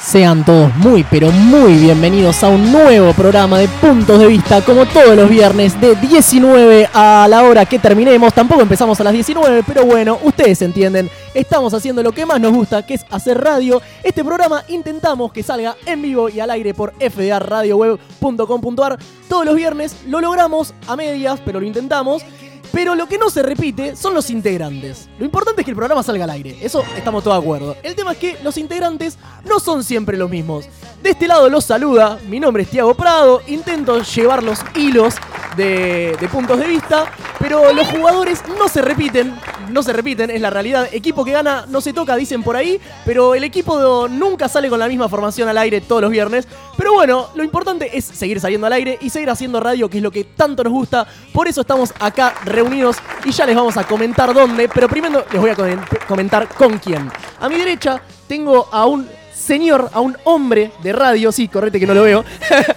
Sean todos muy pero muy bienvenidos a un nuevo programa de Puntos de Vista, como todos los viernes de 19 a la hora que terminemos. Tampoco empezamos a las 19, pero bueno, ustedes entienden. Estamos haciendo lo que más nos gusta, que es hacer radio. Este programa intentamos que salga en vivo y al aire por fdarradioweb.com.ar. Todos los viernes lo logramos a medias, pero lo intentamos. Pero lo que no se repite son los integrantes. Lo importante es que el programa salga al aire. Eso estamos todos de acuerdo. El tema es que los integrantes no son siempre los mismos. De este lado los saluda. Mi nombre es Tiago Prado. Intento llevar los hilos de, de puntos de vista. Pero los jugadores no se repiten. No se repiten, es la realidad. Equipo que gana no se toca, dicen por ahí. Pero el equipo nunca sale con la misma formación al aire todos los viernes. Pero bueno, lo importante es seguir saliendo al aire y seguir haciendo radio, que es lo que tanto nos gusta. Por eso estamos acá reunidos y ya les vamos a comentar dónde, pero primero les voy a comen- comentar con quién. A mi derecha tengo a un señor, a un hombre de radio, sí, correte que no lo veo.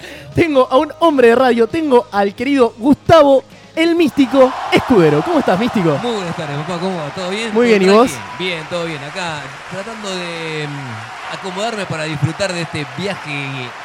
tengo a un hombre de radio, tengo al querido Gustavo el Místico Escudero. ¿Cómo estás, Místico? Muy buenas tardes, papá, ¿cómo va? ¿Todo bien? Muy ¿Todo bien, ¿y tranqui? vos? Bien, todo bien. Acá tratando de mm, acomodarme para disfrutar de este viaje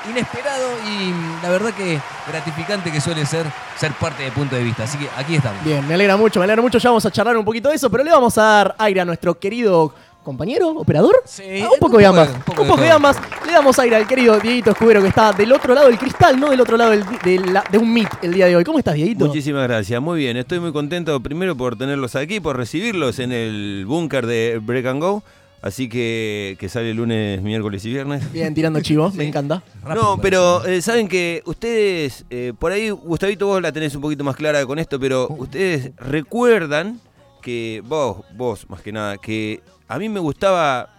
inesperado y mm, la verdad que gratificante que suele ser ser parte de punto de vista. Así que aquí estamos. Bien, me alegra mucho, me alegra mucho. Ya vamos a charlar un poquito de eso, pero le vamos a dar aire a nuestro querido compañero, operador. Sí, Ah, un poco de ambas. Un poco, de, todo. ambas. Le damos aire al querido Dieguito Escudero que está del otro lado del cristal, no del otro lado del- de, la- de un meet el día de hoy. ¿Cómo estás, Dieguito? Muchísimas gracias, muy bien. Estoy muy contento primero por tenerlos aquí, por recibirlos en el búnker de Break and Go. Así que, que sale lunes, miércoles y viernes. Bien, tirando chivo, me encanta. Rápido, no, parece. pero eh, saben que ustedes, eh, por ahí, Gustavito, vos la tenés un poquito más clara con esto, pero Uh. ustedes recuerdan que vos, vos más que nada, que a mí me gustaba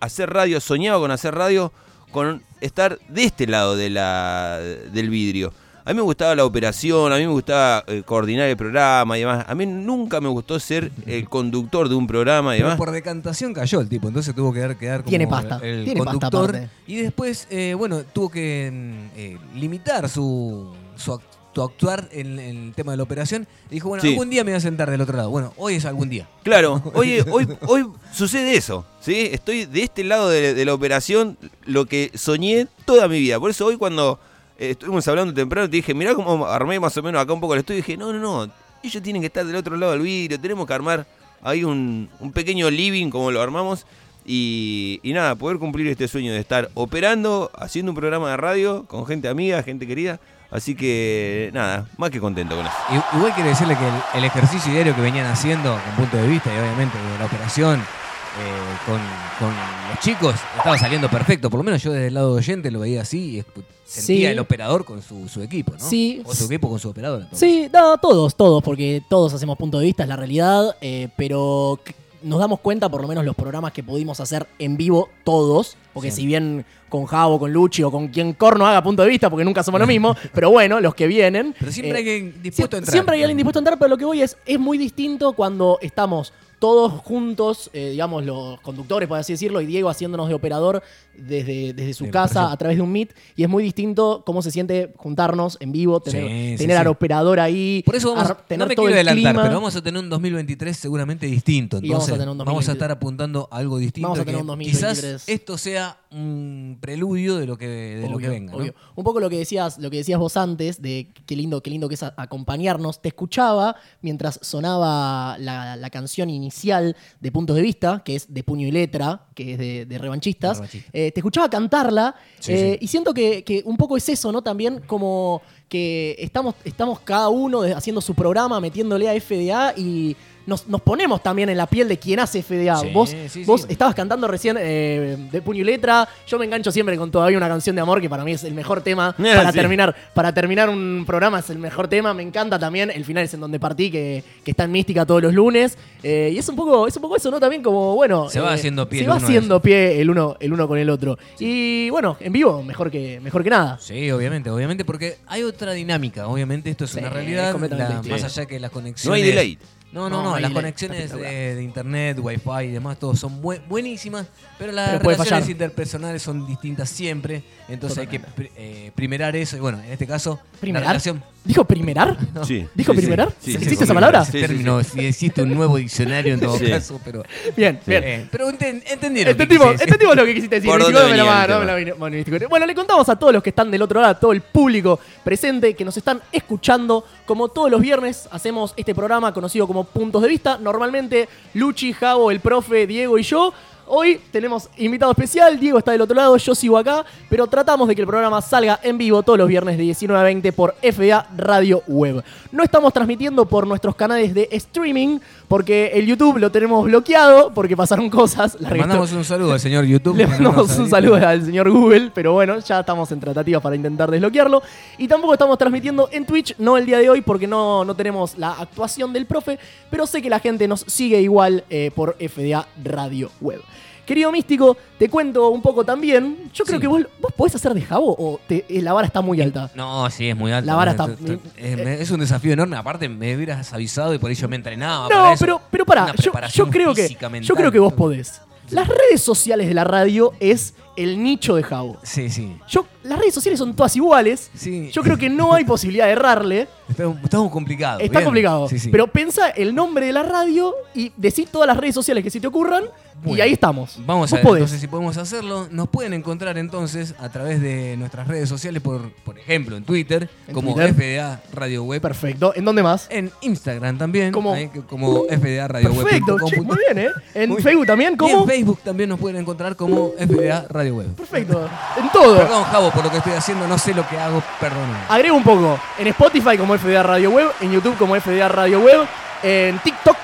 hacer radio, soñaba con hacer radio, con estar de este lado de la, del vidrio. A mí me gustaba la operación, a mí me gustaba eh, coordinar el programa y demás. A mí nunca me gustó ser el conductor de un programa y Pero demás. por decantación cayó el tipo, entonces tuvo que dar- quedar como Tiene pasta, el tiene pasta conductor. aparte. y después, eh, bueno, tuvo que mm, eh, limitar su, su act- tu actuar en, en el tema de la operación. Dijo, bueno, Sí. algún día me voy a sentar del otro lado. Bueno, hoy es algún día. Claro, hoy, hoy, hoy sucede eso, ¿sí? Estoy de este lado de, de la operación, lo que soñé toda mi vida. Por eso hoy cuando eh, estuvimos hablando temprano, te dije, mirá cómo armé más o menos acá un poco el estudio. Y dije, no, no, no, ellos tienen que estar del otro lado del vidrio, tenemos que armar ahí un, un pequeño living como lo armamos. Y, y nada, poder cumplir este sueño de estar operando, haciendo un programa de radio con gente amiga, gente querida. Así que nada, más que contento con eso. I- Igual quiero decirle que el, el ejercicio diario que venían haciendo, con punto de vista y obviamente de la operación, eh, con, con los chicos, estaba saliendo perfecto. Por lo menos yo desde el lado de oyente lo veía así y escu- Sí. sentía el operador con su, su equipo, ¿no? Sí. O su equipo con su operador. entonces. Sí, no, todos, todos, porque todos hacemos punto de vista, es la realidad, eh, pero c- nos damos cuenta, por lo menos los programas que pudimos hacer en vivo, todos, porque Sí. si bien con Javo, con Luchi o con quien corno haga punto de vista, porque nunca somos lo mismo, pero bueno, los que vienen. Pero siempre eh, hay alguien dispuesto a Sie- entrar. Siempre hay alguien dispuesto a entrar, pero lo que voy es, es muy distinto cuando estamos todos juntos, eh, digamos, los conductores, por así decirlo, y Diego haciéndonos de operador desde, desde su Bien, casa perfecto. a través de un meet, y es muy distinto cómo se siente juntarnos en vivo, tener, Sí, sí, tener al sí. operador ahí, Por eso vamos ar- a tener no me todo quiero el adelantar, clima. pero vamos a tener un 2023 seguramente distinto. Y vamos a Entonces, tener un vamos a 2023. estar apuntando a algo distinto. Vamos a tener que un 2023. Quizás esto sea un preludio de lo que, de lo que Obvio, venga. ¿no? obvio. Un poco lo que decías, lo que decías vos antes, de qué lindo, qué lindo que es a- acompañarnos. Te escuchaba mientras sonaba la, la canción inicial de Puntos de Vista, que es de puño y letra, que es de, de revanchistas. De revanchistas. Eh, te escuchaba cantarla Sí, eh, sí. y siento que, que un poco es eso, ¿no? También como que estamos, estamos cada uno de- haciendo su programa, metiéndole a FDA y. Nos, nos ponemos también en la piel de quien hace FDA. Sí, vos sí, vos sí. Estabas cantando recién eh, de puño y letra. Yo me engancho siempre con todavía una canción de amor, que para mí es el mejor tema Eh, para sí. terminar. Para terminar un programa es el mejor tema. Me encanta también. El final es en donde partí, que, que está en mística todos los lunes. Eh, y es un poco, es un poco eso, ¿no? También como, bueno. eh, Se va haciendo pie Se el va uno haciendo pie el uno, el uno con el otro. Y bueno, en vivo, mejor que, mejor que nada. Sí, obviamente, obviamente, porque hay otra dinámica. Obviamente, esto es Sí, una realidad. completamente la- distinto. más allá que las conexiones. No hay delay. No, no, No, no, ahí las le- conexiones espectacular. de, de internet, wifi y demás, todos son bue- buenísimas, pero las Pero puede relaciones fallar. interpersonales son distintas siempre, entonces hay que pri- eh, primerar eso, y bueno, en este caso, la ¿Primerar? relación... ¿Dijo primerar? Sí. ¿Dijo Sí, sí. primerar? Sí, sí, ¿Existe sí, esa sí. palabra? Sí, sí, sí. Término, si existe un nuevo diccionario en todo Sí. caso, pero... Bien, bien. eh, pero enten- entendieron. lo que Entendimos, quise decir. entendimos este lo que quisiste decir. ¿Por ni dónde siquiera me la venía el mano, tema? me la vino- bueno, ni siquiera- bueno, le contamos a todos los que están del otro lado, a todo el público presente que nos están escuchando. Como todos los viernes hacemos este programa conocido como Puntos de Vista. Normalmente Luchi, Javo, el profe, Diego y yo. Hoy tenemos invitado especial, Diego está del otro lado, yo sigo acá, pero tratamos de que el programa salga en vivo todos los viernes de 19 a 20 por FDA Radio Web. No estamos transmitiendo por nuestros canales de streaming, porque el YouTube lo tenemos bloqueado, porque pasaron cosas. Le la resto- mandamos un saludo al señor YouTube. le que no mandamos nos un ha- saludo al señor Google, pero bueno, ya estamos en tratativas para intentar desbloquearlo. Y tampoco estamos transmitiendo en Twitch, no el día de hoy, porque no, no tenemos la actuación del profe, pero sé que la gente nos sigue igual eh, por FDA Radio Web. Querido místico, te cuento un poco también. Yo creo Sí. que vos, vos podés hacer de jabo o te- eh, la vara está muy alta. No, sí, es muy alto. eh, La vara ¿no? está- Es- Es es un desafío enorme. Aparte, me hubieras avisado y por eso yo me entrenaba. No, Ah, para eso. pero, pero pará, Una yo, yo preparación creo que, física, mental. yo creo que vos podés. Las redes sociales de la radio es el nicho de jabo. Sí, sí. Yo, las redes sociales son todas iguales. sí. Yo creo que no hay posibilidad de errarle. Está, está muy complicado. Está Ah, bien. complicado. Sí, sí. Pero pensa el nombre de la radio y decís todas las redes sociales que se te ocurran y Bueno, ahí estamos. Vamos a Vos ver podés. entonces si podemos hacerlo. Nos pueden encontrar entonces a través de nuestras redes sociales, por, por ejemplo, en Twitter, En como Twitter. FDA Radio Web. Perfecto. ¿En dónde más? En Instagram también, Como- ahí que- como FDA Radio Web. Perfecto. punto com che, punto- muy bien, ¿eh? En Muy bien. Facebook también, Y en ¿cómo? Facebook también nos pueden encontrar como FDA Radio Web. Perfecto. En todo. Perdón, Javo, por lo que estoy haciendo, no sé lo que hago, perdón. Agrego un poco. En Spotify como FDA Radio Web, en YouTube como FDA Radio Web, en TikTok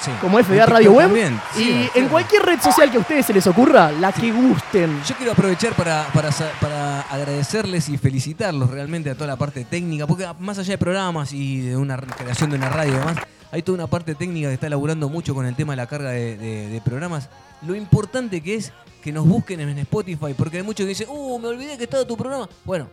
Sí. como En FDA TikTok Radio Web. también, sí, Y sí. en cualquier red social que a ustedes se les ocurra, la que gusten. Yo quiero aprovechar para, para, sa- para agradecerles y felicitarlos realmente a toda la parte técnica, porque más allá de programas y de una re- creación de una radio y demás, hay toda una parte técnica que está laburando mucho con el tema de la carga de, de- de programas. Lo importante que es que nos busquen en Spotify, porque hay muchos que dicen, ¡Uh, me olvidé que estaba tu programa! Bueno,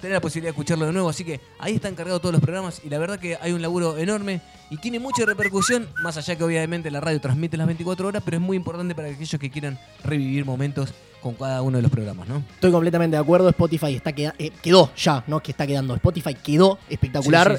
tener la posibilidad de escucharlo de nuevo, así que ahí están cargados todos los programas y la verdad que hay un laburo enorme y tiene mucha repercusión, más allá que obviamente la radio transmite las 24 horas, pero es muy importante para aquellos que quieran revivir momentos con cada uno de los programas, ¿no? Estoy completamente de acuerdo. Spotify está queda- eh, quedó ya, no es que está quedando. Spotify quedó espectacular.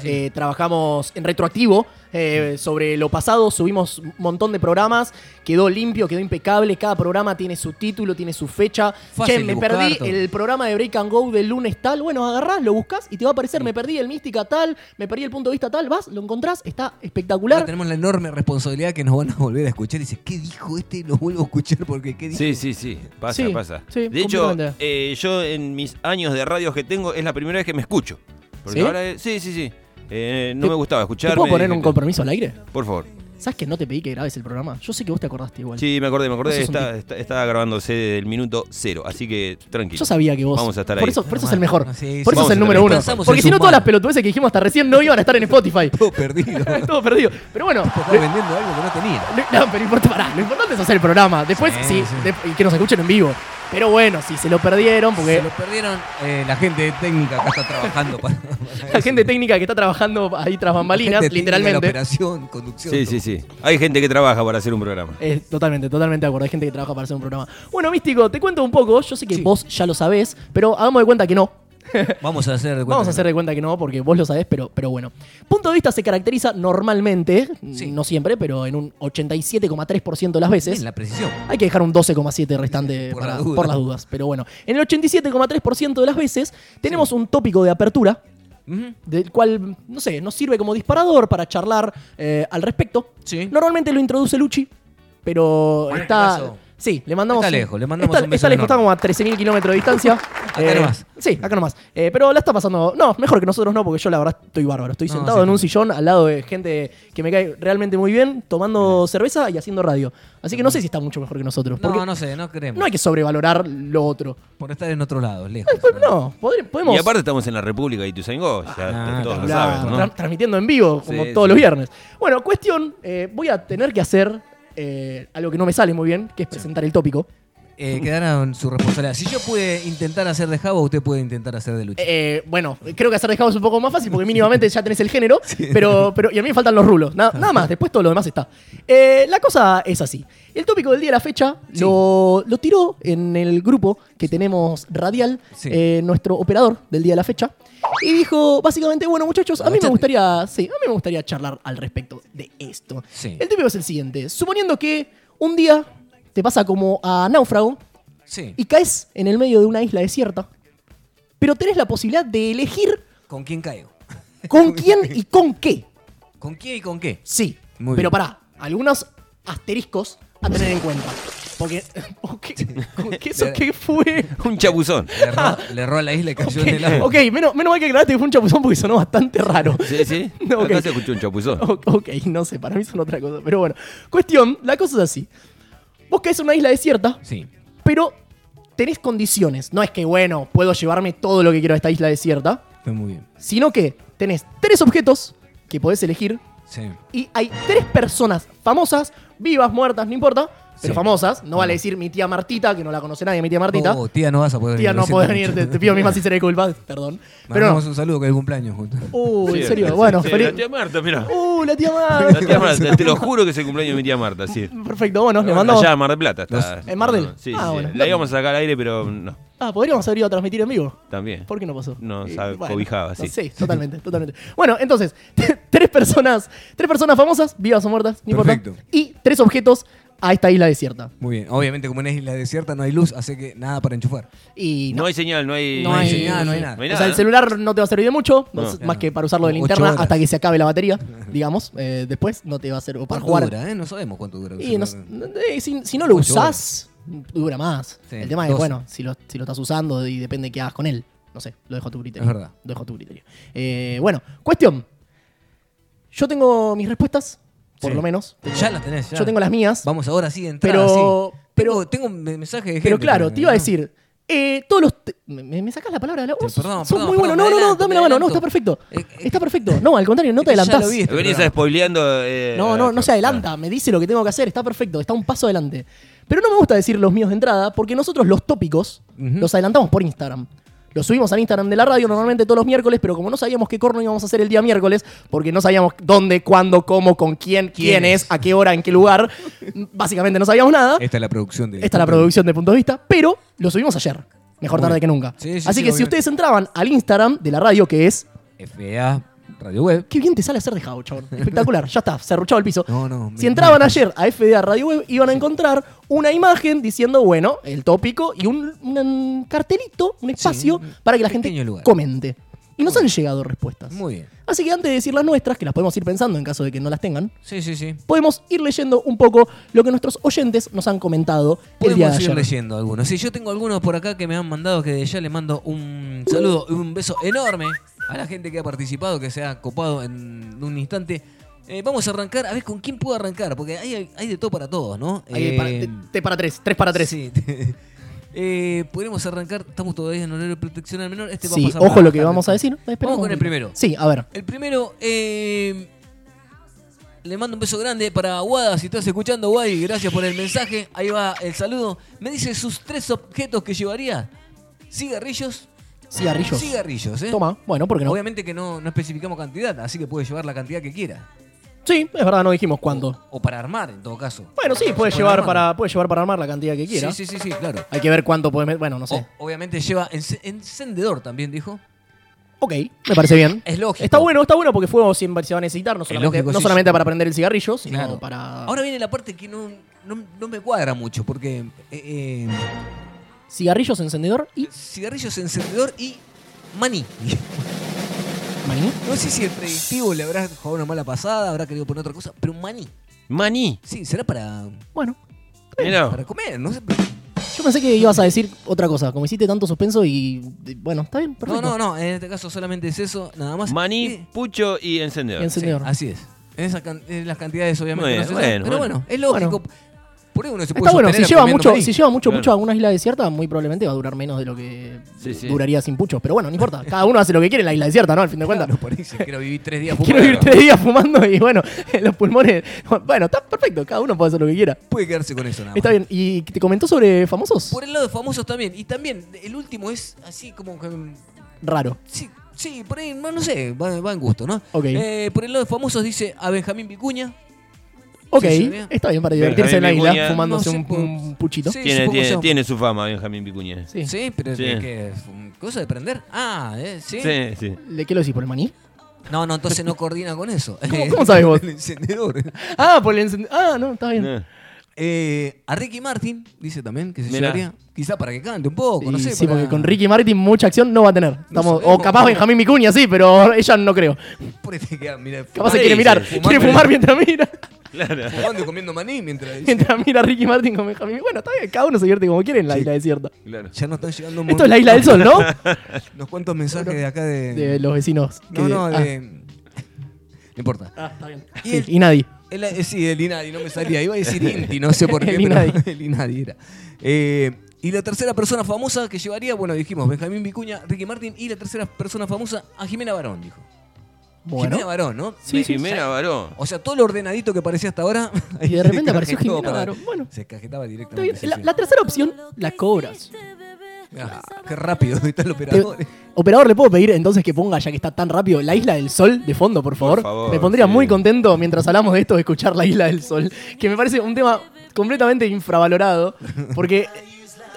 Sí, sí, sí. Eh, trabajamos en retroactivo eh, sobre lo pasado. Subimos un montón de programas. Quedó limpio, quedó impecable. Cada programa tiene su título, tiene su fecha. Fácil che, de me buscar, perdí todo. el programa de Break and Go del lunes tal. Bueno, agarrás, lo buscas y te va a Mm. aparecer. Me perdí el Mística tal, me perdí el punto de vista tal. Vas, lo encontrás, está Ahora espectacular. tenemos la enorme responsabilidad que nos van a volver a escuchar y dice, ¿qué dijo este? Lo vuelvo a escuchar porque ¿qué dijo? Sí, sí, sí. Pasa, Sí, pasa. sí, de hecho, completamente. eh, yo en mis años de radios que tengo es la primera vez que me escucho. Porque ¿Sí? ahora, eh, sí, sí, sí. Eh, no ¿Te- me gustaba ¿Te escucharme. puedo poner un dije, compromiso al aire? Por favor. ¿Sabes que no te pedí que grabes el programa? Yo sé que vos te acordaste igual. Sí, me acordé, me Vos acordé. sos un Está- está- estaba grabándose del minuto cero, así que tranquilo. Yo sabía que vos. Vamos a estar por ahí. Eso, por eso es el mejor. Sí, sí, por eso vamos es el a número estar uno. ahí. Pensamos Porque en si no, sumar. todas las pelotudeces que dijimos hasta recién no iban a estar en Spotify. Todo perdido. Todo perdido. Pero bueno. Estaba lo- vendiendo algo que no tenía. lo- No, pero importa, pará, lo importante es hacer el programa. Después, Sí, sí, sí. de- y que nos escuchen en vivo. Pero bueno, si se lo perdieron, porque Se lo perdieron eh, la gente técnica que está trabajando para, para la gente técnica que está trabajando ahí tras bambalinas, Gente técnica, la literalmente. operación, conducción. Sí, todo. sí, sí. Hay gente que trabaja para hacer un programa. Eh, totalmente, totalmente de acuerdo. Hay gente que trabaja para hacer un programa. Bueno, Místico, te cuento un poco. Yo sé que Sí. vos ya lo sabés, pero hagamos de cuenta que no. Vamos a hacer de cuenta Vamos a hacer que de cuenta que no, porque vos lo sabés, pero, pero bueno. Punto de vista se caracteriza normalmente, Sí. no siempre, pero en un 87,3% de las no. veces. Bien, la precisión. Hay que dejar un 12,7 restante Por para- la por, duda. las dudas. Pero bueno, en el 87,3% de las veces tenemos un tópico de apertura, Ujú. del cual, no sé, nos sirve como disparador para charlar eh, al respecto. Sí. Normalmente lo introduce Luchi, pero En este está... caso, Sí, le mandamos. está un- lejos, le mandamos está, un beso está lejos, enorme. está como a 13.000 kilómetros de distancia. Eh, Acá nomás. Sí, acá nomás. Eh, pero la está pasando. No, mejor que nosotros no, porque yo la verdad estoy bárbaro. Estoy No, sentado sí, en un sí. sillón al lado de gente que me cae realmente muy bien, tomando cerveza y haciendo radio. Así que no sé si está mucho mejor que nosotros. porque No, no sé, no creemos. no hay que sobrevalorar lo otro. Por estar en otro lado, lejos. Pues no, podre- podemos. Y aparte estamos en la República de Ituzaingó, ya Ah, todos lo Claro, saben, ¿no? tra- transmitiendo en vivo, como Sí, todos sí. los viernes. Bueno, cuestión, eh, voy a tener que hacer eh, algo que no me sale muy bien, que es presentar el tópico. eh, quedará en su responsabilidad. Si yo pude intentar hacer de Java, usted puede intentar hacer de Lucha. Eh, bueno, creo que hacer de Java es un poco más fácil porque mínimamente ya tenés el género, pero, pero y a mí me faltan los rulos, nada, nada más, después todo lo demás está. Eh, la cosa es así. El tópico del día de la fecha Sí. lo, lo tiró en el grupo que tenemos radial, Sí. eh, nuestro operador del día de la fecha, y dijo básicamente, bueno muchachos, a mí me Agachate. gustaría, sí, a mí me gustaría charlar al respecto de esto. Sí. El tópico es el siguiente, suponiendo que un día te pasa como a náufrago, Sí. eh, y caes en el medio de una isla desierta, pero tenés la posibilidad de elegir ¿Con quién caigo? con quién y con qué. ¿Con quién y con qué? Sí, Muy pero bien. pará, algunos asteriscos a tener en cuenta. Porque, ¿qué, ¿qué- eso qué fue? Un chapuzón. Le erró, le erró a la isla y cayó Ok, en el agua. ok, menos, menos mal que aclaraste que fue un chapuzón porque sonó bastante raro. Sí, sí. No, ok. Acá se escuchó un chapuzón. O- Ok, no sé, para mí son otra cosa. Pero bueno, cuestión, la cosa es así. Vos caes en una isla desierta, Sí. pero tenés condiciones. No es que, bueno, puedo llevarme todo lo que quiero a esta isla desierta. Fue muy bien. sino que tenés tres objetos que podés elegir Sí. y hay tres personas famosas, vivas, muertas, no importa, pero Sí. famosas. No vale decir mi tía Martita, que no la conoce nadie, mi tía Martita. Oh, tía, no vas a poder tía, venir, no lo podés siento venir, te, mucho. te pido mi más sincera disculpa, perdón. Pero Mandamos no. un saludo que es el cumpleaños juntos. Uh, Sí, en serio, sí, bueno, sí, feliz- La tía Marta, mira. Uh, la tía La Marta. tía Marta, te lo juro que es el cumpleaños de mi tía Marta, sí. Perfecto, bueno, Ah, le Allá mandamos. Mar del Plata. Está, ¿En Mar del? Sí, sí, Ah, sí. bueno. La íbamos a sacar al aire, pero no, Ah, podríamos haber ido a transmitir en vivo. también. ¿Por qué no pasó? Eh, No, sabe, cobijaba, no sí. sé, totalmente, totalmente. Bueno, entonces, tres personas, tres personas famosas, vivas o muertas, no Perfecto. importa. Y tres objetos a esta isla desierta. Muy bien. Obviamente, como en una isla desierta no hay luz, así que nada para enchufar. Y No hay señal, no hay... No hay sí. señal, no hay nada. No hay o sea, el ¿no? celular no te va a servir de mucho, No, más claro. que para usarlo de Ocho linterna horas. hasta que se acabe la batería, digamos. Eh, después no te va a servir o para ¿Cuánto jugar. dura, eh? No sabemos cuánto dura. Y no- eh, si, si no lo Ocho usás, dura más. Sí, el tema es, doce. bueno, si lo, si lo estás usando y depende qué hagas con él. No sé, lo dejo a tu criterio. Es verdad. Lo dejo a tu criterio. Eh, bueno, cuestión. Yo tengo mis respuestas, por Sí. lo menos. Ya las tenés, ya. Yo tengo las mías. Vamos ahora sí, de entrada, Pero- sí. pero- Tengo- tengo un mensaje de gente. Pero claro, también, te iba a ¿no? decir. eh, todos los. te- ¿Me, me sacas la palabra de la voz? perdón, Sos perdón, muy bueno. perdón, No, me no, no, adelanto, dame me la mano. No, está adelanto. perfecto. Eh, eh, Está perfecto. No, al contrario, no es te que ya adelantás. lo vi. Venís a spoileando... eh, No, no, no se ah, adelanta. Me dice lo que tengo que hacer. Está perfecto. Está un paso adelante. Pero no me gusta decir los míos de entrada porque nosotros los tópicos Ujú. los adelantamos por Instagram. Los subimos al Instagram de la radio normalmente todos los miércoles, pero como no sabíamos qué corno íbamos a hacer el día miércoles, porque no sabíamos dónde, cuándo, cómo, con quién, quién ¿Quién es, es? a qué hora, en qué lugar, básicamente no sabíamos nada. Esta es la producción de. Esta es la producción de Punto de Vista, pero lo subimos ayer. Mejor Muy tarde bien. que nunca. Sí, sí, Así sí, que si obviamente. ustedes entraban al Instagram de la radio, que es. FA Radio Web. Qué bien te sale hacer dejado, chabón. Espectacular. ya está, se arruchaba el piso. No, no, me- si entraban me- ayer a FDA Radio Web, iban a encontrar una imagen diciendo, bueno, el tópico y un, un cartelito, un espacio, un para que la gente pequeño lugar. comente. Y nos han llegado respuestas. Muy bien. Así que antes de decir las nuestras, que las podemos ir pensando en caso de que no las tengan, Sí, sí, sí. podemos ir leyendo un poco lo que nuestros oyentes nos han comentado el día de Podemos ir ayer. leyendo algunos. Sí, yo tengo algunos por acá que me han mandado que ya les mando un saludo y un beso enorme a la gente que ha participado, que se ha copado en un instante. Eh, vamos a arrancar, a ver con quién puedo arrancar, porque hay, hay de todo para todos, ¿no? Ahí, para, Eh, te, te para tres, tres para tres. Sí. Eh, Podemos arrancar, estamos todavía en horario de protección al menor. Este va a Sí, pasar ojo por la lo que tarde. vamos a decir. Esperemos Vamos con un el poquito. primero. Sí, a ver. El primero, eh, le mando un beso grande para Wada, si estás escuchando, Wadi, gracias por el mensaje. Ahí va el saludo. Me dice sus tres objetos que llevaría. Cigarrillos. Cigarrillos. Cigarrillos, ¿eh? Toma, bueno, porque no. Obviamente que no, no especificamos cantidad, así que puede llevar la cantidad que quiera. Sí, es verdad, no dijimos cuándo. O para armar, en todo caso. Bueno, sí, puede Se llevar armar. para, puede llevar para armar la cantidad que quiera. Sí, Oh. sí, sí, sí, claro. Hay que ver cuánto puede meter. Bueno, no sé. O- obviamente lleva ence- encendedor también, dijo. Ok, me parece bien. Es lógico. Está bueno, está bueno porque fuego siempre se va a necesitar, no solamente, lógico, no sí, solamente sí. para prender el cigarrillo, sino Claro. para. Ahora viene la parte que no, no, no me cuadra mucho, porque eh, eh, Cigarrillos, encendedor y cigarrillos encendedor y maní. maní. No sé si el predictivo le habrá jugado una mala pasada, habrá querido poner otra cosa, pero un maní. Ah. Maní. Sí, será para, Bueno, para Mirá. comer, no sé. yo pensé que ibas a decir otra cosa. Como hiciste tanto suspenso y. y- Bueno, está bien, No, perfecto. no, no, en este caso solamente es eso, nada más. Maní, Eh, pucho y Y encendedor. encendedor. Así es. En, esa can- en las cantidades, obviamente. Bueno, no se sabe, bueno, pero bueno, bueno. es lógico. Por eso uno se puede Está bueno, si sostener lleva, comiendo mucho, maní. si lleva mucho Claro. pucho a una isla desierta, muy probablemente va a durar menos de lo que Sí, sí. duraría sin puchos. Pero bueno, no importa. Cada uno hace lo que quiere en la isla desierta, ¿no? Al fin de cuentas. Claro, por eso quiero vivir tres días Quiero fumando. vivir tres días fumando y bueno, los pulmones. Bueno, está perfecto, cada uno puede hacer lo que quiera. Puede quedarse con eso nada más. Está bien. ¿Y te comentó sobre famosos? Por el lado de famosos también. Y también, el último es así como que. mm, Raro. Sí, sí, por ahí, no no sé, va, va en gusto, ¿no? Ok. Eh, por el lado de famosos dice a Benjamín Vicuña. Ok, Sí, señor. está bien para divertirse en Benjamín la isla Vicuña. fumándose No sé, un, por- un puchito. Sí, Tiene, supongo que tiene, son- tiene su fama, Benjamín Vicuña. Sí. Sí, pero Sí. que- que es un- cosa de prender. Ah, eh, ¿sí? Sí, sí. ¿Le quiero decir por el maní? No, no, entonces no coordina con eso. Eh, ¿Cómo- cómo sabés vos? El encendedor. Ah, por el encend- Ah, no, está bien. No. Eh, a Ricky Martin, dice también, que se Mirá. llevaría. Quizá para que cante un poco, Y no sé. sí, para- pues, porque con Ricky Martin mucha acción no va a tener. Estamos- o sabemos, capaz pero- Benjamín Vicuña, sí, pero ella no creo. Ponete que, ah, mira, Capaz fumando- se quiere sí, mirar. fumando- quiere fumar mientras mira. Claro. Fumando y comiendo maní mientras. Mientras mira a Ricky Martin con Benjamín. Bueno, está bien, cada uno se divierte como quiere en la isla desierta. claro. Ya nos están llegando un Esto es la isla del sol, ¿no? montón- Unos cuantos mensajes de acá de. De los vecinos. no, que- no, ah, de. No importa. Ah, está bien. Y Sí, el- y nadie. El, eh, sí, el Inadi, no me salía. Iba a decir Inti, no sé por qué, El pero Inadi. el Inadi era. Eh, y la tercera persona famosa que llevaría, bueno, dijimos Benjamín Vicuña, Ricky Martin, y la tercera persona famosa a Jimena Barón, dijo. Jimena Bueno. Barón, ¿no? Sí, sí. Jimena Varón. O sea, todo lo ordenadito que parecía hasta ahora. Y de repente apareció cajetó Jimena para- Barón. Bueno, Se cajetaba está bien. directamente. sí, La, sí. la tercera opción, las cobras. Ah, qué rápido están los operadores. Operador, ¿le puedo pedir entonces que ponga, ya que está tan rápido, la Isla del Sol de fondo, por favor? favor, me pondría sí. muy contento mientras hablamos de esto de escuchar la Isla del Sol, que me parece un tema completamente infravalorado, porque...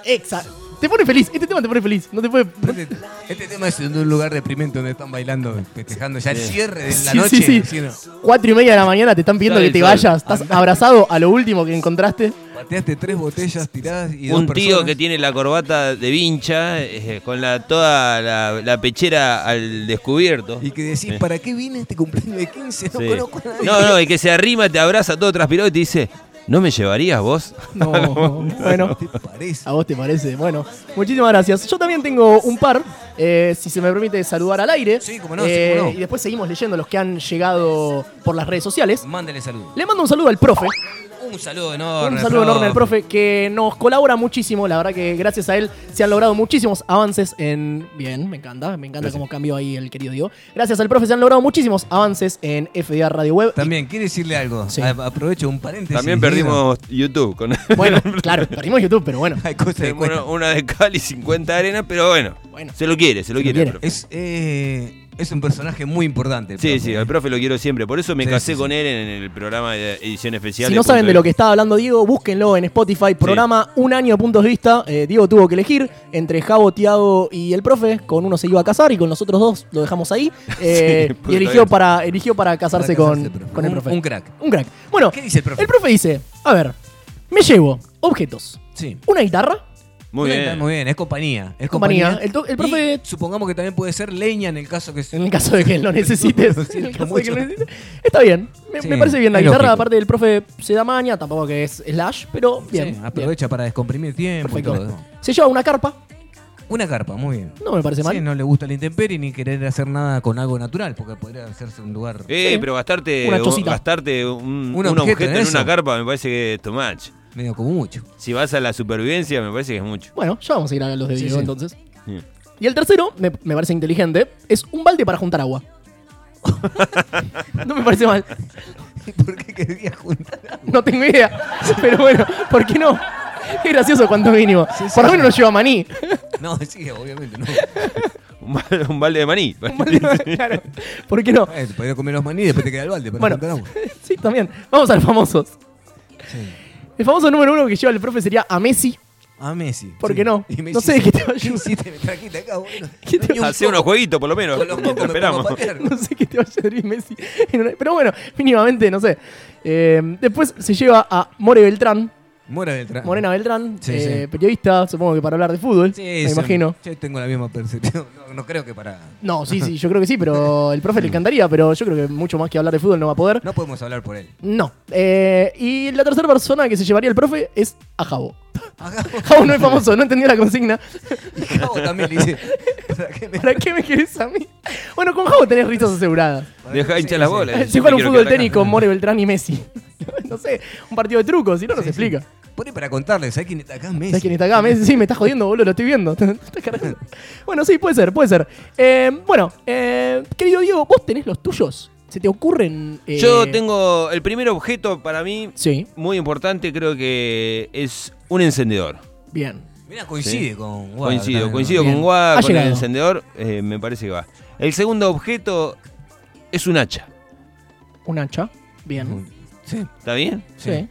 exa- te pone feliz, este tema te pone feliz, no te puede... no- Este, este tema es en un lugar deprimente donde están bailando, festejando ya el cierre de la Sí, noche. sí, sí. ¿sí o no? Cuatro y media de la mañana te están pidiendo Isla que te del Sol. vayas, estás abrazado a lo último que encontraste. Pateaste tres botellas tiradas y Un dos tío personas. que tiene la corbata de vincha, eh, con la toda la, la pechera al descubierto. Y que decís, Sí. ¿para qué vine a este cumpleaños de 15? No Sí. conozco a nadie. No, no, el que se arrima, te abraza todo transpirado y te dice, ¿no me llevarías vos? No, bueno. ¿Te parece? ¿A vos te parece? Bueno, muchísimas gracias. Yo también tengo un par, eh, si se me permite saludar al aire. Sí, cómo no, sí, Eh, cómo no. Y después seguimos leyendo los que han llegado por las redes sociales. Mándale saludos. Le mando un saludo al profe, Un saludo enorme. un saludo profe. enorme al profe que nos colabora muchísimo. La verdad que gracias a él se han logrado muchísimos avances en. Bien, me encanta, me encanta cómo cambió ahí el querido Diego. Gracias al profe se han logrado muchísimos avances en FDA Radio Web. También, ¿quiere decirle algo? Sí. A- Aprovecho un paréntesis. También perdimos YouTube. Con Bueno, claro, perdimos YouTube, pero bueno. Hay cosas que una, cuestan. una de cal y 50 de arena, pero bueno, Bueno. se lo quiere, se lo Se lo quiere. quiere. el profe. Es, eh, es un personaje muy importante. el Sí, profe. sí, al profe lo quiero siempre. Por eso me Sí, casé sí, con él en el programa de edición especial. Si no Punto saben de lo que estaba hablando Diego, búsquenlo en Spotify. Programa Un año puntos de vista. Eh, Diego tuvo que elegir entre Javo, Tiago y el profe. Con uno se iba a casar y con los otros dos lo dejamos ahí. Eh, Sí, porque y eligió todavía- para, eligió para Para casarse, casarse, con, profe. con el Un- profe. Un crack. Un crack. Bueno, ¿Qué dice el profe? el profe dice: A ver, me llevo objetos, Sí. una guitarra. Muy bien. Muy bien, es compañía. Es Compañía. compañía. El to- el profe- Y supongamos que también puede ser leña en el caso que se- En el caso de que lo necesites. Lo en el siento caso de que lo mucho. necesites. Está bien. Me, Sí, me parece bien la es guitarra. lógico. Aparte del profe se da maña, tampoco que es slash, pero bien. Sí, bien, aprovecha para descomprimir tiempo perfecto. y todo. ¿eh? Se lleva una carpa. Una carpa, muy bien. No me parece mal. Sí, no le gusta la intemperie ni querer hacer nada con algo natural, porque podría hacerse un lugar. Eh, Sí. pero gastarte, Una chocita. gastarte un, Un un objeto objeto, en en, eso. una carpa me parece que es too much. medio como mucho. Si vas a la supervivencia, me parece que es mucho. Bueno, ya vamos a ir a los de Sí, Diego sí. entonces. Sí. Y el tercero, me, me parece inteligente, es un balde para juntar agua. no me parece mal. ¿Por qué quería juntar? No tengo idea. Pero bueno, ¿por qué no? Es gracioso cuanto mínimo. Sí, sí. Por lo menos nos lleva maní. No, sí, obviamente no. Un balde, un balde de maní. Un balde- claro. ¿Por qué no? Eh, te podría comer los maní y después te queda el balde. Para Bueno. juntar agua. Sí, también. Vamos a los famosos. Sí. El famoso número uno que lleva el profe sería a Messi. A Messi. ¿Por sí. qué no? Y Messi No sé de dice, qué te va a ayudar. hiciste? Me trajiste acá, boludo. ¿Qué te- No, ni un Hacer poco. unos jueguitos, por lo menos. Con los mocos mientras me pongo a esperamos. patear. No sé qué te va a servir Messi. en una- Pero bueno, mínimamente, no sé. Eh, después se lleva a More Beltrán. Mora del tra- Morena Beltrán, Sí, eh, sí. periodista, supongo que para hablar de fútbol, Sí, me sí, imagino. Yo tengo la misma percepción. No, no creo que para. No, sí, sí, yo creo que sí, pero el profe le encantaría, pero yo creo que mucho más que hablar de fútbol no va a poder. No podemos hablar por él. No. Eh, y la tercera persona que se llevaría el profe es a Javo. Acá Javo no es famoso, no entendió la consigna. Javo también le dice. ¿Para qué me- ¿Para qué me querés a mí? Bueno, con Javo tenés risas aseguradas. Deja hinchar las Eh, bolas. Se Yo juega me un quiero fútbol quedar acá. técnico con More Beltrán y Messi. No sé, un partido de trucos, si no, no se Sí, sí. explica. Por ahí para contarles, ¿sabes quién está acá? Messi. ¿Sabes quién está acá? Me dice, sí, me estás jodiendo, boludo, lo estoy viendo. Te estás cargando. bueno, sí, puede ser, puede ser. Eh, bueno, eh, querido Diego, ¿vos tenés los tuyos? ¿Se te ocurren? eh, Yo tengo el primer objeto para mí, Sí, muy importante, creo que es un encendedor. bien. Mirá, coincide con Guada coincido, también, ¿no? coincido Bien. con Guada, Ha con el llegado. encendedor, eh, me parece que va. El segundo objeto es un hacha, Un hacha, bien. ¿Mm? Sí. ¿está bien? Sí. sí.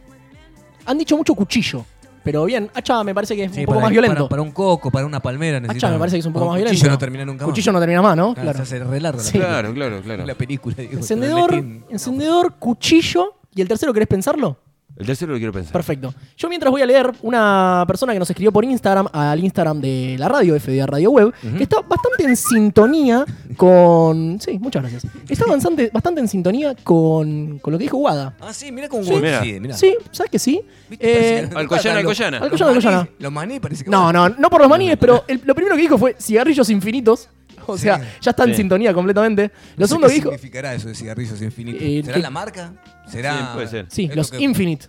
Han dicho mucho cuchillo, pero bien, hacha me parece que es Sí, un poco para- más violento. Para, para un coco, para una palmera necesitan. hacha me parece que es un poco más Con violento. Cuchillo no termina nunca más. Cuchillo no termina más, ¿no? Claro, Claro. Se hace re largo la Sí. película. Claro, claro, claro. La película, digo. Encendedor, le meten- encendedor, cuchillo y el tercero, ¿querés pensarlo? El tercero lo quiero pensar. Perfecto. Yo mientras voy a leer una persona que nos escribió por Instagram, al Instagram de la radio, FDA Radio Web, que está bastante en sintonía con. Sí, muchas gracias. Está bastante, bastante en sintonía con, con lo que dijo Wada. Ah, sí, mirá con Sí. Guada. Mirá. mirá. Sí, ¿sabes que sí? ¿Viste? Parece Eh, que- Alcoyana, Los- Alcoyana. los Alcoyana, maní- Alcoyana. Los maní parece que. no, no, no por los maníes, pero el- lo primero que dijo fue cigarrillos infinitos. O sea, ya está en Sí. sintonía completamente. Lo No sé segundo qué que dijo. significará eso de cigarrillos infinitos? Eh, ¿Será que- la marca? ¿Será.? Sí, puede ser. Sí, Es lo los que- Infinite.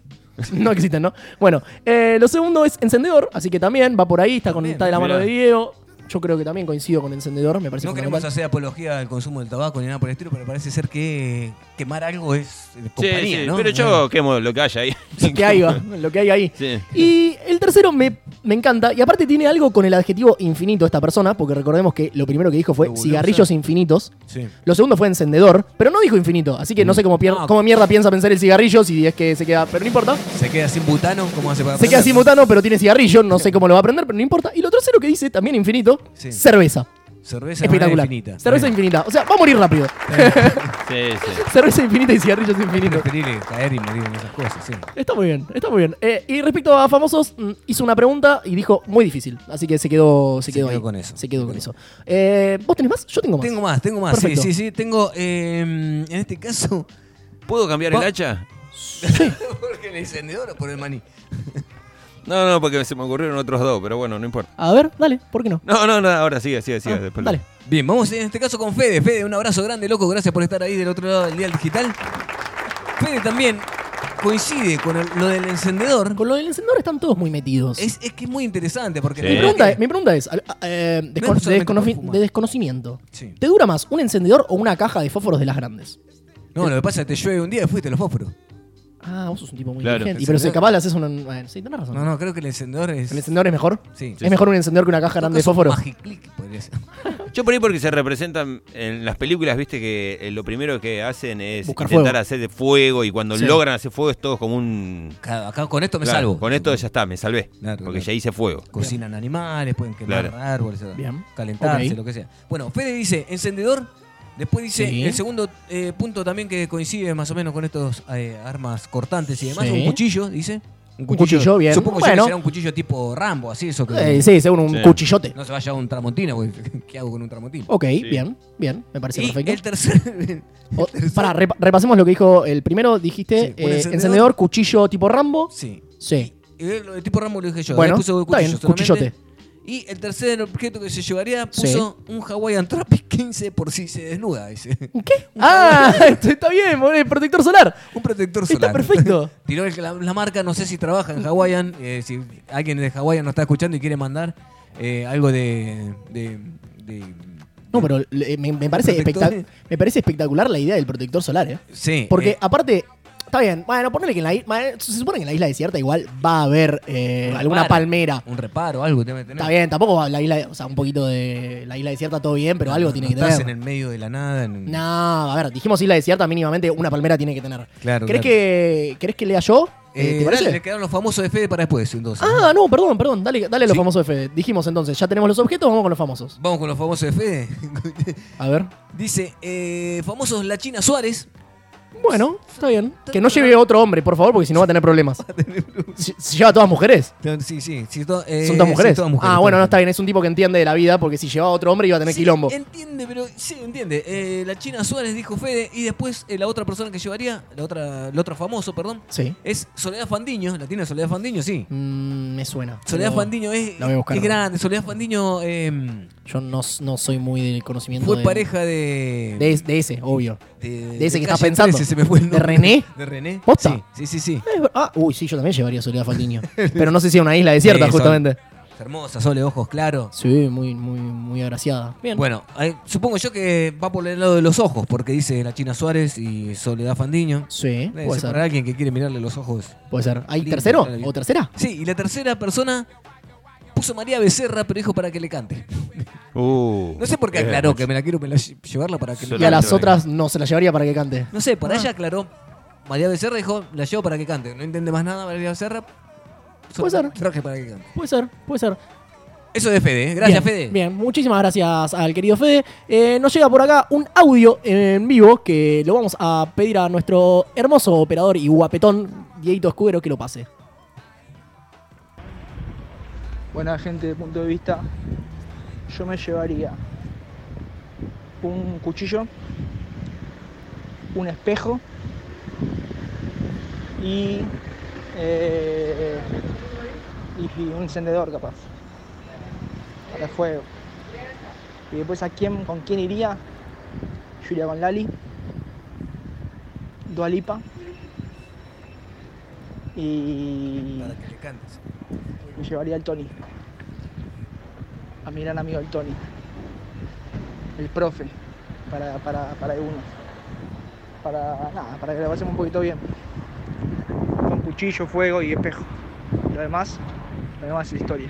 No existen, ¿no? Bueno, eh, lo segundo es encendedor, así que también va por ahí, está, con, También, está de la mano mirá. de Diego. Yo creo que también coincido con encendedor, me parece No queremos fundamental. hacer apología al consumo del tabaco ni nada por el estilo, pero parece ser que quemar algo es eh, Sí, compañía, sí, ¿no? pero yo quemo lo que haya ahí. Lo que hay, va, lo que hay ahí. Sí. Y el tercero me, me encanta, y aparte tiene algo con el adjetivo infinito esta persona, porque recordemos que lo primero que dijo fue Nebulosa. cigarrillos infinitos. Sí. Lo segundo fue encendedor, pero no dijo infinito, así que no sé cómo, pier- Ah. cómo mierda piensa pensar el cigarrillo si es que se queda, pero no importa. ¿Se queda sin butano? ¿Cómo hace para Se queda aprender? sin butano, pero tiene cigarrillo, no sé cómo lo va a aprender, pero no importa. Y lo tercero que dice, también infinito, Sí. cerveza. Cerveza de manera Espectacular. infinita. Cerveza Bien. infinita. O sea, va a morir rápido. Sí, sí. Cerveza infinita y cigarrillos infinitos. Preferible caer y morir en esas cosas, sí. Está muy bien, está muy bien. Eh, y respecto a famosos, mm, hizo una pregunta y dijo muy difícil. Así que se quedó, se Se quedó, quedó ahí. con eso. Se quedó con eso. Eh, ¿Vos tenés más? Yo tengo más. Tengo más, tengo más. Perfecto. Sí, sí, sí. Tengo, eh, en este caso, ¿Puedo cambiar Pa- el hacha? ¿por qué el encendedor o por el maní? No, no, porque se me ocurrieron otros dos, pero bueno, no importa. A ver, dale, ¿por qué no? No, no, no, ahora sigue, sigue, sigue. Ah, después lo- dale. Bien, vamos en este caso con Fede. Fede, un abrazo grande, loco. Gracias por estar ahí del otro lado del Dial Digital. Fede también coincide con el- lo del encendedor. Con lo del encendedor están todos muy metidos. Es, es que es muy interesante porque... Sí. Mi, pregunta, es- mi pregunta es, al- a- eh, descon- es de, solamente desconofi- por fumar. de desconocimiento. Sí. ¿Te dura más un encendedor o una caja de fósforos de las grandes? No, lo que pasa es que te llueve un día y fuiste a los fósforos. Ah, vos sos un tipo muy Claro. inteligente. Y pero si Encendedor. capaz le haces un... Bueno, sí, tenés razón. No, no, creo que el encendedor es... ¿El encendedor es mejor? Sí. ¿Es mejor un encendedor que una caja grande de fósforos? Magiclick podría ser. Yo por ahí porque se representan en las películas, viste que eh, lo primero que hacen es Buscar intentar fuego. hacer de fuego y cuando Sí. logran hacer fuego es todo como un... Acá, acá con esto me Claro, salvo. Con esto ya está, me salvé. Claro, porque claro. ya hice fuego. Cocinan animales, pueden quemar Claro. árboles, Bien. calentarse, Ok. lo que sea. Bueno, Fede dice encendedor. Después dice Sí. el segundo eh, punto también que coincide más o menos con estos eh, armas cortantes y demás. Sí. Un cuchillo, dice. Un cuchillo, bien. Supongo yo Bueno. que será un cuchillo tipo Rambo, así eso. Que Eh, sí, según un Sí. cuchillote. No se vaya a un tramontina, güey. ¿Qué hago con un tramontina? Ok, Sí. bien, bien, me parece y Oh, perfecto. Oh. el tercer. O- pará, repa- repasemos lo que dijo el primero. Dijiste Sí, un eh, encendedor. encendedor, cuchillo tipo Rambo. sí. Sí. Eh, lo de tipo Rambo lo dije yo. Bueno, le puso está bien, solamente. cuchillote. Y el tercer objeto que se llevaría puso un Hawaiian Trap 15 por si se desnuda, dice. ¿Qué? Ah, esto está bien, boludo, el protector solar. Un protector solar. Está perfecto. Tiró el- la, la marca, no sé si trabaja en Hawaiian. eh, si alguien de Hawaiian nos está escuchando y quiere mandar eh, algo de. de, de- No, pero eh, me, me parece Protector. espectac- me parece espectacular la idea del protector solar, ¿eh? Sí. Porque eh, aparte, está bien, bueno, ponele que en la isla, se supone que en la isla desierta igual va a haber eh, un alguna reparo, palmera. Un reparo, algo debe tener. Está bien, tampoco va la isla, o sea, un poquito de la isla desierta todo bien, pero algo No tiene que estás tener. en el medio de la nada. en- No, a ver, dijimos isla desierta, mínimamente una palmera tiene que tener. Claro, ¿Querés, claro. Que, ¿querés que lea yo? Eh, Eh, ¿Te parece? dale, le quedaron los famosos de Fede para después, entonces. Ah, no, perdón, perdón. Dale, dale los Sí. famosos de Fede. Dijimos entonces, ya tenemos los objetos, vamos con los famosos. Vamos con los famosos de Fede. A ver. Dice, eh, famosos La China Suárez. Bueno, está bien. Que no lleve otro hombre, por favor, porque si no va a tener problemas. Si si lleva a todas mujeres. No, Sí, sí. sí, to- eh, ¿Son todas sí, mujeres? todas mujeres, Ah, todas bueno, no mujeres. está bien. Es un tipo que entiende de la vida, porque si llevaba a otro hombre iba a tener Sí, quilombo. Entiende, pero sí, entiende. Eh, la China Suárez dijo Fede y después eh, la otra persona que llevaría, la otra, el otro famoso, perdón, Sí. es Soledad Fandiño. ¿La tiene Soledad Fandiño? Sí. Mm, me suena. Soledad Pero- Fandiño es, la voy a buscar. es grande. Soledad Fandiño eh, Yo no, no soy muy del conocimiento Fue de, pareja de. de, es- de ese, obvio. de, ese Calle que estás pensando. 13, se me fue el ¿De nombre. René? ¿De René? ¿Posta? Sí, sí, sí. sí. Eh, Ah, uy, sí, yo también llevaría a Soledad Faldiño. Pero no sé si a una isla desierta, Sí, son- justamente. Hermosa, sole, ojos claros. Sí, muy, muy, muy agraciada. Bien. Bueno, eh, supongo yo que va por el lado de los ojos, porque dice la China Suárez y Soledad Fandiño. Sí, Debe ser puede ser. para alguien que quiere mirarle los ojos. Puede ser. ¿Hay Lindo, tercero claro. o tercera? Sí, y la tercera persona puso María Becerra, pero dijo para que le cante. Uh, No sé por qué eh, aclaró, que me la quiero me la lle- llevarla para que le Y a Solamente cante. las Verónica. otras no se las llevaría para que cante. No sé, para Ah. ella aclaró. María Becerra dijo, la llevo para que cante. No entiende más nada, María Becerra. Puede ser. Traje para que cante. Puede ser, puede ser. Eso de Fede, ¿eh? Gracias, Bien, Fede. Bien, muchísimas gracias al querido Fede. Eh, nos llega por acá un audio en vivo que lo vamos a pedir a nuestro hermoso operador y guapetón, Dieguito Escudero, que lo pase. buena gente de punto de vista, yo me llevaría un cuchillo, un espejo y, eh, y- y un encendedor capaz para el fuego. Y después a quién, con quién iría, yo iría con Lali, Dualipa y Para que le cantes. me llevaría al Tony. A mi gran amigo el Tony. El profe. Para, para, para uno. Para nada, para que la pasemos un poquito bien. Con cuchillo, fuego y espejo. Lo demás, lo demás es historia.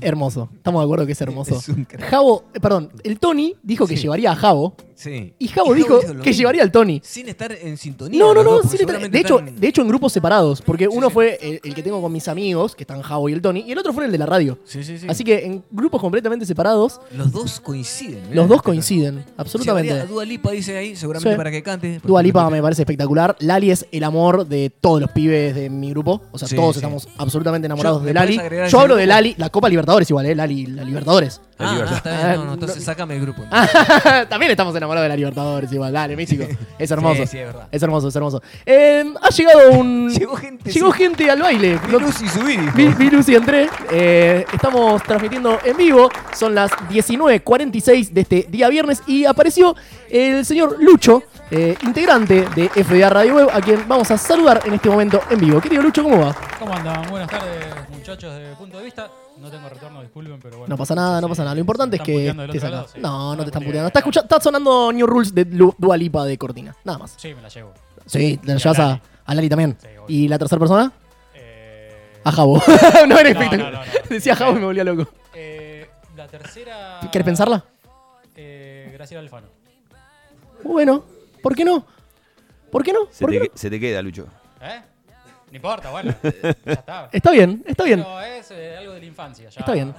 Hermoso. Estamos de acuerdo que es hermoso. Es un crack. Javo, eh, perdón, el Tony dijo que Sí. llevaría a Javo. Sí. Y Javo dijo lo que mismo. llevaría al Tony. Sin estar en sintonía. No, no, los no. dos, porque sí le tra- seguramente de, hecho, están- de hecho, en grupos separados. Porque uno sí. fue el, el que tengo con mis amigos, que están Javo y el Tony, y el otro fue el de la radio. Sí, sí, sí. Así que en grupos completamente separados, Los dos coinciden. mirá. los dos coinciden. Llevaría a Absolutamente. Dua Lipa, dice ahí, seguramente Sí. para que cante. porque- Dua Lipa me parece espectacular. Lali es el amor de todos los pibes de mi grupo. O sea, Sí, todos sí. estamos absolutamente enamorados Yo- de ¿me podés Lali. agregar Yo ese hablo de grupo? Lali, la Copa Libertadores igual, ¿eh? Lali, la Libertadores. Ah, ah, está bien. No, no, entonces sácame el grupo. También estamos enamorados de la Libertadores igual. Dale, México. Es hermoso. Sí, sí, es verdad. Es hermoso, es hermoso. Eh, ha llegado un. Llegó gente. Llegó sí. gente al baile. No- Vi luz y subí, dijo. Vi, vi Lucy entré. Eh, estamos transmitiendo en vivo. Son las 19.46 de este día viernes. Y apareció el señor Lucho, eh, integrante de FDA Radio Web, a quien vamos a saludar en este momento en vivo. Querido Lucho, ¿cómo va? ¿Cómo andan? Buenas tardes, muchachos de punto de vista. No tengo retorno, disculpen, pero bueno. No pasa nada, no Sí, pasa nada. Lo sí, importante es están que puteando del estés otro acá. lado, sí. No, no te están puteando. puteando. Está, escucha- está sonando New Rules de Lu- Dua Lipa de Cortina. Nada más. Sí, me la llevo. Sí, te la Y a llevas a, Lali. a Lali también. Sí, obvio. ¿Y la tercera persona? Eh, A Jabo. no era espectacular. no, no. Decía Jabo y me volvía loco. eh, la tercera. ¿Quieres pensarla? Eh, Graciela Alfano. Uh, Bueno, ¿por qué no? ¿Por qué no? se, ¿Por te, qué no? que- se te queda, Lucho. ¿Eh? No importa, bueno. Ya está. Está bien, está bien, Pero es eh, algo de la infancia. Ya. está bien.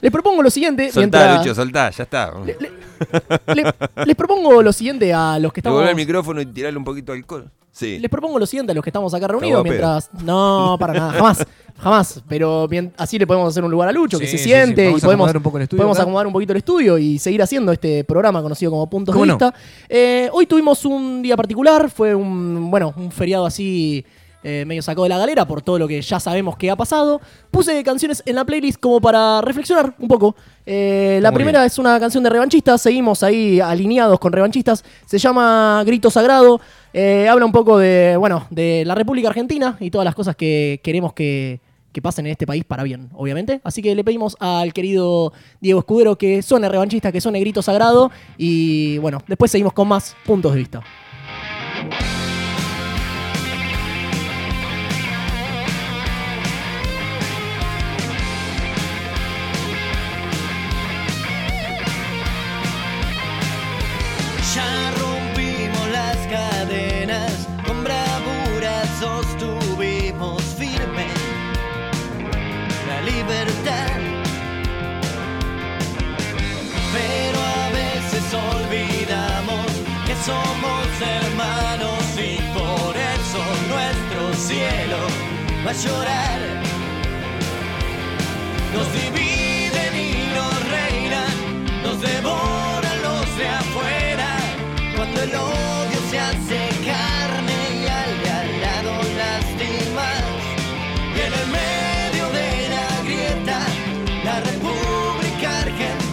Les propongo lo siguiente. Soltá, mientras- Lucho, soltá, ya está. Le- les propongo lo siguiente a los que estamos. Devolver el micrófono y tirarle un poquito de alcohol. Sí. Les propongo lo siguiente a los que estamos acá reunidos a pedo. mientras. No, para nada, jamás, jamás. Pero bien, así le podemos hacer un lugar a Lucho, que Sí, se sí, sí. siente Vamos y a podemos, acomodar un poco el estudio podemos acá. acomodar un poquito el estudio y seguir haciendo este programa conocido como Puntos de ¿Cómo no? Vista. Eh, hoy tuvimos un día particular, fue un, bueno, un feriado así. eh, medio sacado de la galera por todo lo que ya sabemos que ha pasado. Puse canciones en la playlist como para reflexionar un poco. Eh, la Muy primera es una canción de revanchistas, seguimos ahí alineados con revanchistas. Se llama Grito Sagrado. Eh, habla un poco de, bueno, de la República Argentina y todas las cosas que queremos que, que pasen en este país para bien, obviamente. Así que le pedimos al querido Diego Escudero que suene revanchista, que suene Grito Sagrado. Y bueno, después seguimos con más puntos de vista. Ya rompimos las cadenas, con bravura sostuvimos firme la libertad. Pero a veces olvidamos que somos hermanos y por eso nuestro cielo va a llorar. Nos dividen y nos reinan, nos devoran los de afuera. Cuando el odio se hace carne y al de al lado lastimas. Y en el medio de la grieta, la República Argentina.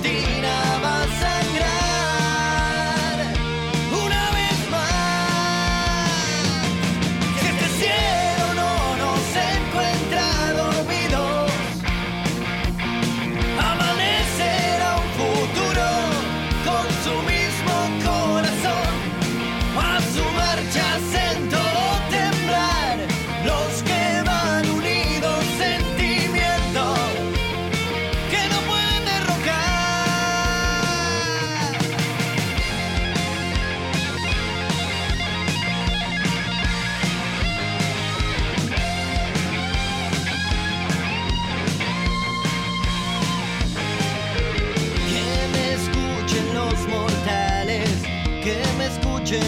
este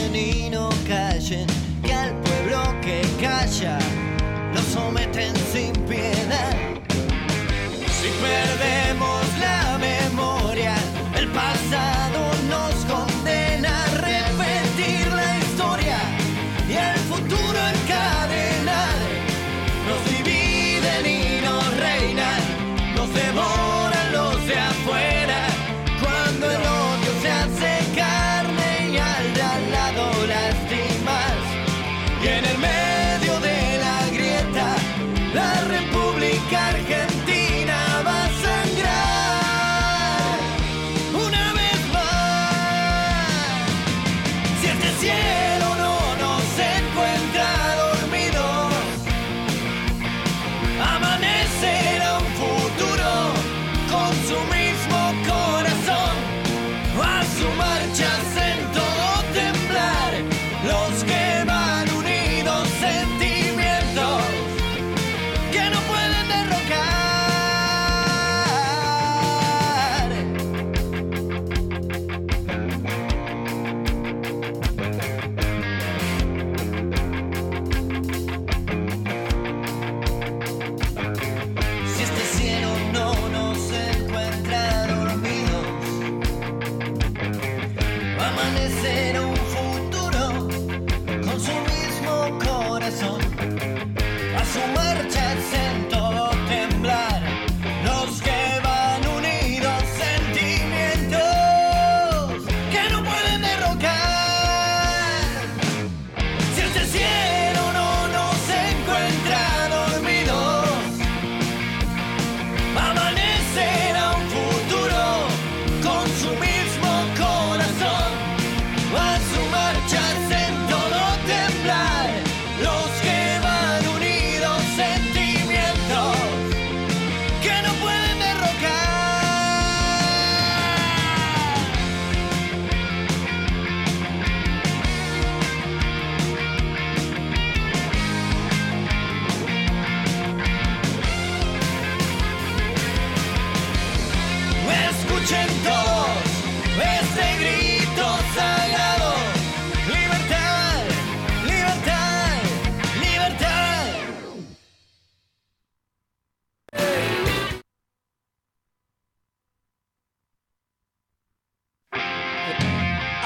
este este este este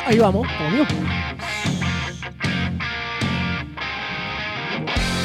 Ahí vamos, como Mew.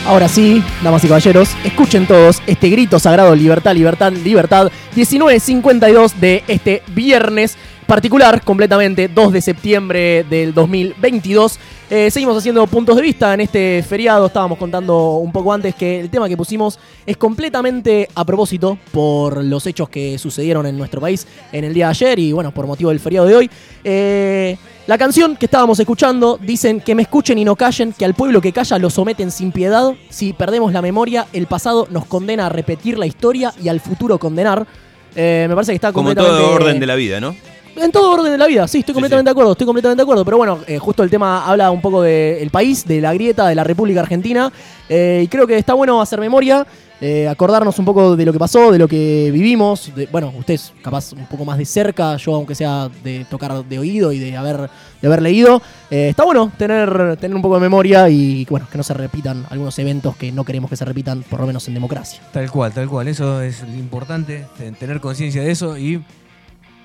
Ahora sí, damas y caballeros, escuchen todos este grito sagrado Libertad, Libertad, Libertad 19.52 de este viernes particular, completamente 2 de septiembre del 2022. Eh, seguimos haciendo puntos de vista en este feriado. Estábamos contando un poco antes que el tema que pusimos es completamente a propósito por los hechos que sucedieron en nuestro país en el día de ayer y bueno, por motivo del feriado de hoy. Eh, la canción que estábamos escuchando dicen que me escuchen y no callen, que al pueblo que calla lo someten sin piedad. Si perdemos la memoria, el pasado nos condena a repetir la historia y al futuro condenar. Eh, me parece que está Como completamente todo orden de la vida, ¿no? en todo orden de la vida, sí, estoy completamente de acuerdo, estoy completamente de acuerdo. Pero bueno, eh, justo el tema habla un poco del país, de la grieta, de la República Argentina. eh, y creo que está bueno hacer memoria, eh, acordarnos un poco de lo que pasó, de lo que vivimos. de- bueno, ustedes capaz un poco más de cerca, yo aunque sea de tocar de oído y de haber, de haber leído. eh, está bueno tener, tener un poco de memoria y bueno, que no se repitan algunos eventos que no queremos que se repitan, por lo menos en democracia. Tal cual, tal cual. Eso es lo importante, te- tener conciencia de eso y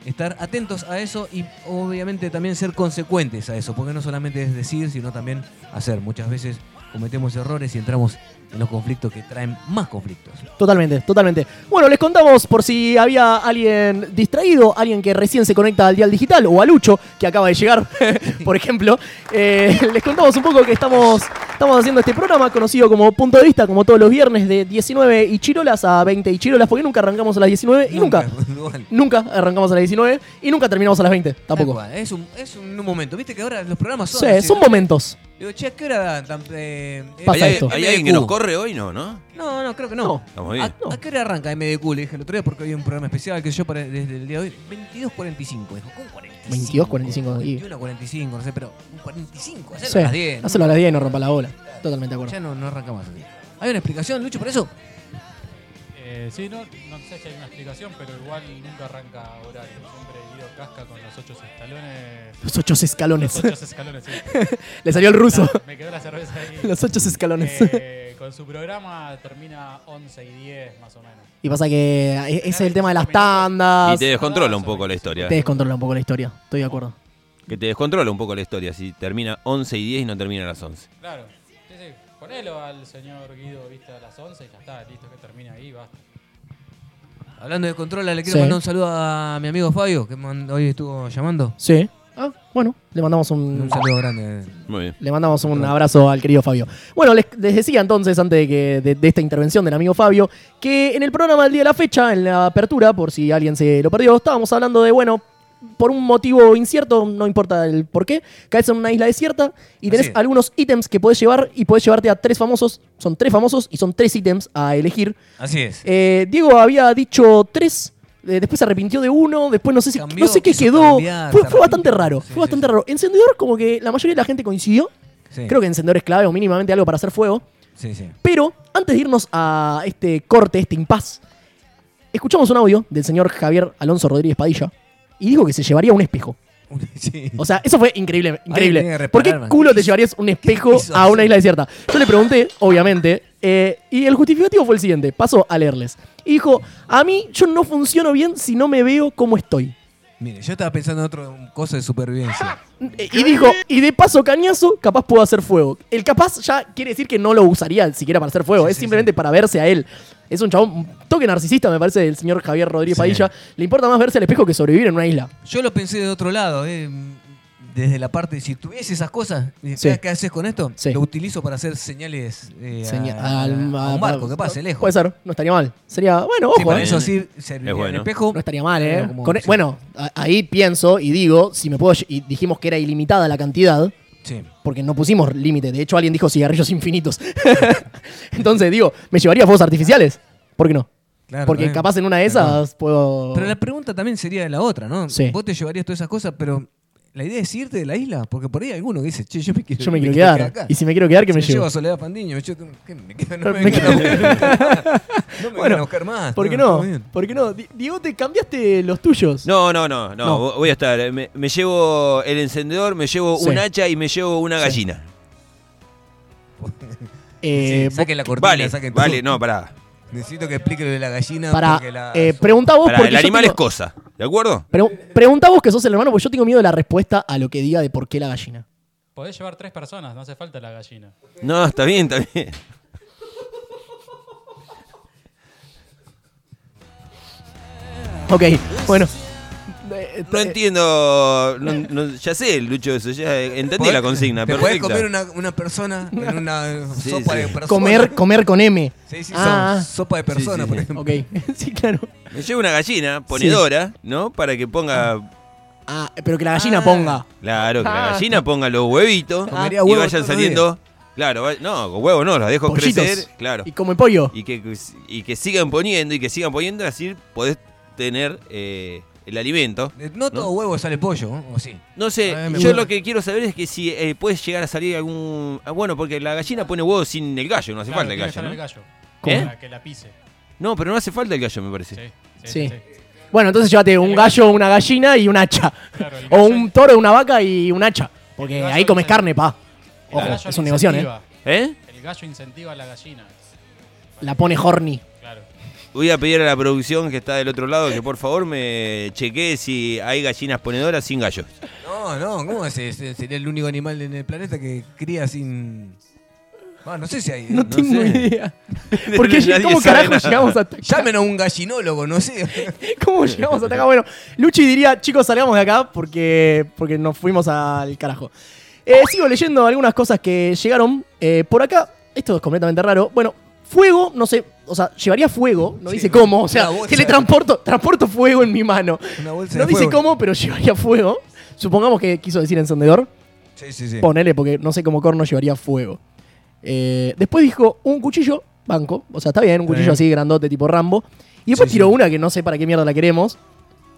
estar atentos a eso y obviamente también ser consecuentes a eso, porque no solamente es decir, sino también hacer. Muchas veces cometemos errores y entramos en los conflictos que traen más conflictos. Totalmente, totalmente. Bueno, les contamos por si había alguien distraído, alguien que recién se conecta al Dial Digital o a Lucho, que acaba de llegar, por ejemplo. Eh, les contamos un poco que estamos, estamos haciendo este programa conocido como Punto de Vista, como todos los viernes de 19 y chirolas a 20 y chirolas, porque nunca arrancamos a las 19 y nunca, igual. nunca arrancamos a las 19 y nunca terminamos a las 20, Tal tampoco. cual, Es un, es un momento. Viste que ahora los programas son. Sí, así. son momentos. Digo, che, ¿a qué hora dan? Tan- eh, Pasa eh, ¿Hay, esto. hay MDQ? alguien que nos corre hoy? No, ¿no? No, no, creo que No. no. Estamos bien. ¿A, No. a qué hora arranca MDQ? Le dije el otro día porque había un programa especial que yo para, desde el día de hoy. 22.45, dijo. ¿Cómo 45? 22.45, y- 21.45, no sé, pero un 45, hacerlo Sí, a las 10. Hacelo a las 10 y no rompa la bola. Totalmente de acuerdo. Ya no, no arranca más así. ¿Hay una explicación, Lucho, por eso? Eh, sí, no, no sé si hay una explicación, pero igual nunca arranca horario. Siempre he ido casca con los ocho escalones. Los ocho escalones. Los ocho escalones, sí. Le salió el ruso. Nada, me quedó la cerveza ahí. Los ocho escalones. Eh, con su programa termina 11 y 10 más o menos. Y pasa que e- ese es el tema de las tandas. Y te descontrola un poco la historia. Ah, Te descontrola un poco la historia, estoy de acuerdo. Que te descontrola un poco la historia si termina 11 y 10 y no termina a las 11. Claro. Sí, sí. Ponelo al señor Guido, viste, a las 11 y ya está, listo, que termina ahí, basta. Hablando de controla, le quiero Sí. mandar un saludo a mi amigo Fabio, que man- hoy estuvo llamando. Sí. Ah, bueno, le mandamos Un un. saludo grande. Muy bien. Le mandamos un abrazo al querido Fabio. Bueno, les, les decía entonces, antes de, que, de, de esta intervención del amigo Fabio, que en el programa del día de la fecha, en la apertura, por si alguien se lo perdió, estábamos hablando de, bueno, por un motivo incierto, no importa el por qué, caes en una isla desierta y tenés Así es. algunos ítems que podés llevar y podés llevarte a tres famosos. Son tres famosos y son tres ítems a elegir. Así es. Eh, Diego había dicho tres, eh, después se arrepintió de uno, después no sé, si, Cambió, no sé qué quiso quedó. cambiar, fue se fue bastante arrepintió. raro, Sí, fue bastante sí, sí. raro. Encendedor como que la mayoría de la gente coincidió. Sí. Creo que encendedor es clave o mínimamente algo para hacer fuego. Sí, sí. Pero antes de irnos a este corte, este impas, escuchamos un audio del señor Javier Alonso Rodríguez Padilla y dijo que se llevaría un espejo. Sí. O sea, eso fue increíble, tiene que increíble. reparar, ¿Por qué man. culo ¿Qué te hizo? llevarías un espejo hizo? a una isla desierta? Yo le pregunté, obviamente, eh, y el justificativo fue el siguiente. Paso a leerles. Y dijo, a mí yo no funciono bien si no me veo como estoy. Mire, yo estaba pensando en otra cosa de supervivencia. Y dijo, y de paso cañazo, capaz puedo hacer fuego. El capaz ya quiere decir que no lo usaría siquiera para hacer fuego, Sí, es sí, simplemente sí. para verse a él. Es un chabón, un toque narcisista, me parece, del señor Javier Rodríguez Sí. Padilla. Le importa más verse al espejo que sobrevivir en una isla. Yo lo pensé de otro lado, eh, desde la parte de si tuviese esas cosas, eh, Sí. ¿qué haces con esto? Sí. Lo utilizo para hacer señales eh, Señal- a, al- a un barco que pase lejos. Puede ser, no estaría mal. Sería, bueno, Sí, ojo, para eh. eso sí serviría Es bueno. el espejo. No estaría mal, ¿eh? Pero como- Con- sí. Bueno, a- ahí pienso y digo, si me puedo. lle- Y dijimos que era ilimitada la cantidad, Sí. porque no pusimos límite. De hecho, alguien dijo cigarrillos infinitos. Entonces, digo, ¿me llevaría fuegos artificiales? ¿Por qué no? Claro, porque también. capaz en una de Claro. esas puedo. Pero la pregunta también sería la otra, ¿no? Sí. Vos te llevarías todas esas cosas, pero la idea es irte de la isla, porque por ahí hay alguno que dice, che, yo me quiero, Yo me quiero quedar. acá. Y si me quiero quedar, ¿qué Si me me llevo llevo? a Soledad Pandiño, yo tengo- ¿qué? me quedo, no me, Me vengan a quedo. buscar. No me Bueno, vengan a buscar más. ¿Por qué está no? bien. ¿Por qué no? Di- Diego, te cambiaste los tuyos. No, no, no, no, No. vo- voy a estar. eh, Me, me llevo el encendedor, me llevo Sí. un hacha y me llevo una gallina. Eh, Sí, saquen la cortina, Vale, saquen todo. vale, no, pará. Necesito que explique lo de la gallina. para. porque la- eh, preguntá vos Pará, porque el yo animal tengo- es cosa. ¿De acuerdo? Pre- pregunta vos que sos el hermano, porque yo tengo miedo de la respuesta a lo que diga de por qué la gallina. Podés llevar tres personas, no hace falta la gallina. No, está bien, está bien. Ok, bueno. Eh, No eh, entiendo. no- no- ya sé, Lucho, eso. Ya entendí la consigna. Te perfecta. podés comer una, una persona en una Sí, sopa de sí. personas. comer, comer con M. Sí, sí, Ah. son sopa de persona, Sí, sí, por sí. ejemplo. Ok, sí, claro. Me llevo una gallina ponedora, ¿no? Para que ponga. Ah, pero que la gallina Ah. ponga. Claro, que la Ah. gallina ponga los huevitos Comería y huevo vayan todos los saliendo. Claro, va- no, con huevos no, los dejo Pollitos. crecer. Claro. Y como el pollo. Y que, y que sigan poniendo y que sigan poniendo, así podés tener eh, el alimento. Eh, No todo ¿No? huevo sale pollo, ¿eh? ¿o sí? No sé, Ah, me yo gusta. lo que quiero saber es que si eh, puedes llegar a salir algún. ah, bueno, porque la gallina pone huevos sin el gallo, no hace Claro, falta el tiene que estar gallo. ¿no? el gallo. ¿Eh? Para que la pise. No, pero no hace falta el gallo, me parece. Sí. Sí. Bueno, entonces llévate un gallo, una gallina y un hacha. Claro, el O gallo- un toro, una vaca y un hacha. Porque El gallo ahí comes es el- carne, pa. El Ojo, gallo es lo un negocio, ¿eh? incentiva. ¿Eh? El gallo incentiva a la gallina. La pone horny. Claro. Voy a pedir a la producción que está del otro lado que por favor me chequee si hay gallinas ponedoras sin gallos. No, no, ¿cómo es? ese? Sería el único animal en el planeta que cría sin. Ah, no sé si hay. No, ¿no? tengo sé. idea. Porque Nadie ¿cómo sabe carajo nada. llegamos hasta acá? Llamen a un gallinólogo, no sé. ¿Cómo llegamos hasta acá? Bueno, Luchi diría, chicos, salgamos de acá porque, porque nos fuimos al carajo. Eh, sigo leyendo algunas cosas que llegaron eh, por acá. Esto es completamente raro. Bueno, fuego, no sé, o sea, llevaría fuego, no Sí, dice cómo, o sea, una bolsa. teletransporto, transporto fuego en mi mano. Una bolsa No de dice fuego. cómo, pero llevaría fuego. Supongamos que quiso decir encendedor. Sí, sí, sí. Ponele, porque no sé cómo corno llevaría fuego. Eh, después dijo un cuchillo, banco. O sea, está bien, un Está cuchillo bien. así grandote, tipo Rambo. Y después Sí, tiró sí. una que no sé para qué mierda la queremos.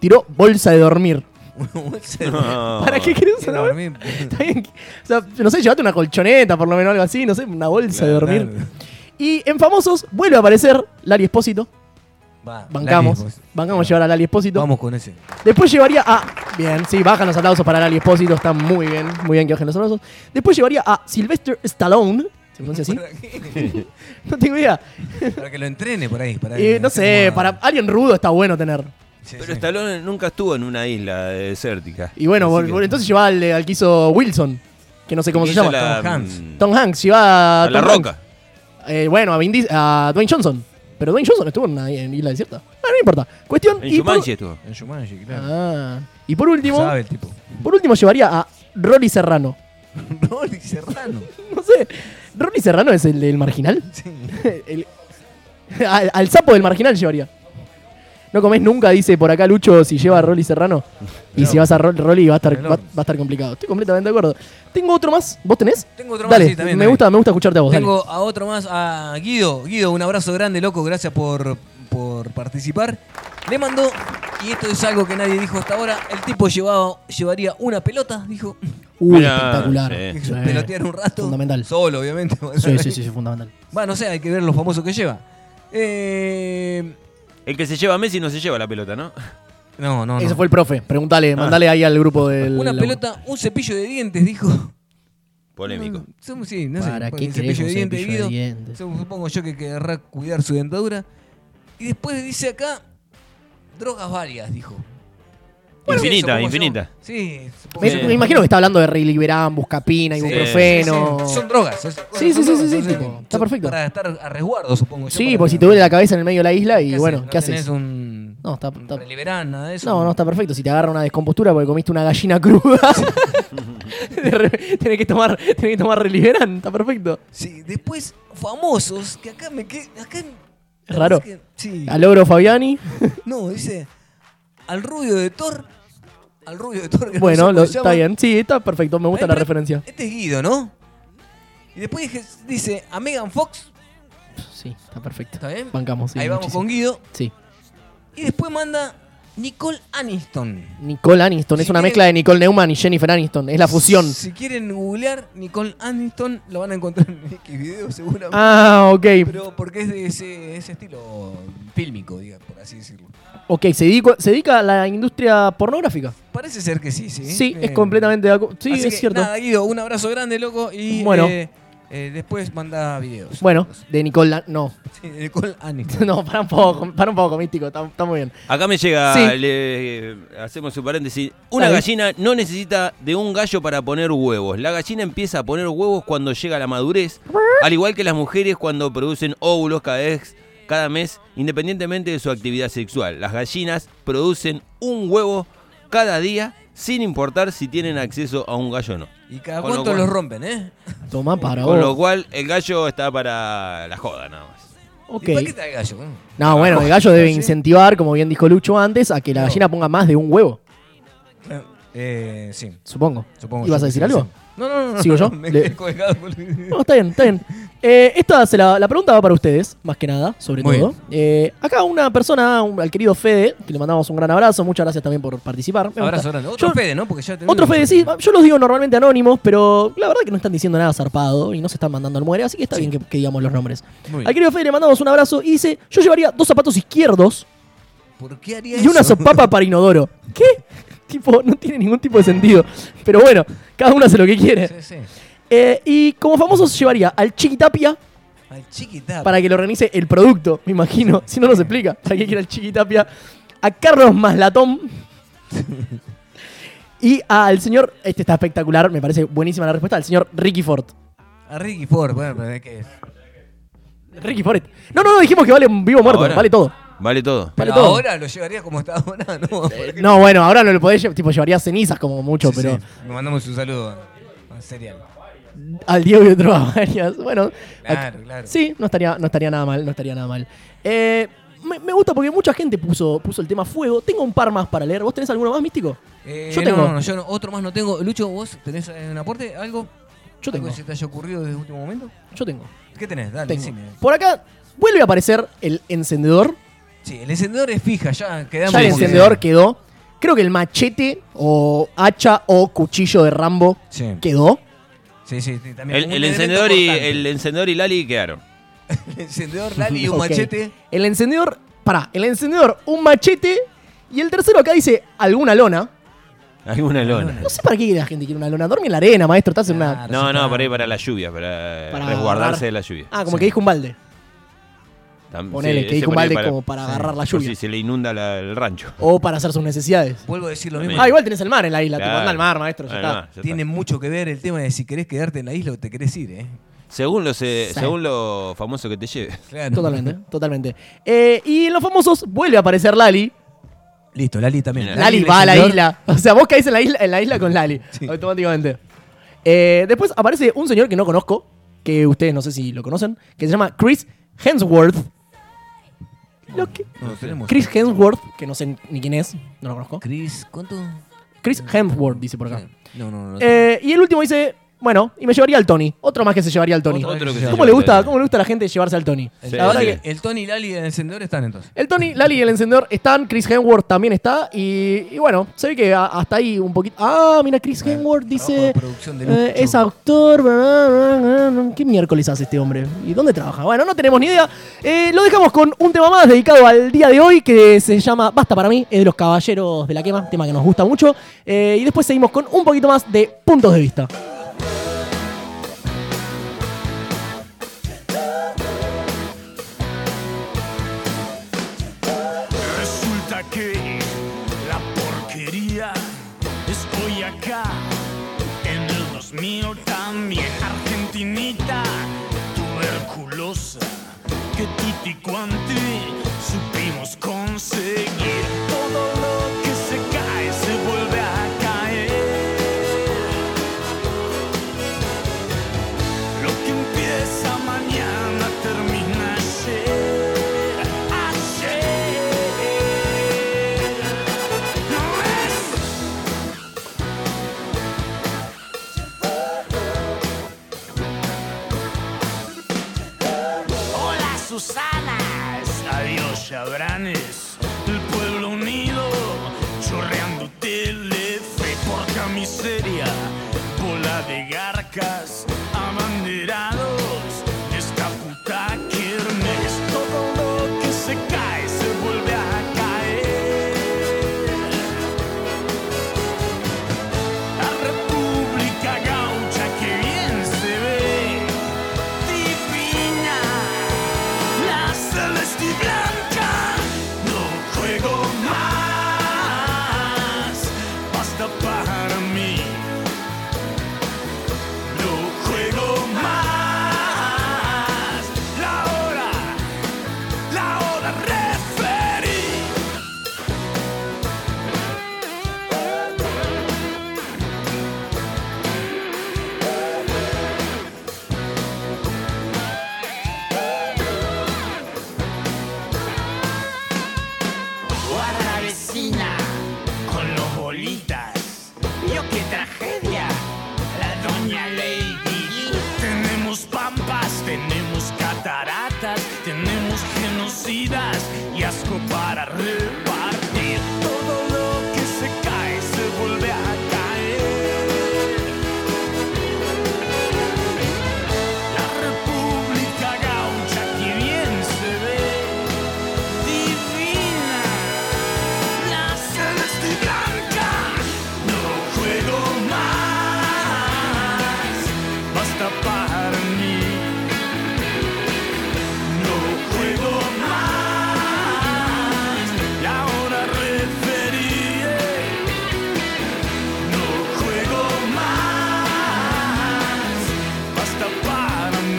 Tiró bolsa de dormir. Una bolsa de No. ¿Para qué querés Quiero una bolsa? dormir. Está bien. O sea, no sé, llevate una colchoneta, por lo menos algo así, no sé, una bolsa de dormir. Claro. Y en famosos vuelve a aparecer Lali Espósito. Va, Bancamos. dale, vos. Bancamos llevar a Lali Espósito. Vamos con ese. Después llevaría a. Bien, sí, bajan los aplausos para Lali Espósito, está muy bien, muy bien que bajen los aplausos. Después llevaría a Sylvester Stallone. ¿Se pronuncia así? ¿Para, qué? No tengo idea. Para que lo entrene por ahí. Para Eh, no sé, para alguien rudo está bueno tener. Pero Stallone nunca estuvo en una isla desértica. Y bueno, Así vol- que- vol- entonces lleva al, al que hizo Wilson, que no sé cómo se hizo llama. la- Tom Hanks. mm, Tom Hanks, lleva a. a la Tom roca. Hanks. Eh, bueno, a, Vin Dis- a Dwayne Johnson. Pero Dwayne Johnson estuvo en una en isla desierta. Bueno, no importa. Cuestión. En y por- Shumanji estuvo. En Shumanji, claro. Ah. Y por último, Sabe el tipo. por último llevaría a Rolly Serrano. Rolly Serrano. No sé. ¿Rolly Serrano es el del marginal? Sí. El- al, al sapo del marginal llevaría. No comés nunca, dice por acá Lucho, si lleva a Rolly Serrano. Y si vas a Ro- Rolly va a, estar, Claro. va, va a estar complicado. Estoy completamente de acuerdo. Tengo otro más. ¿Vos tenés? Tengo otro más, Dale, sí, también, me, dale. gusta, me gusta escucharte a vos. dale. Tengo a otro más, a Guido. Guido, un abrazo grande, loco. Gracias por, por participar. Le mandó, y esto es algo que nadie dijo hasta ahora, el tipo llevaba, llevaría una pelota, dijo. Uy, Mirá, espectacular. sí. Sí. Pelotear un rato. Fundamental. Solo, obviamente. Sí, sí, sí, sí, fundamental. Va, no sé, hay que ver los famosos que lleva. Eh, El que se lleva a Messi no se lleva la pelota, ¿no? no, no, no. Ese fue el profe. Ah. Preguntale, mandale ahí al grupo del. Una laburo. pelota, un cepillo de dientes, dijo. Polémico. Mm, Somos- sí, no sé, ¿Para porque qué el querés cepillo un de dientes, cepillo Guido. de dientes? Sup- Supongo yo que querrá cuidar su dentadura. Y después dice acá, drogas varias, dijo. Infinita, Supongo yo. infinita. Sí, supongo Me, yo. me imagino que está hablando de Riliberán, Buscapina, ibuprofeno. Sí, sí, Son drogas. es- bueno, Sí, sí, son sí, drogas, sí, sí, entonces, tipo, está son perfecto. Para estar a resguardo, supongo yo. Sí, para- porque si te duele la cabeza en el medio de la isla y bueno, no ¿qué haces? tenés un, No, está- un está- Reliberán, nada de eso. No, no, está perfecto. Si te agarra una descompostura porque comiste una gallina cruda, de re- tenés que tomar, tenés que tomar Reliberán, está perfecto. Sí, después, famosos, que acá me quedé... Acá, Es raro. que- sí. Al ogro Fabiani, No, dice, al rubio de Thor... Al rubio de Thor... que no sé bueno, cómo lo- se está llama. bien. Sí, está perfecto, me gusta Ay, la pero referencia. Este es Guido, ¿no? Y después dije- dice a Megan Fox. Sí, está perfecto. ¿Está bien? Bancamos, sí, Ahí vamos muchísimo. con Guido. Sí. Y después manda Nicole Aniston. Nicole Aniston, es Si una quiere- mezcla de Nicole Neumann y Jennifer Aniston, es la fusión. Si quieren googlear Nicole Aniston, lo van a encontrar en X video seguramente. Ah, ok. Pero porque es de ese, ese estilo fílmico, diga, por así decirlo. Ok, se dedica, se dedica a la industria pornográfica. Parece ser que sí, sí. Sí, es Eh, completamente de acu- Sí, así es que, cierto. Nada, Guido, un abrazo grande, loco. Y Bueno. eh, Eh, después manda videos. Bueno, de Nicole Lan- no. Sí, de Nicole Annie. No, para un poco, para un poco, místico, está, está muy bien. Acá me llega, Sí. le- hacemos un paréntesis. Una Dale. gallina no necesita de un gallo para poner huevos. La gallina empieza a poner huevos cuando llega a la madurez, al igual que las mujeres cuando producen óvulos cada vez cada mes, independientemente de su actividad sexual. Las gallinas producen un huevo cada día, sin importar si tienen acceso a un gallo o no. Y cada Con lo cuánto cual- los rompen, ¿eh? Toma para Con lo vos. cual, el gallo está para la joda nada más. Ok. ¿Y para qué trae gallo? eh? No, bueno, el gallo debe incentivar, como bien dijo Lucho antes, a que la No. gallina ponga más de un huevo, Eh, eh, sí, supongo. supongo. ¿Ibas yo a que decir sí, algo? sí. No, no, no. no, ¿Sigo yo? Me Le- quedé colgado con- No, está bien, está bien. Eh, esta se la, la pregunta va para ustedes, más que nada, sobre Muy todo. Eh, acá una persona, un- al querido Fede, que le mandamos un gran abrazo, muchas gracias también por participar. Me gusta. Abrazo grande. Otro Yo- Fede, ¿no? Porque ya tenemos- Otro Fede, sí, yo los digo normalmente anónimos, pero la verdad que no están diciendo nada zarpado y no se están mandando al muere, así que está bien que, que digamos los nombres. Muy Al bien. querido Fede le mandamos un abrazo y dice, yo llevaría dos zapatos izquierdos ¿Por qué haría y una eso? sopapa para inodoro. ¿Qué? Tipo, no tiene ningún tipo de sentido. Pero bueno, cada uno hace lo que quiere. Sí, sí. Eh, y como famosos llevaría al Chiquitapia Al chiquita. para que lo organice el producto, me imagino. Si no, nos explica. ¿Para qué quiere el Chiquitapia? A Carlos Maslatón. Y al señor, este está espectacular, me parece buenísima la respuesta, al señor Ricky Ford. A Ricky Ford, bueno, pero ¿qué es? Ricky Ford. No, no, no, dijimos que vale un vivo o muerto, Ahora. vale todo. Vale todo. Vale Pero todo. ahora lo llevaría como está ahora, ¿no? Eh, no, bueno, ahora no lo podés llevar, tipo, llevaría cenizas como mucho, Sí, pero sí. Le mandamos un saludo a- a Serial. al Diego y otro a varias. Bueno, Claro, claro. Sí, no estaría, no estaría nada mal, no estaría nada mal. Eh, me, me gusta porque mucha gente puso, puso el tema fuego. Tengo un par más para leer. ¿Vos tenés alguno más místico? Eh, Yo no, tengo. No, no, yo no, otro más no tengo. Lucho, ¿vos tenés eh, un aporte? ¿Algo? Yo tengo. ¿Algo que se te haya ocurrido desde el último momento? Yo tengo. ¿Qué tenés? Dale, tengo. decime. Por acá vuelve a aparecer el encendedor. Sí, el encendedor es fija, ya quedamos. ya el como que- encendedor quedó. Creo que el machete o hacha o cuchillo de Rambo Sí. quedó. Sí, sí, sí, también. El, como el un encendedor elemento y, cortante. el encendedor y Lali quedaron. El encendedor, Lali y un Ok. machete. El encendedor, pará, el encendedor, un machete. Y el tercero acá dice alguna lona. Alguna lona. No sé para qué la gente quiere una lona. Dormí en la arena, maestro. Estás en una. Claro, No, sí, no, está. para ir para la lluvia, para, Para agarrar- resguardarse de la lluvia. Ah, como Sí. que dijo un balde. Tam- Ponele, que sí, ese dijo un ponele balde como para agarrar la por lluvia. Si se le inunda la- el rancho. O para hacer sus necesidades. Vuelvo a decir lo También. mismo. Ah, igual tenés el mar en la isla. Te Claro. manda al mar, maestro. Ya Bueno, está. no, ya Tiene mucho que ver el tema de si querés quedarte en la isla o te querés ir, ¿eh? está. Según, los, eh, Sí. Eh. según lo famoso que te lleve. Claro. Totalmente, totalmente. Eh, y en los famosos vuelve a aparecer Lali. Listo, Lali también. Lali Lali el va a la encendedor. isla. O sea, vos caís en la isla, en la isla con Lali, automáticamente. Eh, después aparece un señor que no conozco, que ustedes no sé si lo conocen, que se llama Chris Hemsworth. Lo que- No, tenemos. Chris Hemsworth, que no sé ni quién es, no lo conozco. Chris, ¿cuánto? Chris Hemsworth dice por acá. No, no, no. Eh, y el último dice, bueno, y me llevaría al Tony. Otro más que se llevaría al Tony. Otro que se ¿Cómo le gusta, cómo le gusta a la gente llevarse al Tony? el, sí, la verdad sí. que el Tony y Lali en el encendedor están entonces. El Tony, Lali y el encendedor están, Chris Hemsworth también está y, y bueno, se ve que a- hasta ahí un poquito... Ah, mira, Chris Hemsworth Trabajo de dice... producción de eh, Lucho. es autor... bla, bla, bla, bla. ¿Qué miércoles hace este hombre? ¿Y dónde trabaja? Bueno, no tenemos ni idea. Eh, lo dejamos con un tema más dedicado al día de hoy que se llama Basta para mí, es de los Caballeros de la Quema, tema que nos gusta mucho. Eh, y después seguimos con un poquito más de puntos de vista. Resulta que la porquería estoy acá en el 2000 también argentinita tuberculosa que tutti cuanti supimos conseguir todo lo que se cae se vuelve a caer lo que empieza mañana termina ayer, ayer. No es. Hola Susanas, adiós Chabranes, el pueblo unido, chorreando telefe por camiseria, bola de garcas, abanderados, escaputa Quirmes, todo lo que se cae se vuelve a caer. La República Gaucha que bien se ve vecina con los bolitas. Yo qué tragedia, la doña Lady. Tenemos pampas, tenemos cataratas, tenemos genocidas y asco para repartir. Todo lo que se cae se vuelve a caer. La República Gaucha que bien se ve, divina, la celeste y blanca, no juego más, basta para mí, no juego más, la hora referida, no juego más basta para mí.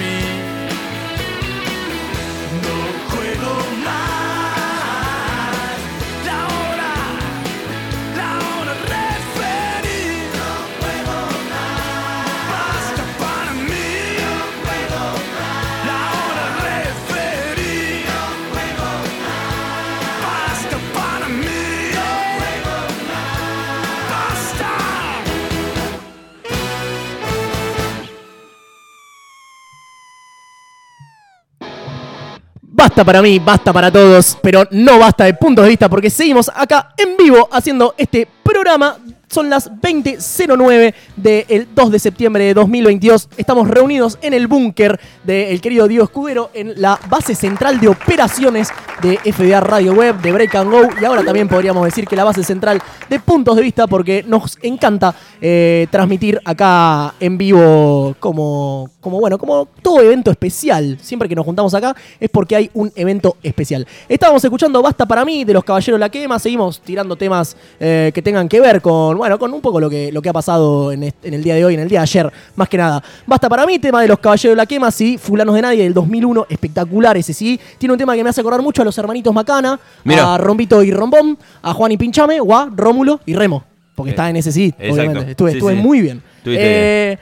No juego más. La hora, la hora referida. No juego más. Basta para mí. No juego más. La hora referida. No juego más. Basta para mí. No juego más. Basta. Basta para mí, basta para todos, pero no basta de puntos de vista porque seguimos acá en vivo haciendo este programa. Son las 20.09 del 2 de septiembre de 2022. Estamos reunidos en el búnker del querido Diego Escudero en la base central de operaciones de FDA Radio Web, de Break and Go y ahora también podríamos decir que la base central de puntos de vista porque nos encanta eh, transmitir acá en vivo como, como, bueno, como todo evento especial. Siempre que nos juntamos acá es porque hay un evento especial. Estábamos escuchando Basta para mí de los Caballeros La Quema. Seguimos tirando temas eh, que tengan que ver con, bueno, con un poco lo que, lo que ha pasado en, est- en el día de hoy, en el día de ayer, más que nada. Basta para mí, tema de los Caballeros La Quema, sí, Fulanos de Nadie del 2001, espectacular ese sí. Tiene un tema que me hace acordar mucho a los hermanitos Macana, Mirá. a Rombito y Rombón, a Juan y Pinchame, o a Rómulo y Remo. Porque Eh, está en ese sí, exacto. obviamente. Estuve, Sí, estuve sí. muy bien. Estuviste Eh,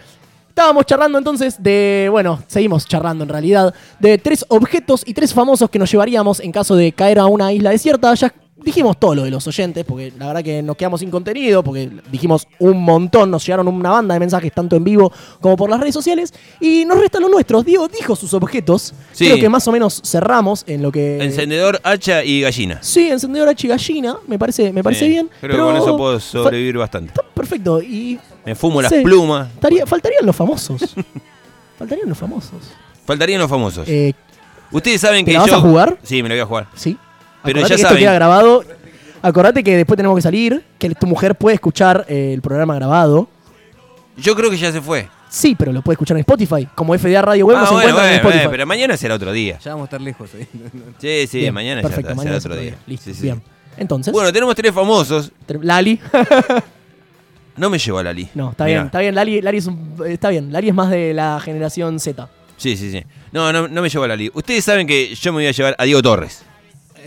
Estábamos charlando entonces de, bueno, seguimos charlando en realidad, de tres objetos y tres famosos que nos llevaríamos en caso de caer a una isla desierta. Ya dijimos todo lo de los oyentes, porque la verdad que nos quedamos sin contenido, porque dijimos un montón, nos llegaron una banda de mensajes tanto en vivo como por las redes sociales. Y nos restan los nuestros. Diego dijo sus objetos. Sí. Creo que más o menos cerramos en lo que... Encendedor, hacha y gallina. Sí, encendedor hacha y gallina, me parece, me parece Sí, bien. Creo que pero con eso puedo fa- sobrevivir bastante. Está perfecto. Y Me fumo las Sí. plumas. estaría- faltarían los famosos. faltarían los famosos. Faltarían los famosos. Eh, Ustedes saben ¿te que la vas yo. a jugar? Sí, me lo voy a jugar. sí. Pero Acordate ya que esto saben. queda grabado. Acordate que después tenemos que salir, que tu mujer puede escuchar eh, el programa grabado. Yo creo que ya se fue. Sí, pero lo puede escuchar en Spotify. Como FDA Radio Web Ah, nos encuentran bueno, en bueno, Spotify. bueno, pero mañana será otro día. Ya vamos a estar lejos hoy. Sí, sí, Bien, mañana perfecto, ya será mañana es otro día. Listo, Sí, sí, sí. bien. Entonces, Bueno, tenemos tres famosos. tre- Lali. No me llevo a Lali. no, está Mirá. bien, está bien. Lali, Lali es un- está bien. Lali es más de la generación Z. Sí, sí, sí. No, no, no me llevo a Lali. Ustedes saben que yo me voy a llevar a Diego Torres.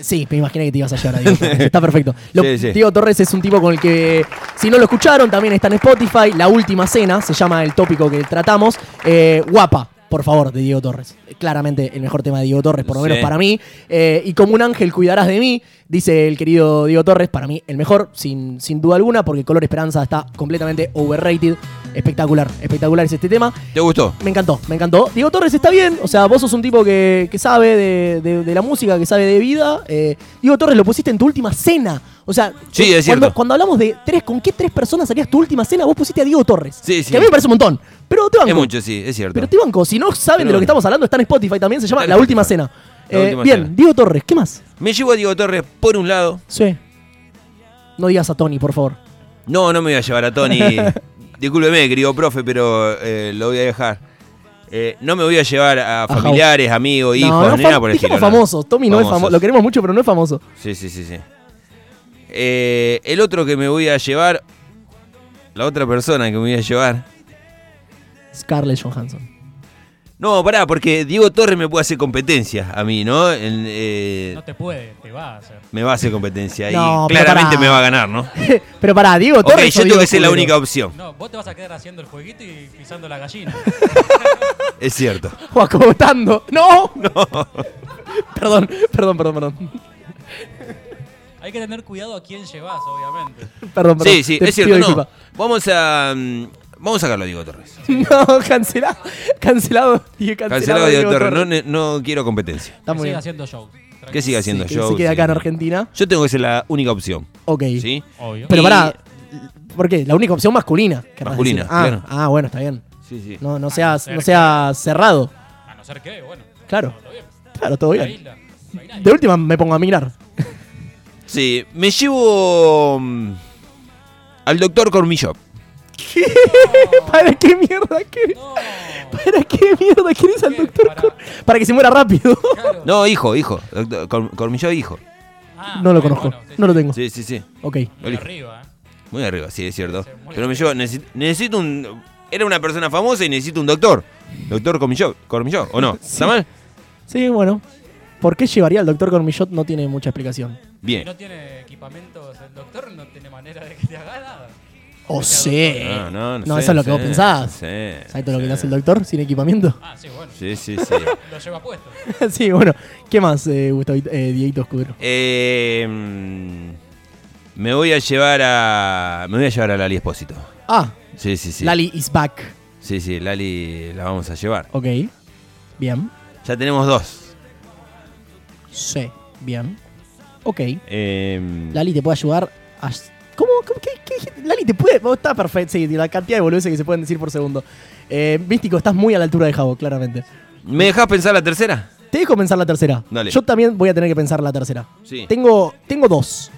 Sí, me imaginé que te ibas a llevar a Diego Torres. Está perfecto. Lo- Sí, sí. Diego Torres es un tipo con el que, si no lo escucharon, también está en Spotify. La última cena, se llama el tópico que tratamos. Eh, guapa, por favor, de Diego Torres. Claramente el mejor tema de Diego Torres, por lo menos Sí. para mí. Eh, y como un ángel cuidarás de mí, dice el querido Diego Torres, para mí el mejor, sin, sin duda alguna, porque Color Esperanza está completamente overrated. Espectacular, espectacular es este tema. ¿Te gustó? Me encantó, me encantó. Diego Torres está bien, o sea, vos sos un tipo que, que sabe de, de- de la música, que sabe de vida. Eh, Diego Torres, lo pusiste en tu última cena. O sea, Sí, es cuando, cierto. cuando hablamos de tres, ¿con qué tres personas harías tu última cena? Vos pusiste a Diego Torres. Sí, sí. Que a mí me parece un montón. Pero te banco. Es mucho, sí, es cierto. Pero te banco. Si no saben Pero de lo bueno. que estamos hablando, está en Spotify también, se llama Está en La Última Spotify. Cena. La Eh, Última bien, Cena. Diego Torres, ¿qué más? Me llevo a Diego Torres por un lado. Sí. No digas a Tony, por favor. No, no me voy a llevar a Tony. Discúlpeme, querido profe, pero eh, lo voy a dejar. Eh, no me voy a llevar a Jau. familiares, amigos, hijos, no, no, ni fam- nada por el dijimos estilo. no. famoso. Tommy no es famoso. Famosos. Lo queremos mucho, pero no es famoso. Sí, sí, sí, sí. Eh, el otro que me voy a llevar, la otra persona que me voy a llevar. Scarlett Johansson. No, pará, porque Diego Torres me puede hacer competencia a mí, ¿no? En, eh, No te puede, te va a hacer. Me va a hacer competencia No, y pero claramente pará. me va a ganar, ¿no? pero pará, Diego Ok, Torres. o yo tengo Diego que ser la Escudero? única opción. No, vos te vas a quedar haciendo el jueguito y pisando la gallina. Es cierto. O acogotando. ¡No! No. perdón, perdón, perdón, perdón. Hay que tener cuidado a quién llevas, obviamente. Perdón, perdón. Sí, sí, te es cierto. pido No, disculpa. vamos a. mm, Vamos a sacarlo, Diego Torres. No, cancelado. Cancelado. dije Cancelado, Cancelado, Diego Torres. Torres. No, no quiero competencia. Está que muy siga bien. haciendo show. Que siga haciendo Sí, que show. se quede sí. acá en Argentina. Yo tengo que ser la única opción. Ok. ¿Sí? Obvio. Pero Y- pará. ¿Por qué? La única opción masculina. querrás Masculina, decir. ah, claro. ah, bueno, está bien. Sí, sí. No, Ah, no, seas, no sea cerrado. A no ser que, bueno. Claro. Todo bien. Claro, todo La bien. isla. No hay nadie. De última me pongo a mirar. Sí, me llevo. mm, Al doctor Cormillop. ¿Para qué mierda querés? No, ¿Para qué mierda querés al ¿Qué? doctor? Para- Cor- Para que se muera rápido. claro. No, hijo, hijo. Doctor Cor- Cormillop, hijo. Ah, No lo bueno, conozco. sí, No lo tengo. Sí, sí, sí. Ok. sí. Muy arriba, ¿eh? Muy arriba, sí, es cierto. Sí, muy Pero me llevo. necesi- necesito un. Era una persona famosa y necesito un doctor. Doctor Cormillop, Cormillop, ¿o no? ¿Está mal? Sí, bueno. ¿Por qué llevaría al doctor Cormillot? No tiene mucha explicación. Si Bien. no tiene equipamientos el doctor, no tiene manera de que te haga nada. O sea. eh, No, no, no No, sé, eso es lo que sé, vos pensás. sé, ¿Sabes todo lo que sé. le hace el doctor sin equipamiento? Ah, sí, bueno. Sí, sí, sí. Lo lleva puesto. sí, bueno. ¿Qué más, eh, Gustavo, eh, Dieguito Escudero? Eh, mm, me voy a llevar a. Me voy a llevar a Lali Espósito. Ah, Sí, sí, sí. Lali is back. Sí, sí, Lali la vamos a llevar. Ok. Bien. Ya tenemos dos. Sí. Bien. Ok. Eh, Lali te puede ayudar a... ¿Cómo? ¿Cómo? ¿Qué, qué dijiste? Lali te puede... vos está perfecto. Sí, la cantidad de boludeces que se pueden decir por segundo. Eh, Místico, estás muy a la altura de Javo, claramente. ¿Me dejás pensar la tercera? Te dejo pensar la tercera. Dale. Yo también voy a tener que pensar la tercera. Sí. Tengo, tengo dos.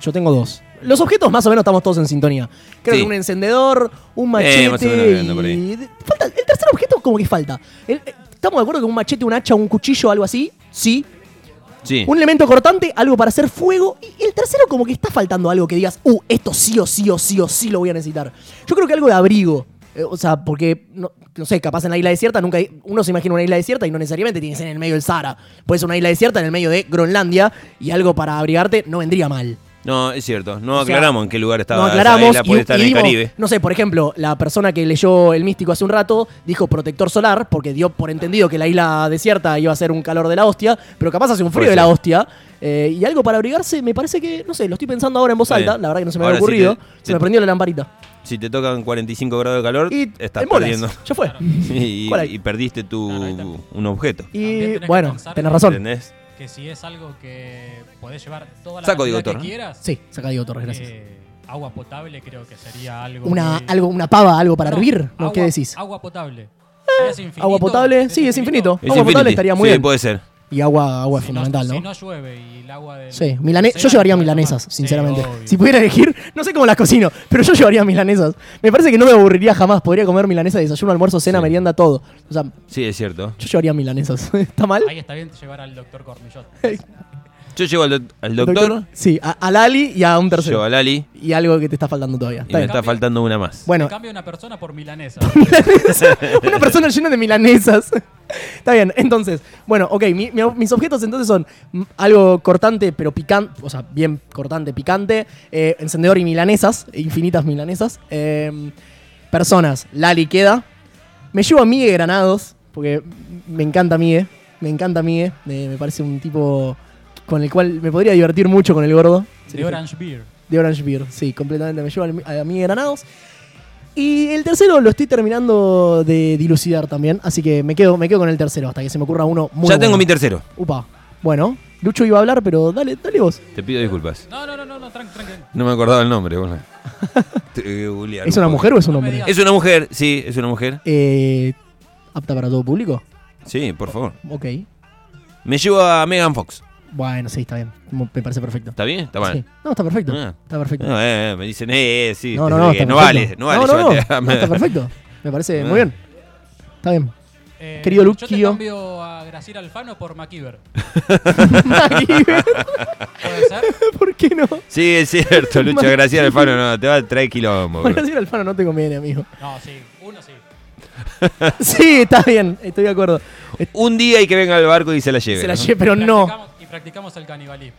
Yo tengo dos. Los objetos más o menos estamos todos en sintonía. Creo Sí. que un encendedor, un Eh, más o menos machete ando por y... ahí. Falta, el tercer objeto como que falta. El- eh, ¿Estamos de acuerdo que un machete, un hacha, un cuchillo, algo así? Sí. Sí. Un elemento cortante, algo para hacer fuego. Y el tercero como que está faltando algo que digas, uh, esto sí o sí o sí o sí lo voy a necesitar. Yo creo que algo de abrigo. Eh, o sea, porque, no, no sé, capaz en la isla desierta, nunca hay- uno se imagina una isla desierta y no necesariamente tiene que ser en el medio del Sahara. Puede ser una isla desierta en el medio de Groenlandia y algo para abrigarte no vendría mal. No, es cierto. No O sea, aclaramos en qué lugar estaba. no esa aclaramos isla, puede estar y en el vimos- Caribe. No sé, por ejemplo, la persona que leyó El Místico hace un rato dijo protector solar porque dio por entendido que la isla desierta iba a ser un calor de la hostia, pero capaz hace un frío Puede de la ser. hostia. eh, y algo para abrigarse, me parece que, no sé, lo estoy pensando ahora en voz Está alta, bien. la verdad que no se me había Ahora sí ocurrido, te- se te- me prendió la lamparita. Si te tocan 45 grados de calor, Y estás en bolas, perdiendo. ya fue. Y, ¿Cuál hay? y perdiste tu, Claro, ahí está. un objeto. Y tenés que bueno, pensar tenés en- razón. ¿Entendés? Que si es algo que podés llevar toda la Saco, digo, cantidad Torre. que quieras. Sí, saca Diego Torres, gracias. eh, agua potable creo que sería algo. Una, muy- algo, una pava, algo para No, hervir, ¿no? agua- ¿Qué decís? Ah, Agua potable. ¿Es infinito? Agua potable, sí, es infinito. Es Agua potable Infinity. estaría muy sí, bien. puede ser. Y agua, agua es Si fundamental, no, ¿no? Si no llueve y el agua de. Sí, milane- yo llevaría milanesas, sinceramente. si pudiera elegir, no sé cómo las cocino, pero yo llevaría milanesas. Me parece que no me aburriría jamás. Podría comer milanesa, desayuno, almuerzo, cena, Sí. merienda, todo. O sea, yo Sí, es cierto. llevaría milanesas. ¿Está mal? Ahí está bien llevar al doctor Cormillot. Yo llevo al, doc- al doctor, Sí, a, a Lali y a un llevo tercero. a Lali Y algo que te está faltando todavía. y Está me bien. está faltando una más. Bueno, Cambia una persona por milanesa. una persona llena de milanesas. Está bien, entonces, bueno, ok, mi- mi- mis objetos entonces son mm, algo cortante pero picante, o sea, bien cortante, picante, eh, encendedor y milanesas, infinitas milanesas, eh, personas, Lali queda, me llevo a Migue Granados, porque me encanta Migue, me encanta Migue, eh, me parece un tipo con el cual me podría divertir mucho con el gordo. de Orange Beer. De Orange Beer, sí, completamente. Me llevo al- a mí Granados. Y el tercero lo estoy terminando de dilucidar también, así que me quedo, me quedo con el tercero hasta que se me ocurra uno muy ya tengo bueno. mi tercero. Upa. Bueno, Lucho iba a hablar, pero dale, dale vos. Te pido disculpas. No, no, no, no, no tranqui, tranqui. No me acordaba el nombre. bueno. Tuve que googlear ¿Es un una poco. mujer o es un No me hombre? digas. Es una mujer, sí, es una mujer. Eh, ¿Apta para todo público? Sí, por favor. Ok. Me llevo a Megan Fox. Bueno, sí, está bien. Mo- Me parece perfecto. ¿Está bien? Está mal. Sí. No, está perfecto. Ah. Está perfecto. No, eh, eh, me dicen, eh, eh, sí. No, no, eh, no. que está no perfecto. vale, no vale. No, no, llévate a no. No, Megan. Está perfecto. Me parece muy Ah. bien. Está bien. Eh, Querido Yo te Luquillo. cambio a Graciela Alfano por MacIver. MacGyver, ¿Puede ser? ¿Por qué no? Sí, es cierto, Lucho. Mal. Gracias, Alfano. No, te va a traer quilombo. Bueno, bro. decir Alfano no te conviene, amigo. No, sí. Uno sí. Sí, está bien, estoy de acuerdo. Un día y que venga al barco y se la lleve. Se la ¿no? lleve, pero no. Practicamos- Y practicamos el canibalismo.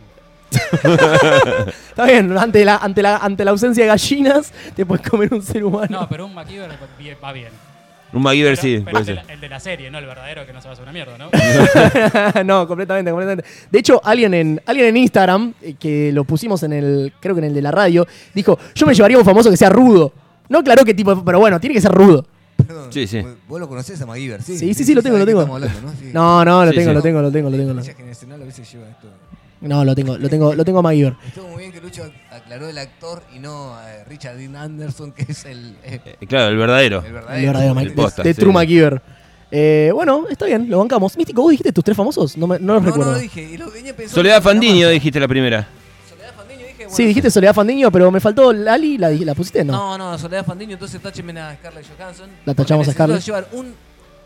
Está bien, ante la, ante la, ante la ausencia de gallinas, te puedes comer un ser humano. No, pero un MacIver va bien. Un MacGyver sí, pero puede el, de la, ser. el de la serie, no el verdadero que no se va a hacer una mierda, ¿no? no, completamente, completamente. De hecho, alguien en, alguien en Instagram, eh, que lo pusimos en el, creo que en el de la radio, dijo, yo me llevaría un famoso que sea rudo. No aclaró qué tipo, pero bueno, tiene que ser rudo. Perdón, Sí, sí. Vos lo conocés a MacGyver, Sí, sí, sí, lo tengo, sabés lo de qué tengo. estamos hablando, Sí. No, no, lo Sí, tengo, sí. lo tengo, lo tengo, lo tengo. La lo- diferencia generacional a veces lleva esto. No, lo tengo, lo tengo, lo tengo a MacGyver. Estuvo muy bien que Lucho aclaró el actor y no eh, Richard Dean Anderson, que es el, eh, Eh, Claro, el verdadero. el verdadero. El verdadero Mac- Mac- el posta, de sí. True MacGyver. Eh, bueno, está bien, lo bancamos. Místico, ¿vos dijiste tus tres famosos? No, me- no los No, no recuerdo. lo dije. Y lo venía pensando Soledad en la Fandiño, masa. dijiste la primera. Soledad Fandiño, dije. bueno, sí, dijiste Soledad Fandiño, pero me faltó Lali, ¿la, di- la pusiste? No. No, no, Soledad Fandiño, entonces tácheme a Scarlett Johansson. La tachamos porque a Scarlett. necesito llevar un,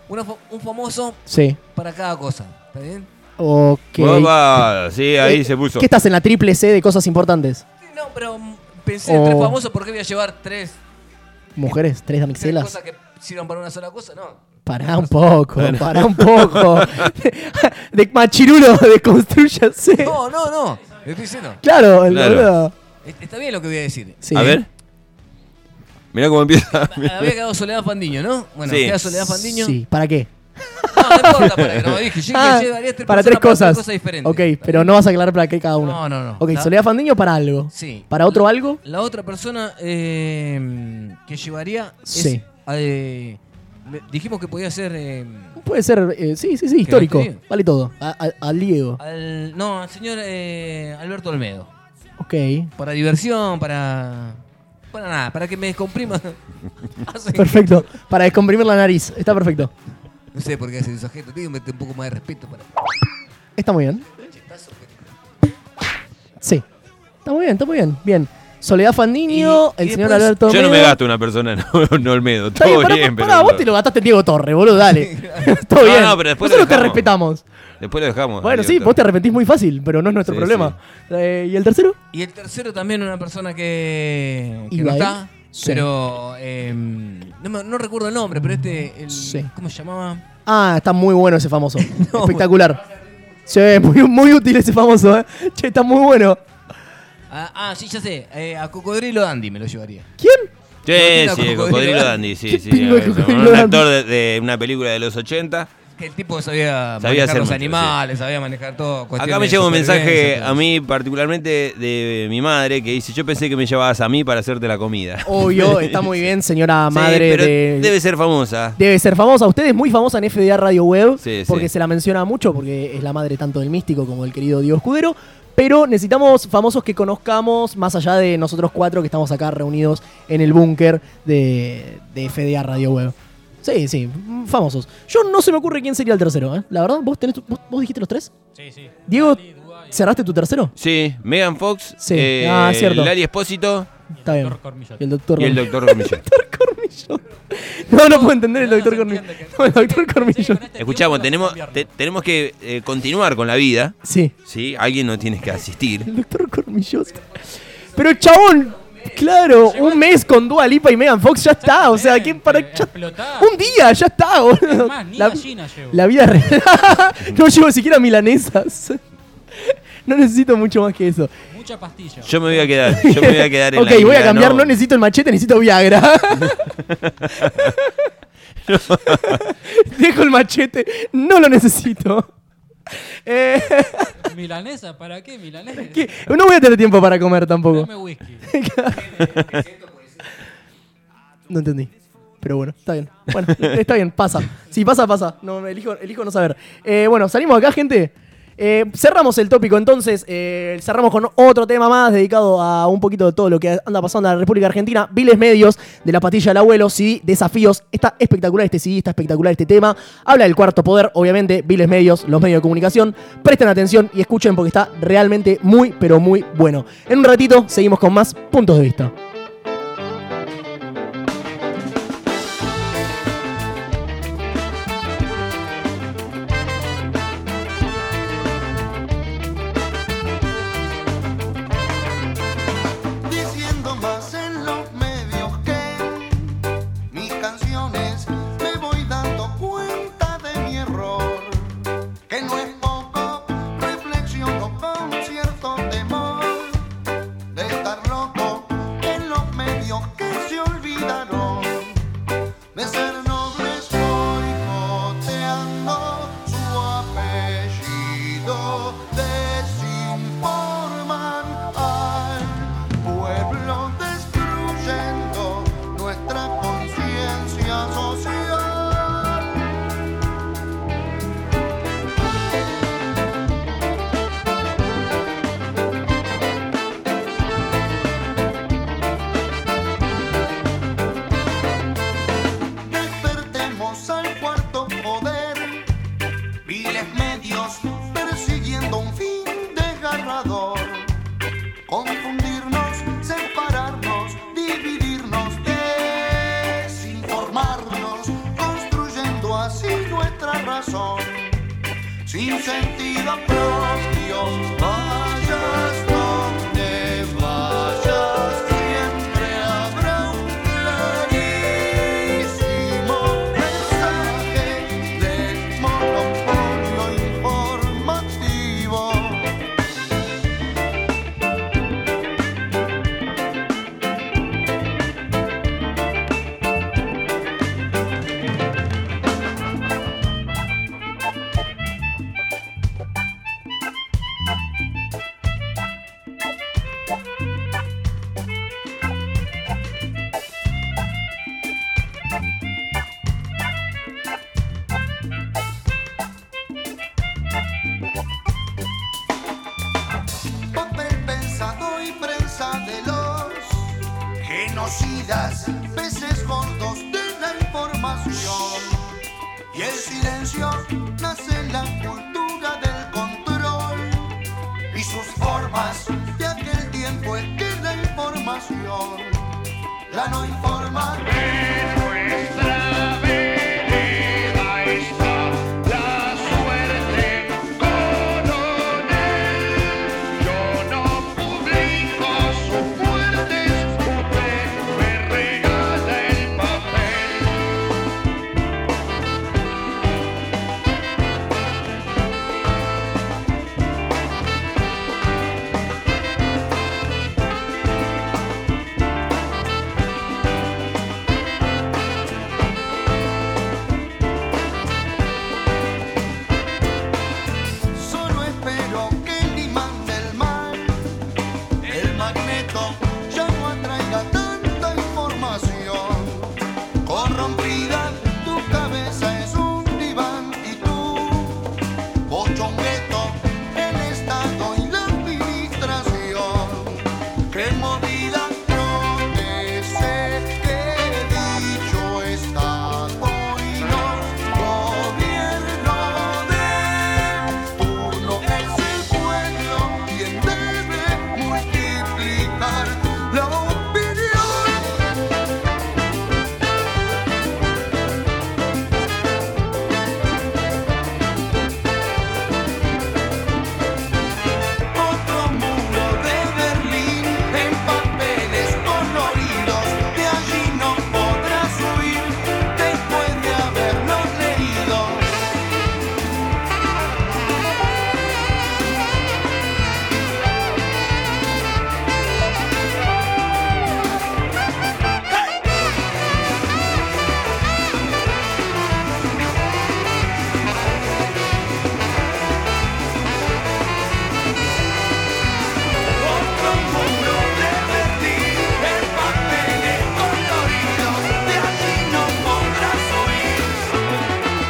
una fa- un famoso Sí. para cada cosa. ¿Está bien? Ok. Opa, sí, ahí Eh, se puso. ¿Qué estás en la triple C de cosas importantes? Sí, no, pero mm, pensé en tres Oh. famosos porque voy a llevar tres, Mujeres, tres tres damiselas. cosas que sirvan para una sola cosa. No. Pará un poco, pará un poco. De Machirulo, deconstrúyase. No, no, no. Le estoy diciendo. Claro, el Claro. boludo. Est- Está bien lo que voy a decir. Sí. A ver. Mirá cómo empieza. Había quedado Soledad Fandiño, ¿no? Bueno, Sí. queda Soledad Fandiño. Sí, ¿para qué? No, no importa, para que no dije. Yo Ah, llevaría tres para tres personas cosas. diferentes. Ok, pero no vas a aclarar para qué cada uno. No, no, no. Ok, La- Soledad Fandiño para algo. Sí. ¿Para otro algo? La otra persona eh, que llevaría es, Sí. eh, me- dijimos que podía ser eh, Puede ser, eh, sí, sí, sí, histórico. escribe? Vale todo. A- a- Al Diego. al no, al señor eh, Alberto Olmedo. Ok. Para diversión, para para nada, para que me descomprima. Hace que- Perfecto. Para descomprimir la nariz. Está perfecto. no sé por qué hace esa gente, tiene que meter un poco más de respeto para Está muy bien. Chetazo que- Sí. Está muy bien, está muy bien. Bien. Soledad Fandiño, Y- el y señor después- Alberto. Yo no me Olmedo. gasto una persona, no, no Olmedo. Está bien, Todo pará, bien, pará, pero. vos te lo gastaste Diego Torre, boludo, dale. Todo No, bien. no, pero después Nosotros lo te dejamos. respetamos. Después lo dejamos. Bueno, ahí, sí, doctor. vos te arrepentís muy fácil, pero no es nuestro Sí, problema. Eh, ¿Y el tercero? Y el tercero también una persona que, que no Ibai. está, Sí. pero eh, no, me- no recuerdo el nombre, pero este el, Sí. ¿cómo se llamaba? Ah, está muy bueno ese famoso. Espectacular. Sí, muy, muy útil ese famoso, eh. Che, está muy bueno. Ah, ah, sí, ya sé. Eh, a Cocodrilo Dandy me lo llevaría. ¿Quién? Sí, Cocodrilo sí, Dandy. Cocodrilo Dandy, sí, ¿Qué sí. pingo de eso, Cocodrilo Un Dandy? actor de, de una película de los 80. Que el tipo sabía, Sabía manejar hacer los mucho, animales, sabía manejar todo. Acá me cuestiones llega un de mensaje supervivencia, todo a mí, particularmente de mi madre, que dice: Yo pensé que me llevabas a mí para hacerte la comida. Obvio, está muy bien, señora Sí, madre pero de. Debe ser famosa. Debe ser famosa. Usted es muy famosa en FDA Radio Web Sí, sí. porque se la menciona mucho, porque es la madre tanto del místico como del querido Diego Escudero. Pero necesitamos famosos que conozcamos más allá de nosotros cuatro que estamos acá reunidos en el búnker de, de FDA Radio Web. Sí, sí, mm, famosos. Yo no se me ocurre quién sería el tercero, ¿eh? La verdad, ¿vos, tenés tu- vos, vos dijiste los tres? Sí, sí. Diego, Dali, Dua y- ¿cerraste tu tercero? Sí, Megan Fox, Sí, eh, ah, es cierto. Lali Espósito y Está bien. Doctor Cormillot. Y el doctor y el doctor Romillo. Cormillo. No, no puedo entender el No, no doctor se Cormillo. entiende que- No, el doctor Cormillo. Sí, con este Escuchamos, tiempo no tenemos, se cambia, te- tenemos que eh, continuar con la vida. Sí. ¿sí? Alguien no tiene que asistir. El doctor Cormillosa. Pero chabón, claro, un mes con Dua Lipa y Megan Fox ya está. O sea, ¿quién para.? ya- Explotá. un día, ya está, boludo. Es más, ni La, gallina llevo. la vida real. no llevo siquiera milanesas. no necesito mucho más que eso. Mucha pastilla. Yo me voy a quedar, yo me voy a quedar en ok, la voy a vida, cambiar, no. necesito el machete, necesito Viagra. Dejo el machete, no lo necesito. Eh, ¿Milanesa? ¿Para qué milanesa? que- no voy a tener tiempo para comer tampoco. Dame whisky. No entendí. Pero bueno, está bien. Bueno, está bien, pasa. Si pasa, pasa. No, no, elijo, elijo no saber. Eh, bueno, salimos acá, gente. Eh, cerramos el tópico entonces. eh, cerramos con otro tema más dedicado a un poquito de todo lo que anda pasando en la República Argentina. Viles Medios de la Patilla del Abuelo, sí, desafíos. Está espectacular este CD, está espectacular este tema. Habla del cuarto poder, obviamente. Viles Medios, los medios de comunicación. Presten atención y escuchen porque está realmente muy, pero muy bueno. En un ratito seguimos con más puntos de vista. diciendo más en los medios que mis canciones me voy dando cuenta de mi error que no es poco reflexiono con cierto temor de estar loco en lo confundirnos, separarnos, dividirnos, desinformarnos, construyendo así nuestra razón, sin sentido propio. Vayas donde vayas, siempre habrá un clarísimo mensaje del monopolio informativo. papel pensado y prensa de los genocidas, peces gordos de la información. Y el silencio nace en la cultura del control y sus formas de aquel tiempo es que la información, la no informa. Solo espero que el imán del mal, el magneto, ya no atraiga tanta información. Corrompida, tu cabeza es un diván y tú, bochongueto, el Estado y la administración. Que movida yo te sé que dicho está hoy los gobiernos de turno es el pueblo quien debe multiplicar la opinión. Otro muro de Berlín en papeles coloridos, de allí no podrás huir después de haberlos leído. Otro muro de Berlín en papeles coloridos, de allí no podrás huir.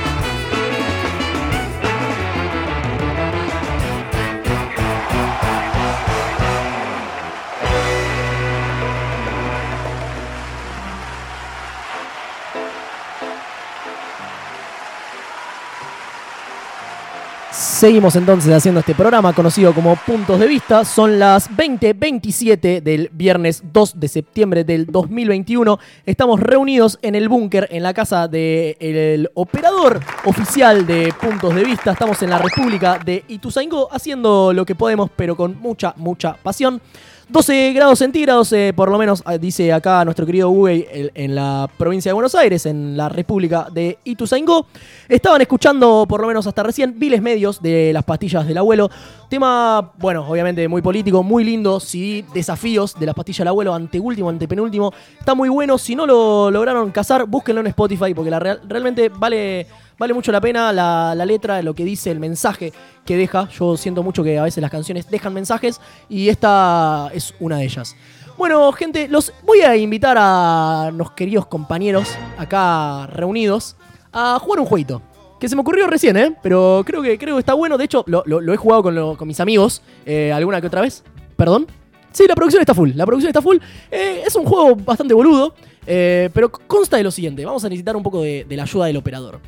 Seguimos entonces haciendo este programa conocido como Puntos de Vista. Son las 20.27 del viernes 2 de septiembre del 2021. Estamos reunidos en el búnker, en la casa del operador oficial de Puntos de Vista. Estamos en la República de Ituzaingó haciendo lo que podemos, pero con mucha, mucha pasión. 12 grados centígrados, eh, por lo menos eh, dice acá nuestro querido Google el- en la provincia de Buenos Aires, en la República de Ituzaingó. Estaban escuchando, por lo menos hasta recién, Viles Medios de las pastillas del abuelo. Tema, bueno, obviamente muy político, muy lindo. Sí, desafíos de las pastillas del abuelo, anteúltimo, antepenúltimo. Está muy bueno. Si no lo lograron cazar, búsquenlo en Spotify, porque la real- realmente vale. Vale mucho la pena la, la letra, lo que dice, el mensaje que deja. Yo siento mucho que a veces las canciones dejan mensajes y esta es una de ellas. Bueno, gente, los voy a invitar a los queridos compañeros acá reunidos a jugar un jueguito. Que se me ocurrió recién, ¿eh? Pero creo que, creo que está bueno. De hecho, lo, lo- lo he jugado con, lo- con mis amigos eh, alguna que otra vez. Perdón. Sí, la producción está full. La producción está full. Eh, es un juego bastante boludo. eh, pero consta de lo siguiente. Vamos a necesitar un poco de- de la ayuda del operador.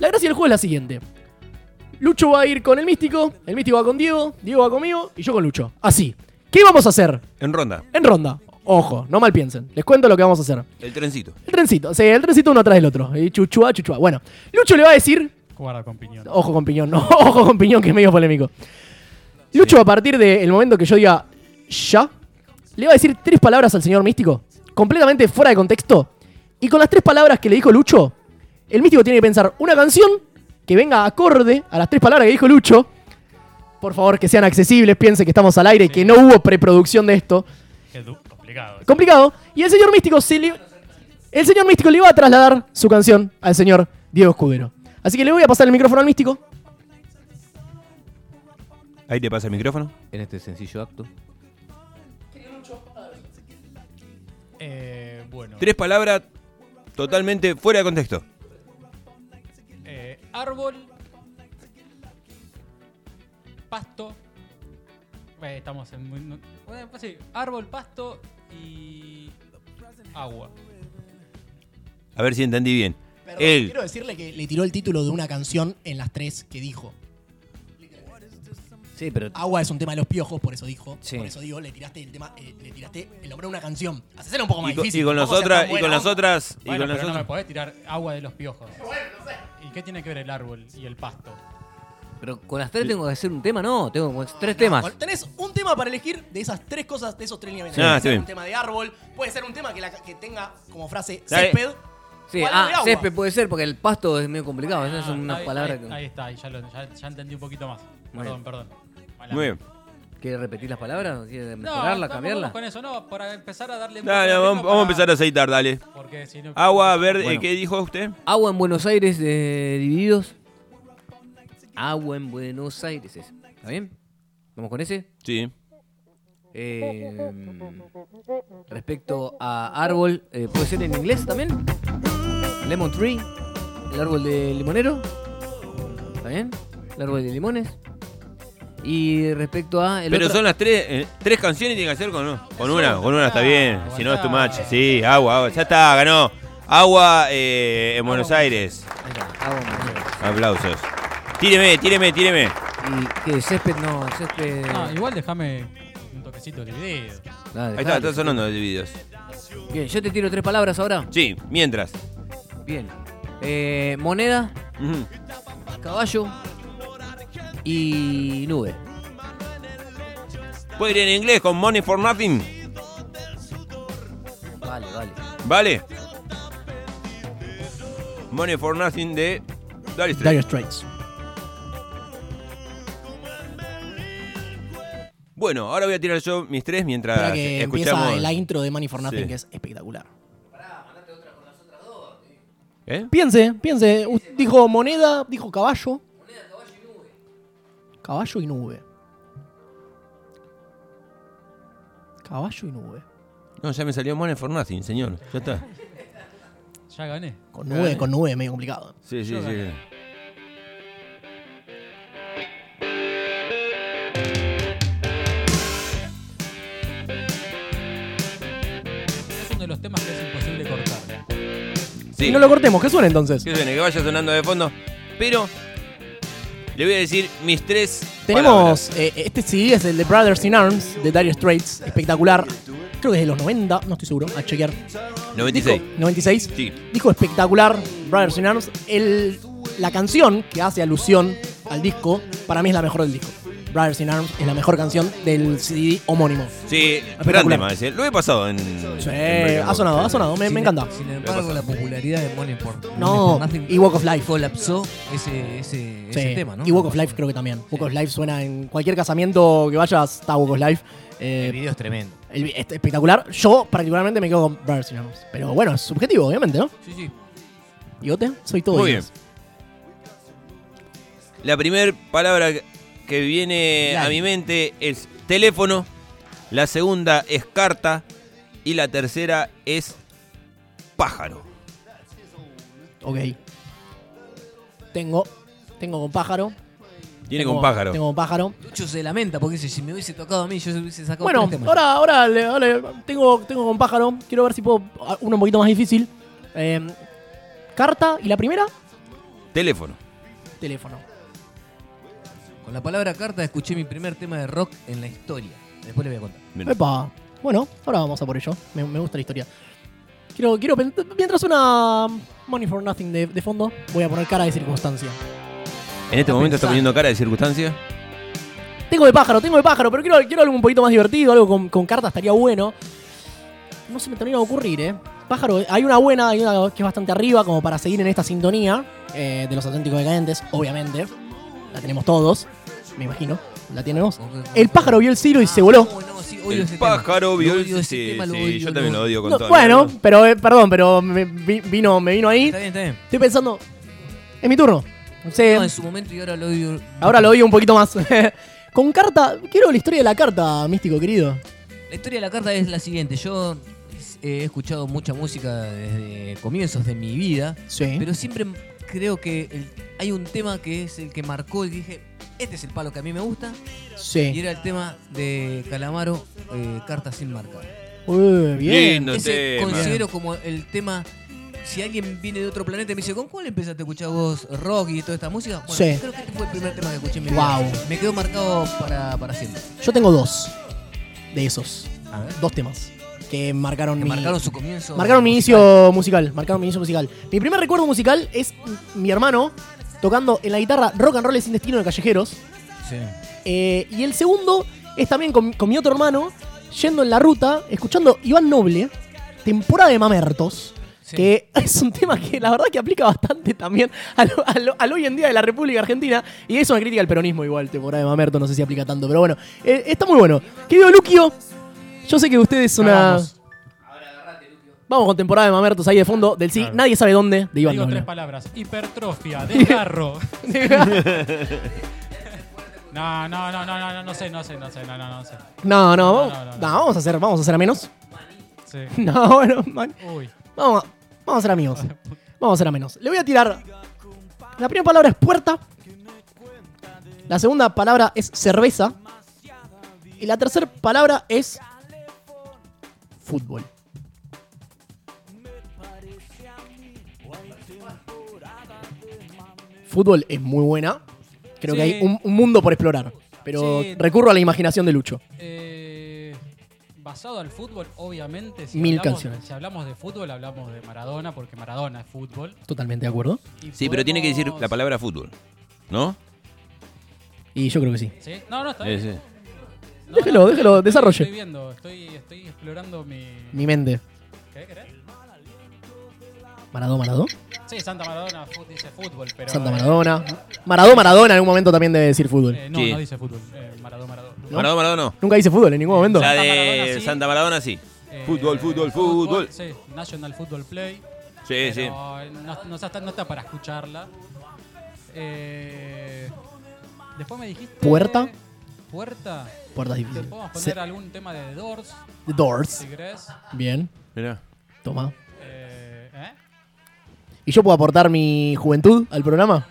La gracia del juego es la siguiente. Lucho va a ir con el místico, el místico va con Diego, Diego va conmigo y yo con Lucho. Así. ¿Qué vamos a hacer? En ronda, En ronda. Ojo, no mal piensen. Les cuento lo que vamos a hacer. el trencito. El trencito. Sí, el trencito uno atrás del otro. Y chuchua, chuchua. Bueno, Lucho le va a decir Guarda con piñón. Ojo con piñón, no. Ojo con piñón, que es medio polémico. Lucho, a partir del momento que yo diga ya, le va a decir tres palabras al señor místico, completamente fuera de contexto. Y con las tres palabras que le dijo Lucho, el místico tiene que pensar una canción que venga acorde a las tres palabras que dijo Lucho. Por favor, que sean accesibles, piense que estamos al aire, que no hubo preproducción de esto Es du- complicado. complicado. Y el señor místico se le- El señor místico le iba a trasladar su canción al señor Diego Escudero. Así que le voy a pasar el micrófono al místico. Ahí te pasa el micrófono. en este sencillo acto. Eh, bueno. Tres palabras totalmente fuera de contexto. Eh, árbol. Pasto. Eh, estamos en. muy- no- bueno, pues sí, árbol, pasto y. Agua. A ver si entendí bien. Perdón, El Quiero decirle que le tiró el título de una canción en las tres que dijo. Sí, pero Agua es un tema de los piojos, por eso dijo. Sí. Por eso digo, le tiraste el tema, eh, le tiraste el nombre de una canción. Hacésela un poco y más con, difícil. y con las tampoco seas otras, tan y con buena las onda. otras, y Bueno, con las pero no me otras. podés tirar agua de los piojos. ¿Y qué tiene que ver el árbol y el pasto? Pero con las tres tengo que hacer un tema, no, tengo como tres temas. Bueno, Tenés un tema para elegir de esas tres cosas, de esos tres lineamientos. Ah, Puede está ser bien. un tema de árbol, puede ser un tema que, la- que tenga como frase Dale. césped. Sí, o algo de ah, agua. césped puede ser porque el pasto es medio complicado, esa es Ah, una ahí- palabra ahí- Ahí que está, ahí ya, lo, ya, ya entendí un poquito más. Muy Perdón, perdón. Mala Muy mía. bien. quiere repetir las palabras, quiere No, mejorarla, vamos cambiarla. con eso, no, para empezar a darle. un poco Dale, de vamos, ritmo vamos a para- empezar a aceitar, dale. Porque si no- Agua verde, eh, Bueno. ¿qué dijo usted? Agua en Buenos Aires eh, divididos. Agua en Buenos Aires es. ¿Está bien? ¿Vamos con ese? Sí. Eh, respecto a árbol, eh, ¿puede ser en inglés también? Lemon tree, el árbol de limonero. ¿Está bien? El árbol de limones. Y respecto a. El Pero otro- son las tres, eh, tres canciones tiene que hacer con, un- con una, con una está bien, si no es tu match. aguantá. Sí, agua, agua, ya está, ganó. Agua eh, en Buenos Aires. Ahí está, Ah, agua en Buenos Aires. Aplausos. Tíreme, tíreme, tíreme. ¿Y qué? ¿Césped? No, césped. No, Ah, igual déjame un toquecito de dedo. Ah, Ahí Ah, está, dejalo. está sonando los videos. Bien, yo te tiro tres palabras ahora. Sí, mientras. Bien. Eh, moneda, Ujú. caballo y nube. Puede ir en inglés con Money for Nothing. Vale, vale. ¿Vale? Money for Nothing de Dire Straits. Dire Straits. Bueno, ahora voy a tirar yo mis tres mientras Espera que Ah, escuchamos. empieza la intro de Money for Nothing, Sí. que es espectacular. ¿Eh? Piense, piense. U- Dijo moneda, dijo caballo. Caballo y nube. Caballo y nube. No, ya me salió Money for Nothing, señor. Ya está. Ya gané. Con nube, con nube, medio complicado. Sí, sí, sí. Es uno de los temas que es imposible cortar. Sí. Y no lo cortemos, que suene entonces. Que suene, que vaya sonando de fondo. Pero le voy a decir mis tres. Tenemos. eh, este CD es el de Brothers in Arms, de Dire Straits. Espectacular. Creo que es de los 90, no estoy seguro. A chequear. palabras. 96. Disco 96. Sí. Disco espectacular, Brothers in Arms. El- la canción que hace alusión al disco, para mí es la mejor del disco. Brothers in Arms es la mejor canción del CD homónimo. Sí, gran Espectacular. tema ese. Lo he pasado en. Sí, en Breaking ha sonado, ha sonado, me, Sin- me encanta. Sin pasa. embargo, la popularidad de Money por No, y Walk of Life. colapsó ese, ese, Sí, ese tema, ¿no? Y Walk of Life creo que también. Walk of Life suena en cualquier casamiento que vayas, está Walk of Life. Eh, El video es tremendo. el vi- es espectacular. Yo particularmente me quedo con Brothers in Arms. Pero bueno, es subjetivo, obviamente, ¿no? Sí, sí. Y te soy todo. Muy bien. oídos. La primera palabra que viene a Dale. mi mente es teléfono. La segunda es carta. Y la tercera es pájaro. Ok. Tengo, tengo con pájaro. Tiene Tengo- con pájaro. Tengo con pájaro. Lucho se lamenta porque dice, si me hubiese tocado a mí, yo hubiese sacado Bueno, tres temas. ahora, ahora, le- ahora le- tengo, tengo con pájaro. Quiero ver si puedo. ah, Uno un poquito más difícil. Eh, carta y la primera, Teléfono. teléfono. Con la palabra carta escuché mi primer tema de rock en la historia. Después le voy a contar. Bien. Epa. Bueno, ahora vamos a por ello. Me, me gusta la historia. Quiero, quiero pen- mientras una Money for Nothing de, de fondo, voy a poner cara de circunstancia. En este momento está poniendo cara de circunstancia. Tengo de pájaro, tengo de pájaro, pero quiero, quiero algo un poquito más divertido, algo con, con cartas estaría bueno. No se me termina de ocurrir, ¿eh? Pájaro, hay una buena, hay una que es bastante arriba, como para seguir en esta sintonía eh, de los auténticos decadentes, obviamente. La tenemos todos, me imagino. La tenemos. El pájaro vio el cielo y se voló. Ah, Bueno, sí, odio ese El tema. pájaro vio Lo el. odio Sí, ese tema, lo sí, odio, yo también lo odio con No, todo. bueno, pero eh, perdón, pero me vi- vino, me vino ahí. Está bien, está bien. Estoy pensando. Es mi turno. No sé, No, en su momento y ahora lo odio. Eh, ahora lo oigo un poquito más. Con carta. Quiero la historia de la carta, místico querido. La historia de la carta es la siguiente. Yo eh, he escuchado mucha música desde comienzos de mi vida, Sí. pero siempre creo que el- hay un tema que es el que marcó y dije, este es el palo que a mí me gusta. Y sí. era el tema de Calamaro, eh, Cartas sin marcar. Uy, bien. Lindo Ese tema. considero como el tema... Si alguien viene de otro planeta y me dice, ¿con cuál empezaste a escuchar vos rock y toda esta música? Bueno, Sí. creo que este fue el primer tema que escuché en mi Guau. vida. Me quedó marcado para, para siempre. Yo tengo dos de esos. A ver. Dos temas que marcaron Que mi. marcaron su comienzo. marcaron mi musical. inicio musical. Marcaron mi inicio musical. Mi primer recuerdo musical es mi hermano tocando en la guitarra rock and roll sin destino de callejeros. Sí. Eh, y el segundo es también con, con mi otro hermano, yendo en la ruta, escuchando Iván Noble, temporada de Mamertos. Sí. Que es un tema que la verdad que aplica bastante también al, al- al hoy en día de la República Argentina. Y es una crítica al peronismo igual, temporada de Mamertos, no sé si aplica tanto, pero bueno, eh, está muy bueno. Querido Luquio, yo sé que usted es una... Vamos. Vamos con temporada de Mamertos ahí de fondo, del sí, Claro. nadie sabe dónde, de Iván Digo Noble. tres palabras. Hipertrofia, desgarro. no, no, no, no, no, no, no sé, no sé, no sé, no, no, no sé. No, no, vamos, no, no, no. no, vamos a hacer, vamos a hacer a menos. Sí. No, bueno, man. Uy. Vamos a, vamos a ser amigos. Vamos a ser amigos. Le voy a tirar. La primera palabra es puerta. La segunda palabra es cerveza. Y la tercera palabra es. Fútbol. Fútbol es muy buena. Creo que Sí. hay un, un mundo por explorar. Pero Sí. recurro a la imaginación de Lucho. Eh, basado al fútbol, obviamente. Si Mil hablamos, canciones. Si hablamos de fútbol, hablamos de Maradona, porque Maradona es fútbol. Totalmente de acuerdo. Y Sí, pero tiene que decir podemos- la palabra fútbol. ¿No? Y yo creo que sí. ¿Sí? No, no, está Sí, bien. sí. No, Déjelo, no, déjelo, estoy- desarrolle. Estoy viendo, estoy, estoy explorando mi. Mi mente. ¿Qué querés? Maradó, Maradó. Sí, Santa Maradona fu- dice fútbol, pero. Santa eh, Maradona. Maradó, Maradona en algún momento también debe decir fútbol. eh, no, Sí. no dice fútbol. Eh, Maradona, Maradona. ¿No? Maradona, Maradona no. Nunca dice fútbol en ningún momento. La Santa Maradona, de sí. Santa Maradona sí. Eh, Fútbol, fútbol, fútbol. Sí, National Football Play. Sí, sí. pero eh, No, no está, no está para escucharla. Eh, después me dijiste. Puerta. Puerta. Puertas Te difíciles. podemos Se- poner algún tema de The Doors, The Doors. si querés. Bien. Mirá. Toma. Eh, ¿eh? ¿Y yo puedo aportar mi juventud al programa?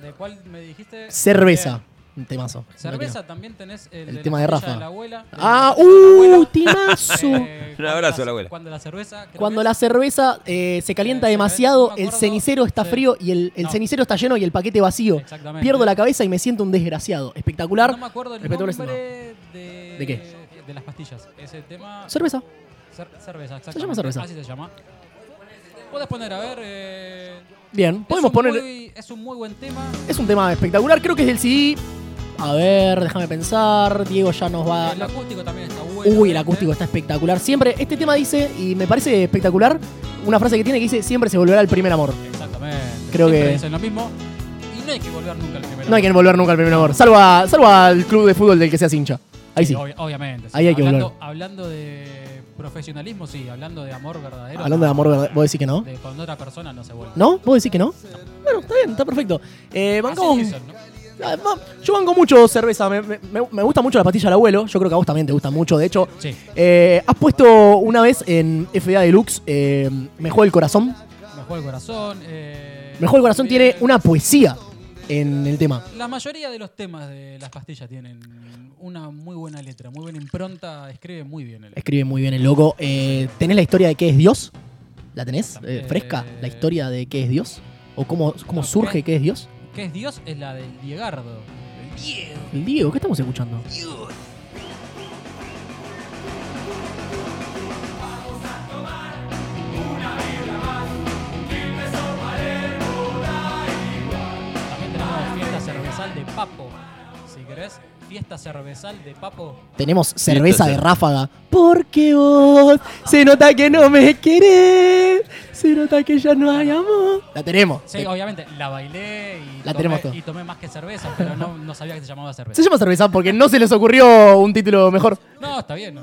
¿De cuál me dijiste? Cerveza. Un temazo. Eh, cerveza también tenés el, El la tema de silla Rafa. la abuela. de Ah, la silla de la uh, abuela. temazo. Eh, Un cuando abrazo a la abuela. Cuando la cerveza. creo Cuando que la es. cerveza eh, se calienta Eh, demasiado, no me el acuerdo. cenicero está Sí. frío y el, el No. cenicero está lleno y el paquete vacío. Exactamente. Pierdo la cabeza y me siento un desgraciado. Espectacular. No me acuerdo el Espectacular nombre ese de. ¿De De las pastillas. Ese tema. Cerveza. Cer- cerveza, exactamente. llama cerveza. Así se llama. Puedes poner, a ver. eh, Bien. Podemos es un poner. muy- es un muy buen tema. Es un tema espectacular. Creo que es del CD. A ver, déjame pensar. Diego ya nos va. el acústico también está bueno. Ah, Uy, el ¿eh? acústico está espectacular. Siempre, este tema dice, y me parece espectacular, una frase que tiene que dice, siempre se volverá el primer amor. Exactamente. Creo Siempre que- Dicen lo mismo. Y no hay que volver nunca al primero. No hay que volver nunca al primer amor. Salvo, a- salvo al club de fútbol del que seas hincha. Ahí sí. Obvi- obviamente. sí. Ahí hay que hablando, Hablando de profesionalismo, sí. Hablando de amor verdadero. Hablando de amor, ¿verdad? ¿vos decís que no? de cuando otra persona no se vuelve. ¿No? ¿Vos decís que no? Bueno, está bien, está perfecto. Eh, Así bancamos- dicen, ¿no? Ah, va- Yo banco mucho cerveza. Me, me- me- me gusta mucho la pastilla del abuelo. Yo creo que a vos también te gusta mucho. De hecho, Sí. eh, has puesto una vez en FDA Deluxe eh, Me juega el corazón. Mejor el corazón. eh, Mejor el corazón también- tiene una poesía en el tema. La mayoría de los temas de las pastillas tienen una muy buena letra, muy buena impronta, escribe muy bien el Escribe muy bien el loco. Eh, ¿Tenés la historia de qué es Dios? ¿La tenés? Eh, Eh, ¿Fresca? ¿La historia de qué es Dios? ¿O cómo, cómo surge qué es Dios? ¿Qué es Dios? Es la del Diegardo. El Diego, ¿qué estamos escuchando? Ah. fiesta cervezal de Papo. Tenemos cerveza de entonces- ráfaga. Porque vos se nota que no me querés. Se nota que ya no hay amor. La tenemos. Sí, obviamente, la bailé y, Eh. La tomé, tenemos todos. y tomé más que cerveza, pero no, no sabía que se llamaba cerveza. Se llama cerveza porque no se les ocurrió un título mejor. No, está bien. no.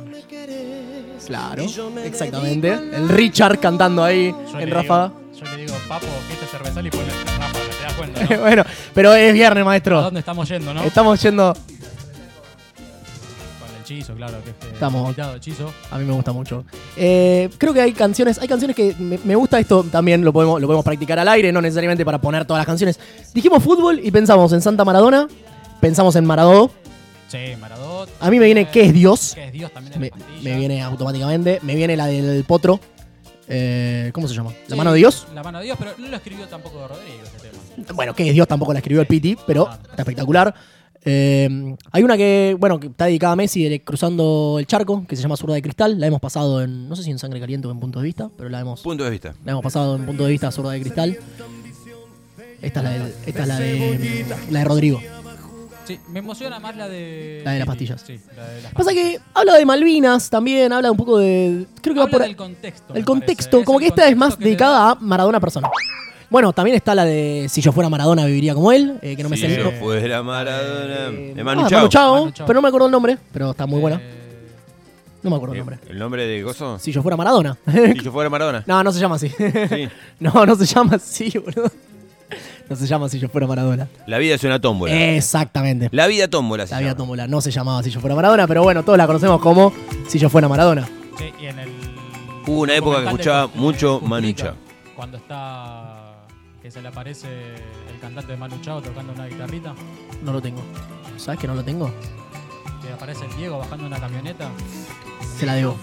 Claro, exactamente. El Richard cantando ahí Yo le en digo- ráfaga. Yo le digo, Papo, fiesta cervezal y ponle ráfaga, te das cuenta, ¿no? bueno, pero es viernes, ¿A maestro. dónde estamos yendo, Ah, no? Estamos yendo. Con el hechizo, claro. Que este Estamos- invitado hechizo. A mí me gusta mucho. Eh, creo que hay canciones, hay canciones que me, me gusta esto también, lo podemos, lo podemos practicar al aire, no necesariamente para poner todas las canciones. Dijimos fútbol y pensamos en Santa Maradona, pensamos en Maradó. Che, Maradot. A mí me viene ¿Qué es Dios? ¿Qué es Dios? También es Me, pastilla. me viene automáticamente, me viene la del potro. Eh, ¿Cómo se llama? ¿La Sí, mano de Dios? La mano de Dios, pero no lo escribió tampoco Rodrigo ese tema. Bueno, que es Dios tampoco la escribió el Piti, pero Claro. está espectacular. Eh, hay una que, bueno, que está dedicada a Messi de- cruzando el charco, que se llama Zurda de Cristal. La hemos pasado en, no sé si en Sangre Caliente o en Punto de Vista, pero la hemos, Punto de vista. la hemos pasado en Punto de Vista Zurda de Cristal. Esta es la de, esta es la de, la de Rodrigo. Sí, me emociona más la de. La de las pastillas. Sí, la de las pastillas. Pasa que habla de Malvinas también, habla un poco de... Creo que va Habla por del contexto. El me contexto, parece. como el que esta es más contexto que le da- dedicada a Maradona persona. Bueno, también está la de Si yo fuera Maradona viviría como él, eh, que no me Si sé el yo nombre. fuera Maradona. Eh, Manu Ah, Chao. Chao, Manu Chao. pero no me acuerdo el nombre, pero está muy buena. Eh, No me acuerdo el Eh, nombre. ¿El nombre de Gozo? Si yo fuera Maradona. Si yo fuera Maradona. no, no se llama así. Sí. no, no se llama así, boludo. No se llama Si yo fuera Maradona. La vida es una tómbola. Exactamente. La vida tómbola. Eh. se La vía llama. tómbola no se llamaba Si yo fuera Maradona, pero bueno, todos la conocemos como Si yo fuera Maradona. sí, y en el. Hubo una época documental que de escuchaba Costa- mucho de Manu Costa Chao. Rica, Cuando está. que se le aparece el cantante de Manu Chao tocando una guitarrita. No lo tengo. ¿Sabes que no lo tengo? Que aparece el Diego bajando una camioneta. Se la debo.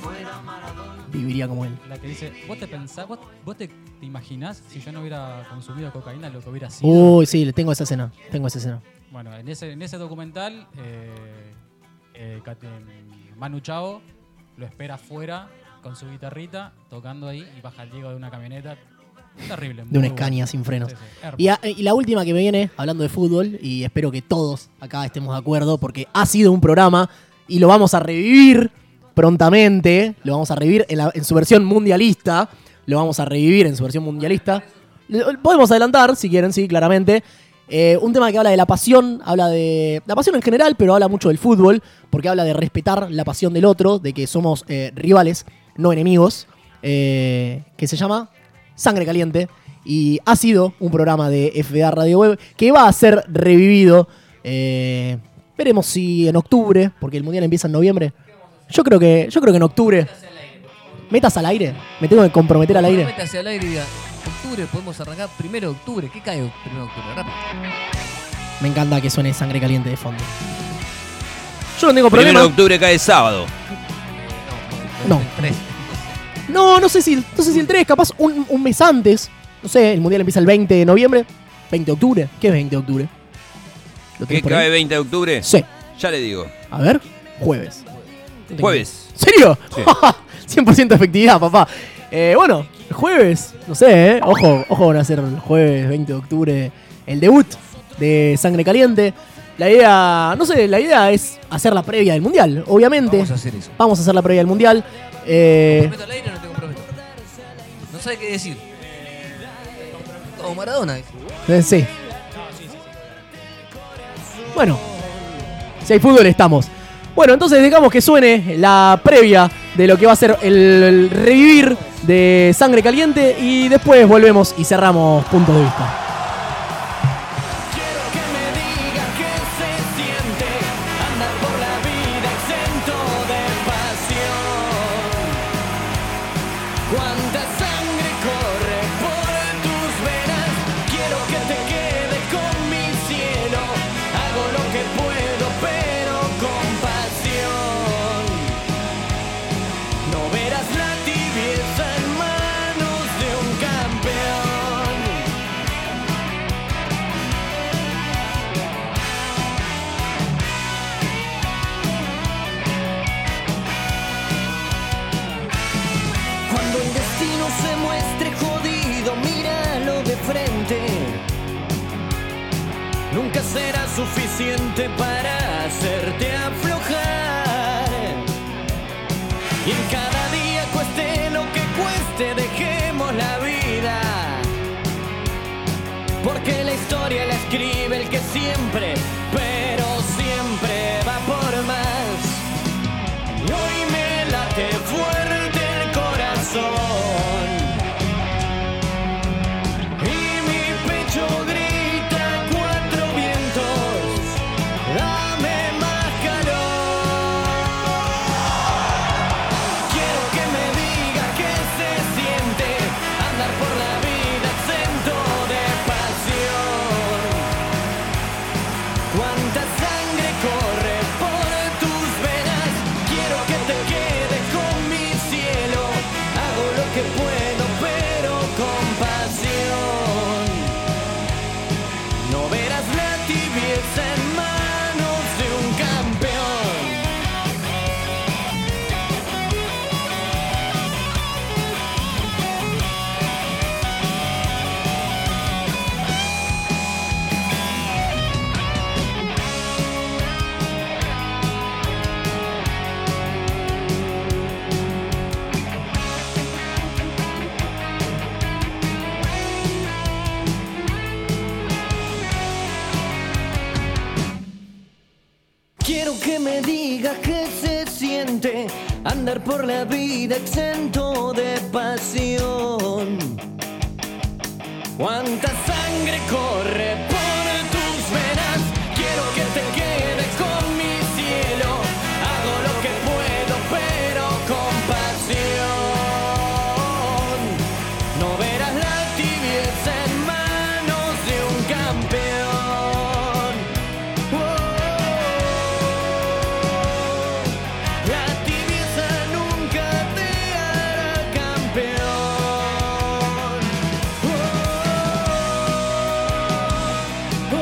Viviría como él. La que dice, vos te pensás, vos, vos te, te imaginás si yo no hubiera consumido cocaína lo que hubiera sido. Uy, sí, le tengo esa escena. Tengo esa escena. Bueno, en ese, en ese documental, eh, eh, Cate- Manu Chao lo espera afuera con su guitarrita, tocando ahí, y baja el Diego de una camioneta. Terrible. De una escaña Scania sin frenos. Y, y a- y la última que me viene, hablando de fútbol, y espero que todos acá estemos de acuerdo, porque ha sido un programa y lo vamos a revivir prontamente. Lo vamos a revivir en, la- en su versión mundialista. Lo vamos a revivir en su versión mundialista. Lo- Podemos adelantar, si quieren, sí, claramente. Eh, un tema que habla de la pasión, habla de la pasión en general, pero habla mucho del fútbol, porque habla de respetar la pasión del otro, de que somos eh, rivales, no enemigos, eh, que se llama Sangre Caliente. Y ha sido un programa de FDA Radio Web que va a ser revivido. eh, veremos si en octubre, porque el mundial empieza en noviembre. Yo creo que, yo creo que en octubre. ¿Metas al aire? ¿Me tengo que comprometer al aire? Métase al aire y diga, octubre, podemos arrancar primero de octubre. ¿Qué cae primero de octubre? Rápido. Me encanta que suene sangre caliente de fondo. Yo no tengo Primero de problema. octubre cae sábado. No. Tres. No, no sé si, no sé si el 3, capaz un, un mes antes. No sé, el mundial empieza el 20 de noviembre. 20 de octubre. ¿Qué es 20 de octubre? ¿Lo tenés ¿Qué por cae ahí? 20 de octubre? Sí. Ya le digo. A ver, jueves. Jueves. ¿En serio? Sí. 100% efectividad, papá. Eh, bueno, jueves, no sé, ¿eh? ojo, ojo van a ser el jueves 20 de octubre el debut de Sangre Caliente. La idea, no sé, la idea es hacer la previa del Mundial, obviamente. Vamos a hacer eso. Vamos a hacer la previa del Mundial. Eh, ¿Comprometo al aire o no te comprometo? No sabe qué decir. Como Maradona. eh, sí. Bueno, si hay fútbol estamos. Bueno, entonces dejamos que suene la previa de lo que va a ser el, el revivir de Sangre Caliente y después volvemos y cerramos puntos de vista. Que me diga que se siente andar por la vida exento de pasión. Cuánta sangre corre por tus venas. Quiero que te quede con mi cielo. Hago lo que puedo, pero con pasión. No verás la tibieza en manos de un campeón. Cuando el destino se muestre jodido, míralo de frente. Nunca será suficiente para hacerte Y en cada día cueste lo que cueste, dejemos la vida. Porque la historia la escribe el que siempre, pero siempre va por más. Y hoy me late fuerte el corazón. Y mi pecho grita cuatro vientos. Dame más calor. Quiero que me digas qué se siente andar por la vida exento de pasión. Cuánta sangre corre por tus venas. Quiero que te quedes con mi cielo. Hago lo que puedo, pero con pasión. No verás la tibieza en manos de un campeón. Quiero que me digas qué se siente andar por la vida exento de pasión. Cuánta sangre corre por tus venas. Quiero que te quedes con mi cielo. Hago lo que puedo, pero con pasión. No verás la tibieza en manos de un campeón. Oh, La tibieza nunca te hará campeón. Oh,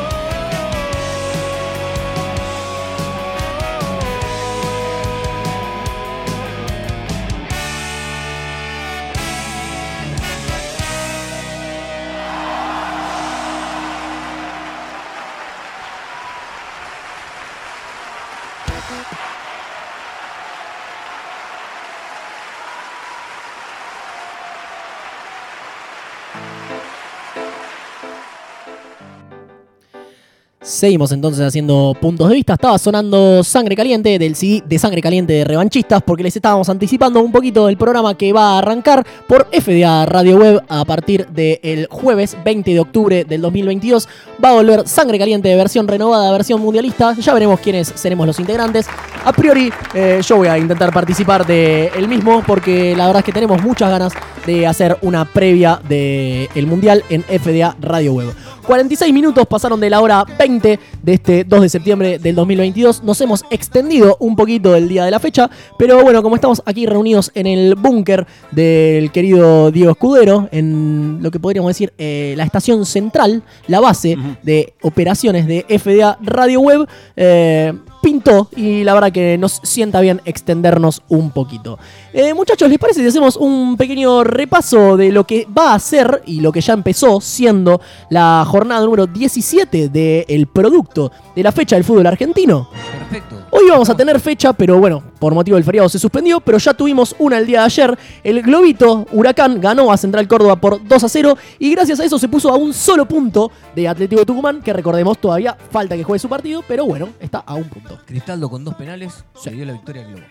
Seguimos entonces haciendo puntos de vista. Estaba sonando Sangre Caliente del CD de Sangre Caliente de Revanchistas porque les estábamos anticipando un poquito del programa que va a arrancar por FDA Radio Web a partir del jueves 20 de octubre del 2022. Va a volver Sangre Caliente de versión renovada, versión mundialista. Ya veremos quiénes seremos los integrantes. A priori eh, yo voy a intentar participar del mismo porque la verdad es que tenemos muchas ganas de hacer una previa del Mundial en FDA Radio Web. 46 minutos pasaron de la hora 20 de este 2 de septiembre del 2022. Nos hemos extendido un poquito del día de la fecha, pero bueno, como estamos aquí reunidos en el búnker del querido Diego Escudero, en lo que podríamos decir eh, la estación central, la base de operaciones de FDA Radio Web, eh, pintó y la verdad que nos sienta bien extendernos un poquito. Eh, muchachos, ¿les parece si hacemos un pequeño repaso de lo que va a ser y lo que ya empezó siendo la jornada número 17 del producto de la fecha del fútbol argentino? Perfecto. Hoy vamos a tener fecha, pero bueno, por motivo del feriado se suspendió, pero ya tuvimos una el día de ayer. El Globito Huracán ganó a Central Córdoba por 2 a 0 y gracias a eso se puso a un solo punto de Atlético Tucumán, que recordemos todavía falta que juegue su partido, pero bueno, está a un punto. Cristaldo con dos penales se dio la victoria al Globo.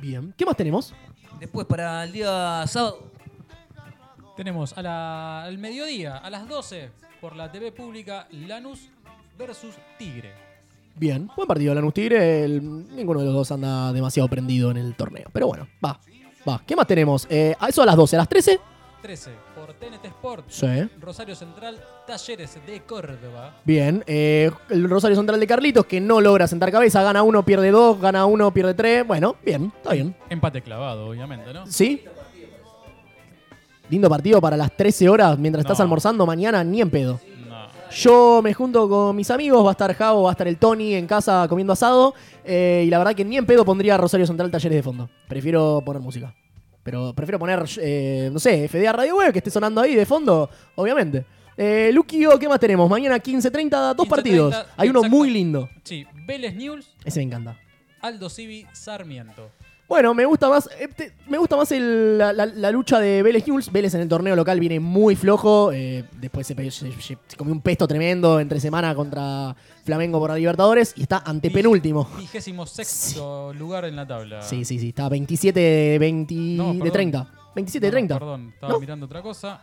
Bien, ¿qué más tenemos? Después para el día sábado. Tenemos a la- al mediodía, a las 12, por la TV pública Lanús versus Tigre. Bien, buen partido Lanús Tigre, el- ninguno de los dos anda demasiado prendido en el torneo, pero bueno, va, va. ¿Qué más tenemos? Eh, a eso a las 12, a las 13. 13, por TNT Sport. Sí. Rosario Central, Talleres de Córdoba. Bien, eh, el Rosario Central de Carlitos que no logra sentar cabeza, gana uno, pierde dos, gana uno, pierde tres. Bueno, bien, está bien. Empate clavado, obviamente, ¿no? ¿Sí? Lindo partido para las 13 horas mientras estás No. almorzando mañana, ni en pedo. No. Yo me junto con mis amigos, va a estar Javo, va a estar el Tony en casa comiendo asado. eh, y la verdad que ni en pedo pondría Rosario Central Talleres de fondo. Prefiero poner música. Pero prefiero poner, eh, no sé, FDA Radio Web que esté sonando ahí de fondo, obviamente. Eh, Luquio, ¿qué más tenemos? Mañana 15.30, dos 15:30, partidos. Hay uno exacto. muy lindo. Sí, Vélez News, Ese me encanta. Aldo Civi, Sarmiento. Bueno, me gusta más, eh, te- me gusta más el- la, la- la lucha de Vélez News. Vélez en el torneo local viene muy flojo. eh, después se, pe- se- se- se comió un pesto tremendo entre semana contra Flamengo por la Libertadores y está antepenúltimo. Ah. Vigésimo sexto lugar en la tabla. Sí, sí, sí, está 27 de, 20 No, de perdón. 30. No, 27 de no, 30. Perdón, estaba No. mirando otra cosa.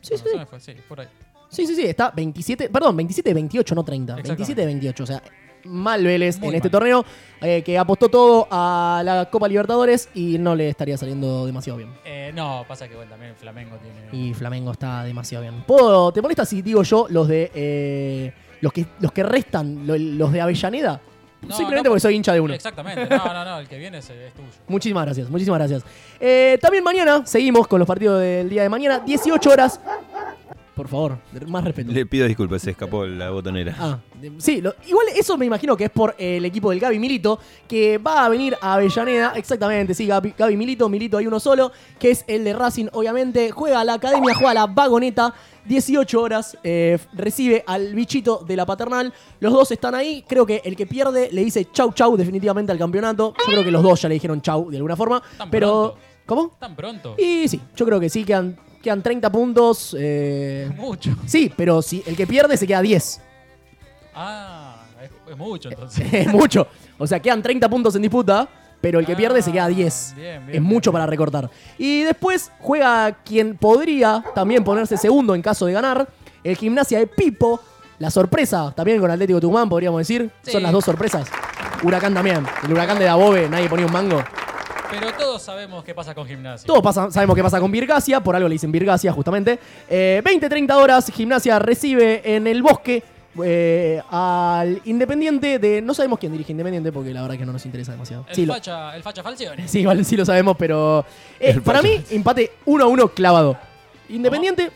Sí, No, sí, se sí. me fue, sí, por ahí. Sí, sí, sí, está 27, perdón, 27 de 28, no 30. 27 de 28, o sea, mal Vélez Muy en este mal. torneo, eh, que apostó todo a la Copa Libertadores y no le estaría saliendo demasiado bien. Eh, no, pasa que bueno, también el Flamengo tiene. Y Flamengo está demasiado bien. ¿Puedo- ¿Te molesta si digo yo los de. eh, los, que, los que restan, lo- los de Avellaneda? No, Simplemente no, porque soy hincha de uno. Exactamente, no, no, no, el que viene es, es tuyo. Muchísimas gracias, muchísimas gracias. Eh, también mañana, seguimos con los partidos del día de mañana, 18 horas. Por favor, más respeto. Le pido disculpas, se escapó la botonera. Ah, de- sí, lo- igual eso me imagino que es por eh, el equipo del Gaby Milito, que va a venir a Avellaneda, exactamente, sí, Gaby, Gaby Milito, Milito hay uno solo, que es el de Racing, obviamente, juega a la academia, juega a la vagoneta, 18 horas, eh, f- recibe al bichito de la paternal, los dos están ahí, creo que el que pierde le dice chau chau definitivamente al campeonato, yo creo que los dos ya le dijeron chau de alguna forma, Tan pero... pronto. ¿Cómo? Tan pronto. Y sí, yo creo que sí, quedan, quedan 30 puntos. eh, Mucho. sí, pero si el que pierde se queda 10. Ah, es, es mucho entonces. es mucho. O sea, quedan 30 puntos en disputa, pero el que Ah, pierde se queda 10. bien, bien, es bien, mucho bien. para recortar. Y después juega quien podría también ponerse segundo en caso de ganar. El gimnasia de Pipo. La sorpresa también con Atlético Tucumán, podríamos decir. Sí. Son las dos sorpresas. Huracán también. El huracán de Dabove, nadie ponía un mango. Pero todos sabemos qué pasa con gimnasia. Todos pasa- sabemos qué pasa con Virgacia, por algo le dicen Virgacia justamente. Eh, 20-30 horas, Gimnasia recibe en el bosque eh, al Independiente de... No sabemos quién dirige Independiente porque la verdad que no nos interesa demasiado. El, Sí, lo, facha, el facha Falcione. sí, igual sí lo sabemos, pero... eh, El para Pacha. mí, empate 1 a 1 clavado. Independiente,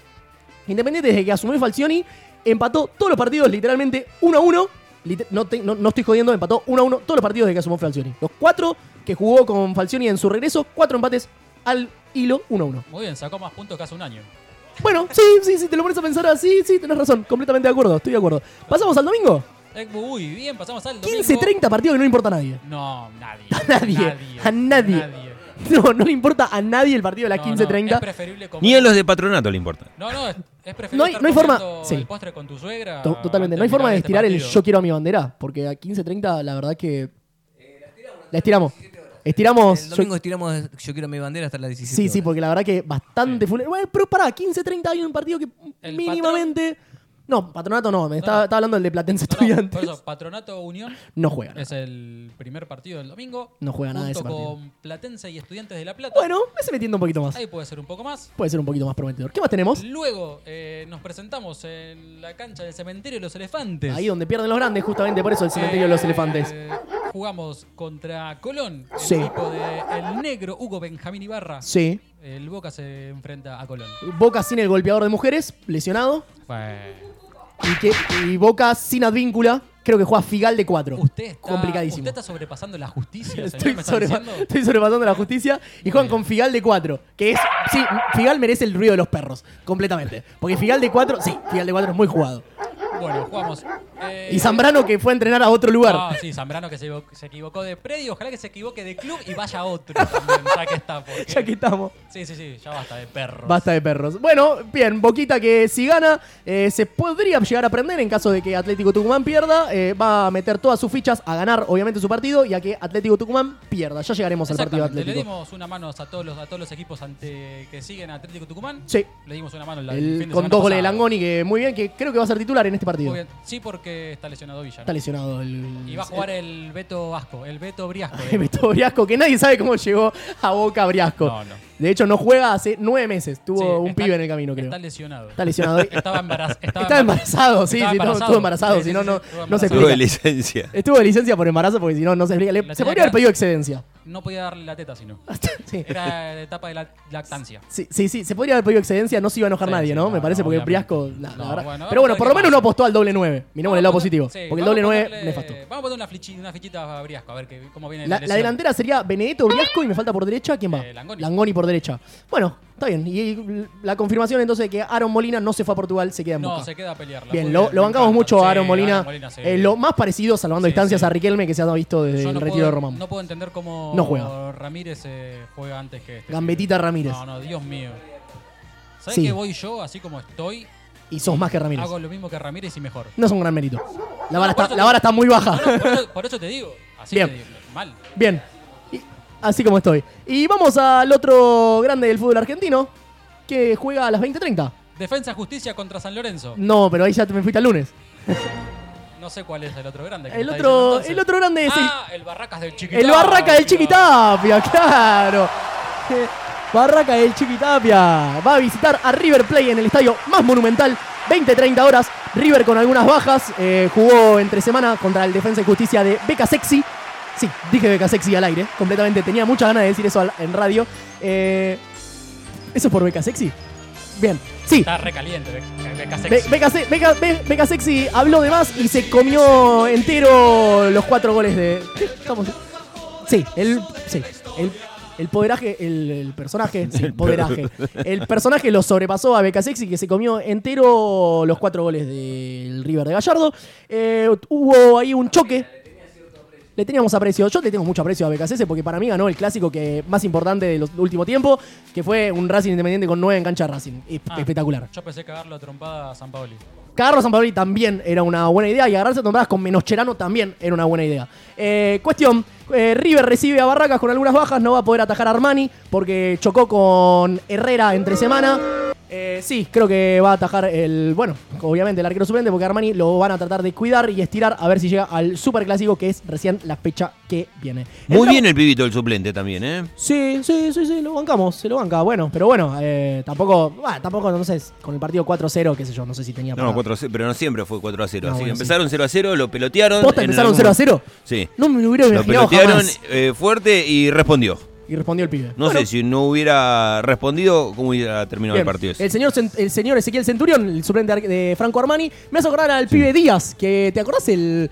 Independiente desde que asumió Falcioni, empató todos los partidos literalmente 1 a 1. Lite- No, te- no- no estoy jodiendo, empató 1 a 1 todos los partidos desde que asumió Falcioni. Los cuatro que jugó con Falcioni en su regreso, cuatro empates al hilo 1 a 1. Muy bien, sacó más puntos que hace un año. Bueno, sí, sí, sí, te lo pones a pensar así, sí, tenés razón, completamente de acuerdo, estoy de acuerdo. ¿Pasamos al domingo? Eh, Muy bien, pasamos al domingo. 15-30 partidos que no le importa a nadie. No, nadie. nadie, a nadie. No, no le importa a nadie el partido de No, las no, es 15-30. preferible comer. Ni a los de patronato le importa. No, no, es, es preferible. No hay- estar no hay forma- comiendo sí. el postre con tu suegra. To- Totalmente, no hay antes forma de mirar estirar el este yo quiero a mi bandera, porque a 15-30 la verdad que... Eh, La estiramos. Estiramos... El yo- domingo estiramos Yo quiero mi bandera hasta las 17. Sí, sí, horas. porque la verdad que bastante... full- Bueno, pero pará, 15-30 hay un partido que El mínimamente... No, patronato no, no. me estaba, estaba hablando del de Platense partido. No, no, Estudiantes. por eso, Patronato Unión No juegan. es el primer partido del domingo. No juega nada junto ese partido. con Platense y Estudiantes de La Plata. Bueno, me se metiendo un poquito más. Ahí puede ser un poco más. Puede ser un poquito más prometedor. ¿Qué más tenemos? Luego eh, nos presentamos en la cancha del cementerio de los elefantes. Ahí donde pierden los grandes, justamente por eso el cementerio de los Eh, elefantes. Jugamos contra Colón, el Sí. equipo de el negro Hugo Benjamín Ibarra. Sí. El Boca se enfrenta a Colón. Boca sin el golpeador de mujeres, lesionado. Bueno, Y, que, y Boca sin advíncula. Creo que juega Figal de 4. usted está, Complicadísimo. Usted está sobrepasando la justicia, señor, Estoy, ¿me está sobreba- diciendo? estoy sobrepasando la justicia y juegan con Figal de 4. Que es. Sí, Figal merece el ruido de los perros. Completamente. Porque Figal de 4. Sí, Figal de 4 es muy jugado. Bueno, jugamos. eh, Ah, Y Zambrano que fue a entrenar a otro lugar. No, sí, Zambrano que se, equivo- se equivocó de predio. Ojalá que se equivoque de club y vaya a otro también, ya que está. porque- Ya quitamos. Sí, sí, sí, ya basta de perros. Basta de perros. Bueno, bien, Boquita que si gana, eh, se podría llegar a prender en caso de que Atlético Tucumán pierda. eh, va a meter todas sus fichas a ganar, obviamente, su partido y a que Atlético Tucumán pierda. Ya llegaremos al partido de Exactamente, Le Atlético. dimos una mano a todos los, a todos los equipos ante que siguen a Atlético Tucumán. Sí. Le dimos una mano la- el El- fin de con semana dos goles de pasado. Langoni, que muy bien, que creo que va a ser titular en este partido. Muy bien. Sí, porque está lesionado Villa. ¿no? Está lesionado el. Y va a jugar el Beto Vasco, el Beto Briasco. el Beto Briasco, que nadie sabe cómo llegó a Boca Briasco. No, no. De hecho, no juega hace nueve meses. Tuvo Sí, un está- pibe en el camino, creo. Está Está, lesionado. lesionado. Estaba embaraz- Estaba embarazado, sí, Estaba sí, embarazado. estuvo embarazado, Sí, si sí, no, sí, no- estuvo no se embarazado. Tuve licencia. Estuvo de licencia por embarazo porque si no, no se explica. Le- La se tenía podría haber acá. pedido excedencia. No podía darle la teta, sino. sí. Era etapa de la lactancia. Sí, sí, sí, se podría haber pedido excedencia, no se iba a enojar Sí, nadie, sí, ¿no? no, Me parece no, porque obviamente. Briasco, la, la No, bueno, verdad. Pero vamos a bueno, ver por qué lo menos pasa. no apostó al doble 9. Miremos Vamos el lado a poner- positivo. sí, porque vamos el doble a 9, ponerle- nefasto. Vamos a poner una, fichi- una fichita a Briasco, a ver qué- cómo viene La, la lesión. delantera sería Benedetto Briasco y me falta por derecha, ¿quién va? Eh, Langoni. por derecha. Bueno, Está bien. Y, y la confirmación entonces de que Aaron Molina no se fue a Portugal, se queda en No, Boca. se queda a pelearla. Bien, Porque lo, me lo bancamos encanta. mucho Sí, a Aaron Molina. sí. Eh, lo más parecido, salvando Sí, distancias sí. a Riquelme, que se ha visto desde Yo el no retiro puedo- de Román. No puedo entender cómo No juega. Ramírez eh, juega antes que este. Gambetita Ramírez. No, no, Dios mío. ¿Sabes Sí. que voy yo, así como estoy? y sos más que Ramírez. Hago lo mismo que Ramírez y mejor. No es un gran mérito. La vara, No, por está, eso la te- vara está muy baja. No, no, por, eso, por eso te digo. Así Bien. te digo. Mal. Bien. Y- así como estoy. Y vamos al otro grande del fútbol argentino, que juega a las 20.30. Defensa Justicia contra San Lorenzo. No, pero ahí ya te me fuiste al lunes. No sé cuál es el otro grande. que El me está otro, diciendo el otro grande es entonces. el- Ah, el Barracas del Chiquitá. el, Barraca del Chiquitapia, claro. Eh, Barraca del Chiquitapia va a visitar a River Play en el estadio más monumental, 20-30 horas. River con algunas bajas, eh, jugó entre semana contra el Defensa y Justicia de Beca Sexy. Sí, dije Beca Sexy al aire, completamente. Tenía muchas ganas de decir eso al- en radio. Eh, ¿Eso es por Beca Sexy? Bien, sí. Está recaliente. Be- Beca Be- Sexy. Beca, Se- Beca- Be- Beca Sexy habló de más y se comió entero los cuatro goles de. ¿Qué? Estamos- Sí, el. Sí, el. el poderaje, el, el personaje, sí, poderaje. El personaje lo sobrepasó a Beca Sexy, que se comió entero los cuatro goles del River de Gallardo. Eh, hubo ahí un choque le teníamos aprecio. Yo le tengo mucho aprecio a BKCS porque para mí ganó el clásico que más importante del último tiempo, que fue un Racing Independiente con nueve en cancha de Racing. Es- Ah, Espectacular. Yo pensé cagarlo a trompada a San Paoli. Carlos San también era una buena idea y agarrarse a trompadas con Menoscherano también era una buena idea. Eh, cuestión, eh, River recibe a Barracas con algunas bajas, no va a poder atajar a Armani porque chocó con Herrera entre semana. Eh, sí, creo que va a atajar el, bueno, obviamente el arquero suplente porque Armani lo van a tratar de cuidar y estirar a ver si llega al superclásico que es recién la fecha que viene. Muy Entramos- bien el pibito, el suplente también, ¿eh? Sí, sí, sí, sí, lo bancamos, se lo banca. Bueno, pero bueno, eh, tampoco, bah, tampoco, no sé, con el partido 4-0, qué sé yo, no sé si tenía No, para- 4 0, pero no siempre fue 4 a 0. No, así que bueno, sí. empezaron 0 a 0, lo pelotearon. ¿Posta en empezaron algún- 0 a 0? Sí. No me lo hubiera Lo imaginado pelotearon jamás. eh, fuerte y respondió. Y respondió el pibe. No Bueno, sé si no hubiera respondido, ¿cómo hubiera terminado bien. el partido? ese? El señor, Cent- el señor Ezequiel Centurión, el suplente ar- de Franco Armani, me hace acordar al pibe Díaz, que ¿te acordás el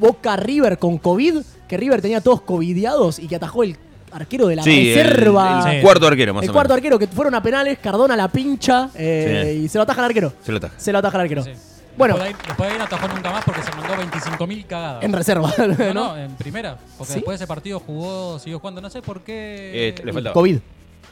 Boca River con COVID? Que River tenía todos covidiados y que atajó el arquero de la Sí, el, reserva. el Sí. cuarto arquero, más El o cuarto menos. arquero que fueron a penales, Cardona la pincha eh, y se lo ataja el arquero. Se lo ataja. Se lo ataja el arquero. Sí. Bueno, Después de ahí- después de ahí no atajó nunca más porque se mandó 25.000 cagadas. en reserva, No, ¿no? no, en primera. Porque ¿Sí? después de ese partido jugó, siguió jugando, no sé por qué. Eh, le falta- Faltaba. COVID.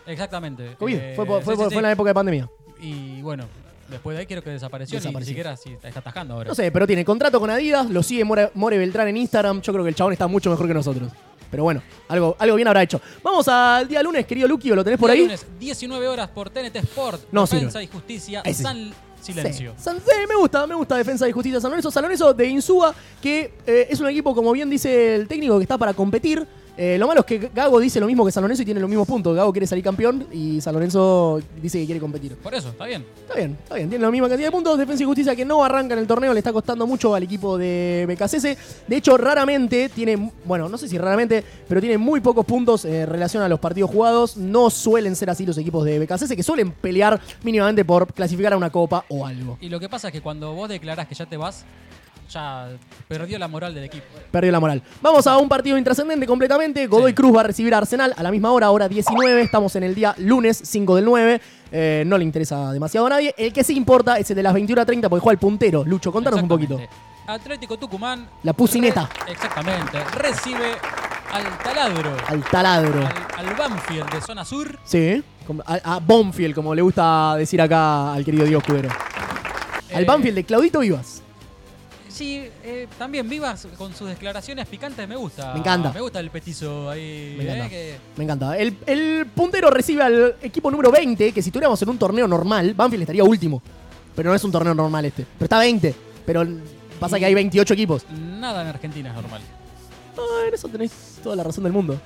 Exactamente. COVID. Eh, fue por- sí, fue, sí, por- sí. fue en la época de pandemia. Y bueno, después de ahí creo que desapareció, y ni Desapareció. siquiera si está, está atajando ahora. No sé, pero tiene contrato con Adidas, lo sigue More, More Beltrán en Instagram. Yo creo que el chabón está mucho mejor que nosotros. Pero bueno, algo, algo bien habrá hecho. Vamos al día lunes, querido Luqui, ¿o lo tenés por ahí? Lunes, 19 horas por TNT Sport. No Defensa sirve. y Justicia. Ese sí. San Silencio. Sí. San- sí, me gusta, me gusta Defensa y Justicia San Lorenzo. San Lorenzo de Insúa, que eh, es un equipo, como bien dice el técnico, que está para competir. Eh, lo malo es que Gago dice lo mismo que San Lorenzo y tiene los mismos puntos. Gago quiere salir campeón y San Lorenzo dice que quiere competir. Por eso, está bien. Está bien, está bien. Tiene la misma cantidad de puntos. Defensa y Justicia que no arranca en el torneo. Le está costando mucho al equipo de BKCS. De hecho, raramente tiene, bueno, no sé si raramente, pero tiene muy pocos puntos eh, en relación a los partidos jugados. No suelen ser así los equipos de BKCS, que suelen pelear mínimamente por clasificar a una copa o algo. Y lo que pasa es que cuando vos declarás que ya te vas, ya perdió la moral del equipo. Perdió la moral. Vamos a un partido intrascendente completamente. Godoy Sí. Cruz va a recibir a Arsenal a la misma hora, hora 19. Estamos en el día lunes 5 del 9. Eh, no le interesa demasiado a nadie. El que sí importa es el de las 21.30 porque juega el puntero. Lucho, contanos un poquito. Exactamente. Atlético Tucumán. La pucineta. Re- exactamente. Recibe al taladro. Al taladro. Al, al Banfield de zona sur. Sí. como- A, a Bonfield, como le gusta decir acá al querido Diego Cubero. Al Eh, Banfield de Claudito Vivas. Sí, eh, también vivas con sus declaraciones picantes, me gusta. Me encanta. Me gusta el petizo ahí. Me encanta. eh, que- Me encanta. El, el puntero recibe al equipo número 20, que si tuviéramos en un torneo normal, Banfield estaría último. Pero no es un torneo normal este. Pero está 20. Pero pasa que hay 28 equipos. Nada en Argentina es normal. Ah, en eso tenés toda la razón del mundo.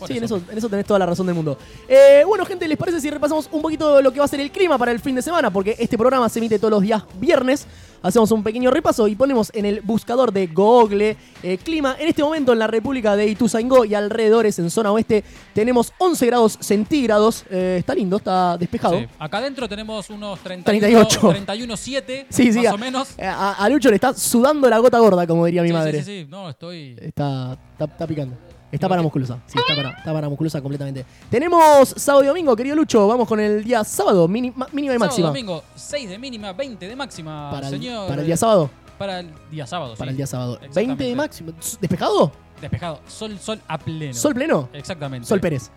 Por sí, en eso, en eso tenés toda la razón del mundo. Eh, bueno, gente, ¿les parece si repasamos un poquito lo que va a ser el clima para el fin de semana? Porque este programa se emite todos los días viernes. Hacemos un pequeño repaso y ponemos en el buscador de Google eh, clima. En este momento en la República de Ituzaingó y alrededores en zona oeste tenemos 11 grados centígrados. Eh, está lindo, está despejado. Sí. Acá adentro tenemos unos 38. 31, 7, Sí, sí, más a- o menos. Eh, A, a Lucho le está sudando la gota gorda, como diría mi Sí, madre. Eh, Sí, sí, sí. No, estoy. Está, está, está picando. Está para musculosa. Sí, está para, está para musculosa completamente. Tenemos sábado y domingo, querido Lucho. Vamos con el día sábado, mini- ma- mínima y Sábado, máxima. domingo, 6 de mínima, 20 de máxima, para, el, señor. para el día sábado. Para el día sábado, Para sí. el día sábado. 20 Exactamente. de máxima. ¿Despejado? Despejado. Sol, sol a pleno. ¿Sol pleno? Exactamente. Sol Pérez.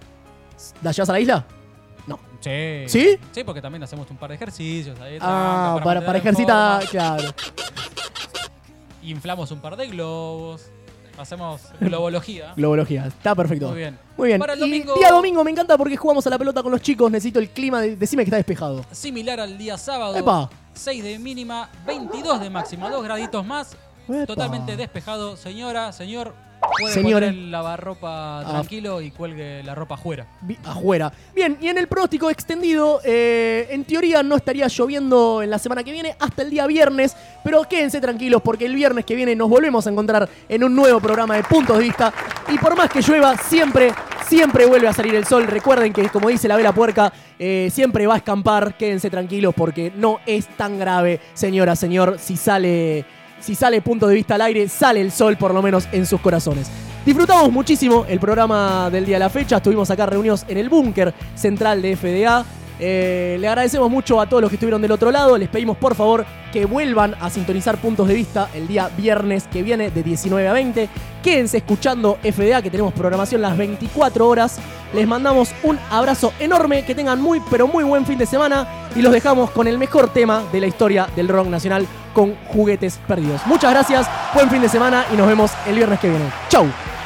¿La llevas a la isla? Sí. ¿Sí? Sí, porque también hacemos un par de ejercicios. ahí, Ah, tranca, para, mantener para en ejercita. forma. Claro. Inflamos un par de globos. Hacemos globología. Globología. Está perfecto. Muy bien. Muy bien. Para el Y domingo- día domingo me encanta porque jugamos a la pelota con los chicos. Necesito el clima. de- decime que está despejado. Similar al día sábado. Epa. 6 de mínima, 22 de máxima, 2 graditos más. Epa. Totalmente despejado. Señora, señor, puede Señores. Ah. poner el lavarropa tranquilo y cuelgue la ropa afuera. Vi- afuera. Bien, y en el pronóstico extendido, eh, en teoría no estaría lloviendo en la semana que viene hasta el día viernes, pero quédense tranquilos porque el viernes que viene nos volvemos a encontrar en un nuevo programa de Puntos de Vista. Y por más que llueva, siempre, siempre vuelve a salir el sol. Recuerden que, como dice la vela puerca, eh, siempre va a escampar. Quédense tranquilos porque no es tan grave, señora, señor, si sale... Si sale punto de vista al aire, sale el sol por lo menos en sus corazones. Disfrutamos muchísimo el programa del día de la fecha. Estuvimos acá reunidos en el búnker central de FDA. Eh, le agradecemos mucho a todos los que estuvieron del otro lado. Les pedimos por favor que vuelvan a sintonizar puntos de vista el día viernes que viene de 19 a 20. Quédense escuchando FDA que tenemos programación las 24 horas. Les mandamos un abrazo enorme, que tengan muy pero muy buen fin de semana y los dejamos con el mejor tema de la historia del rock nacional con juguetes perdidos. Muchas gracias, buen fin de semana y nos vemos el viernes que viene. Chau. Este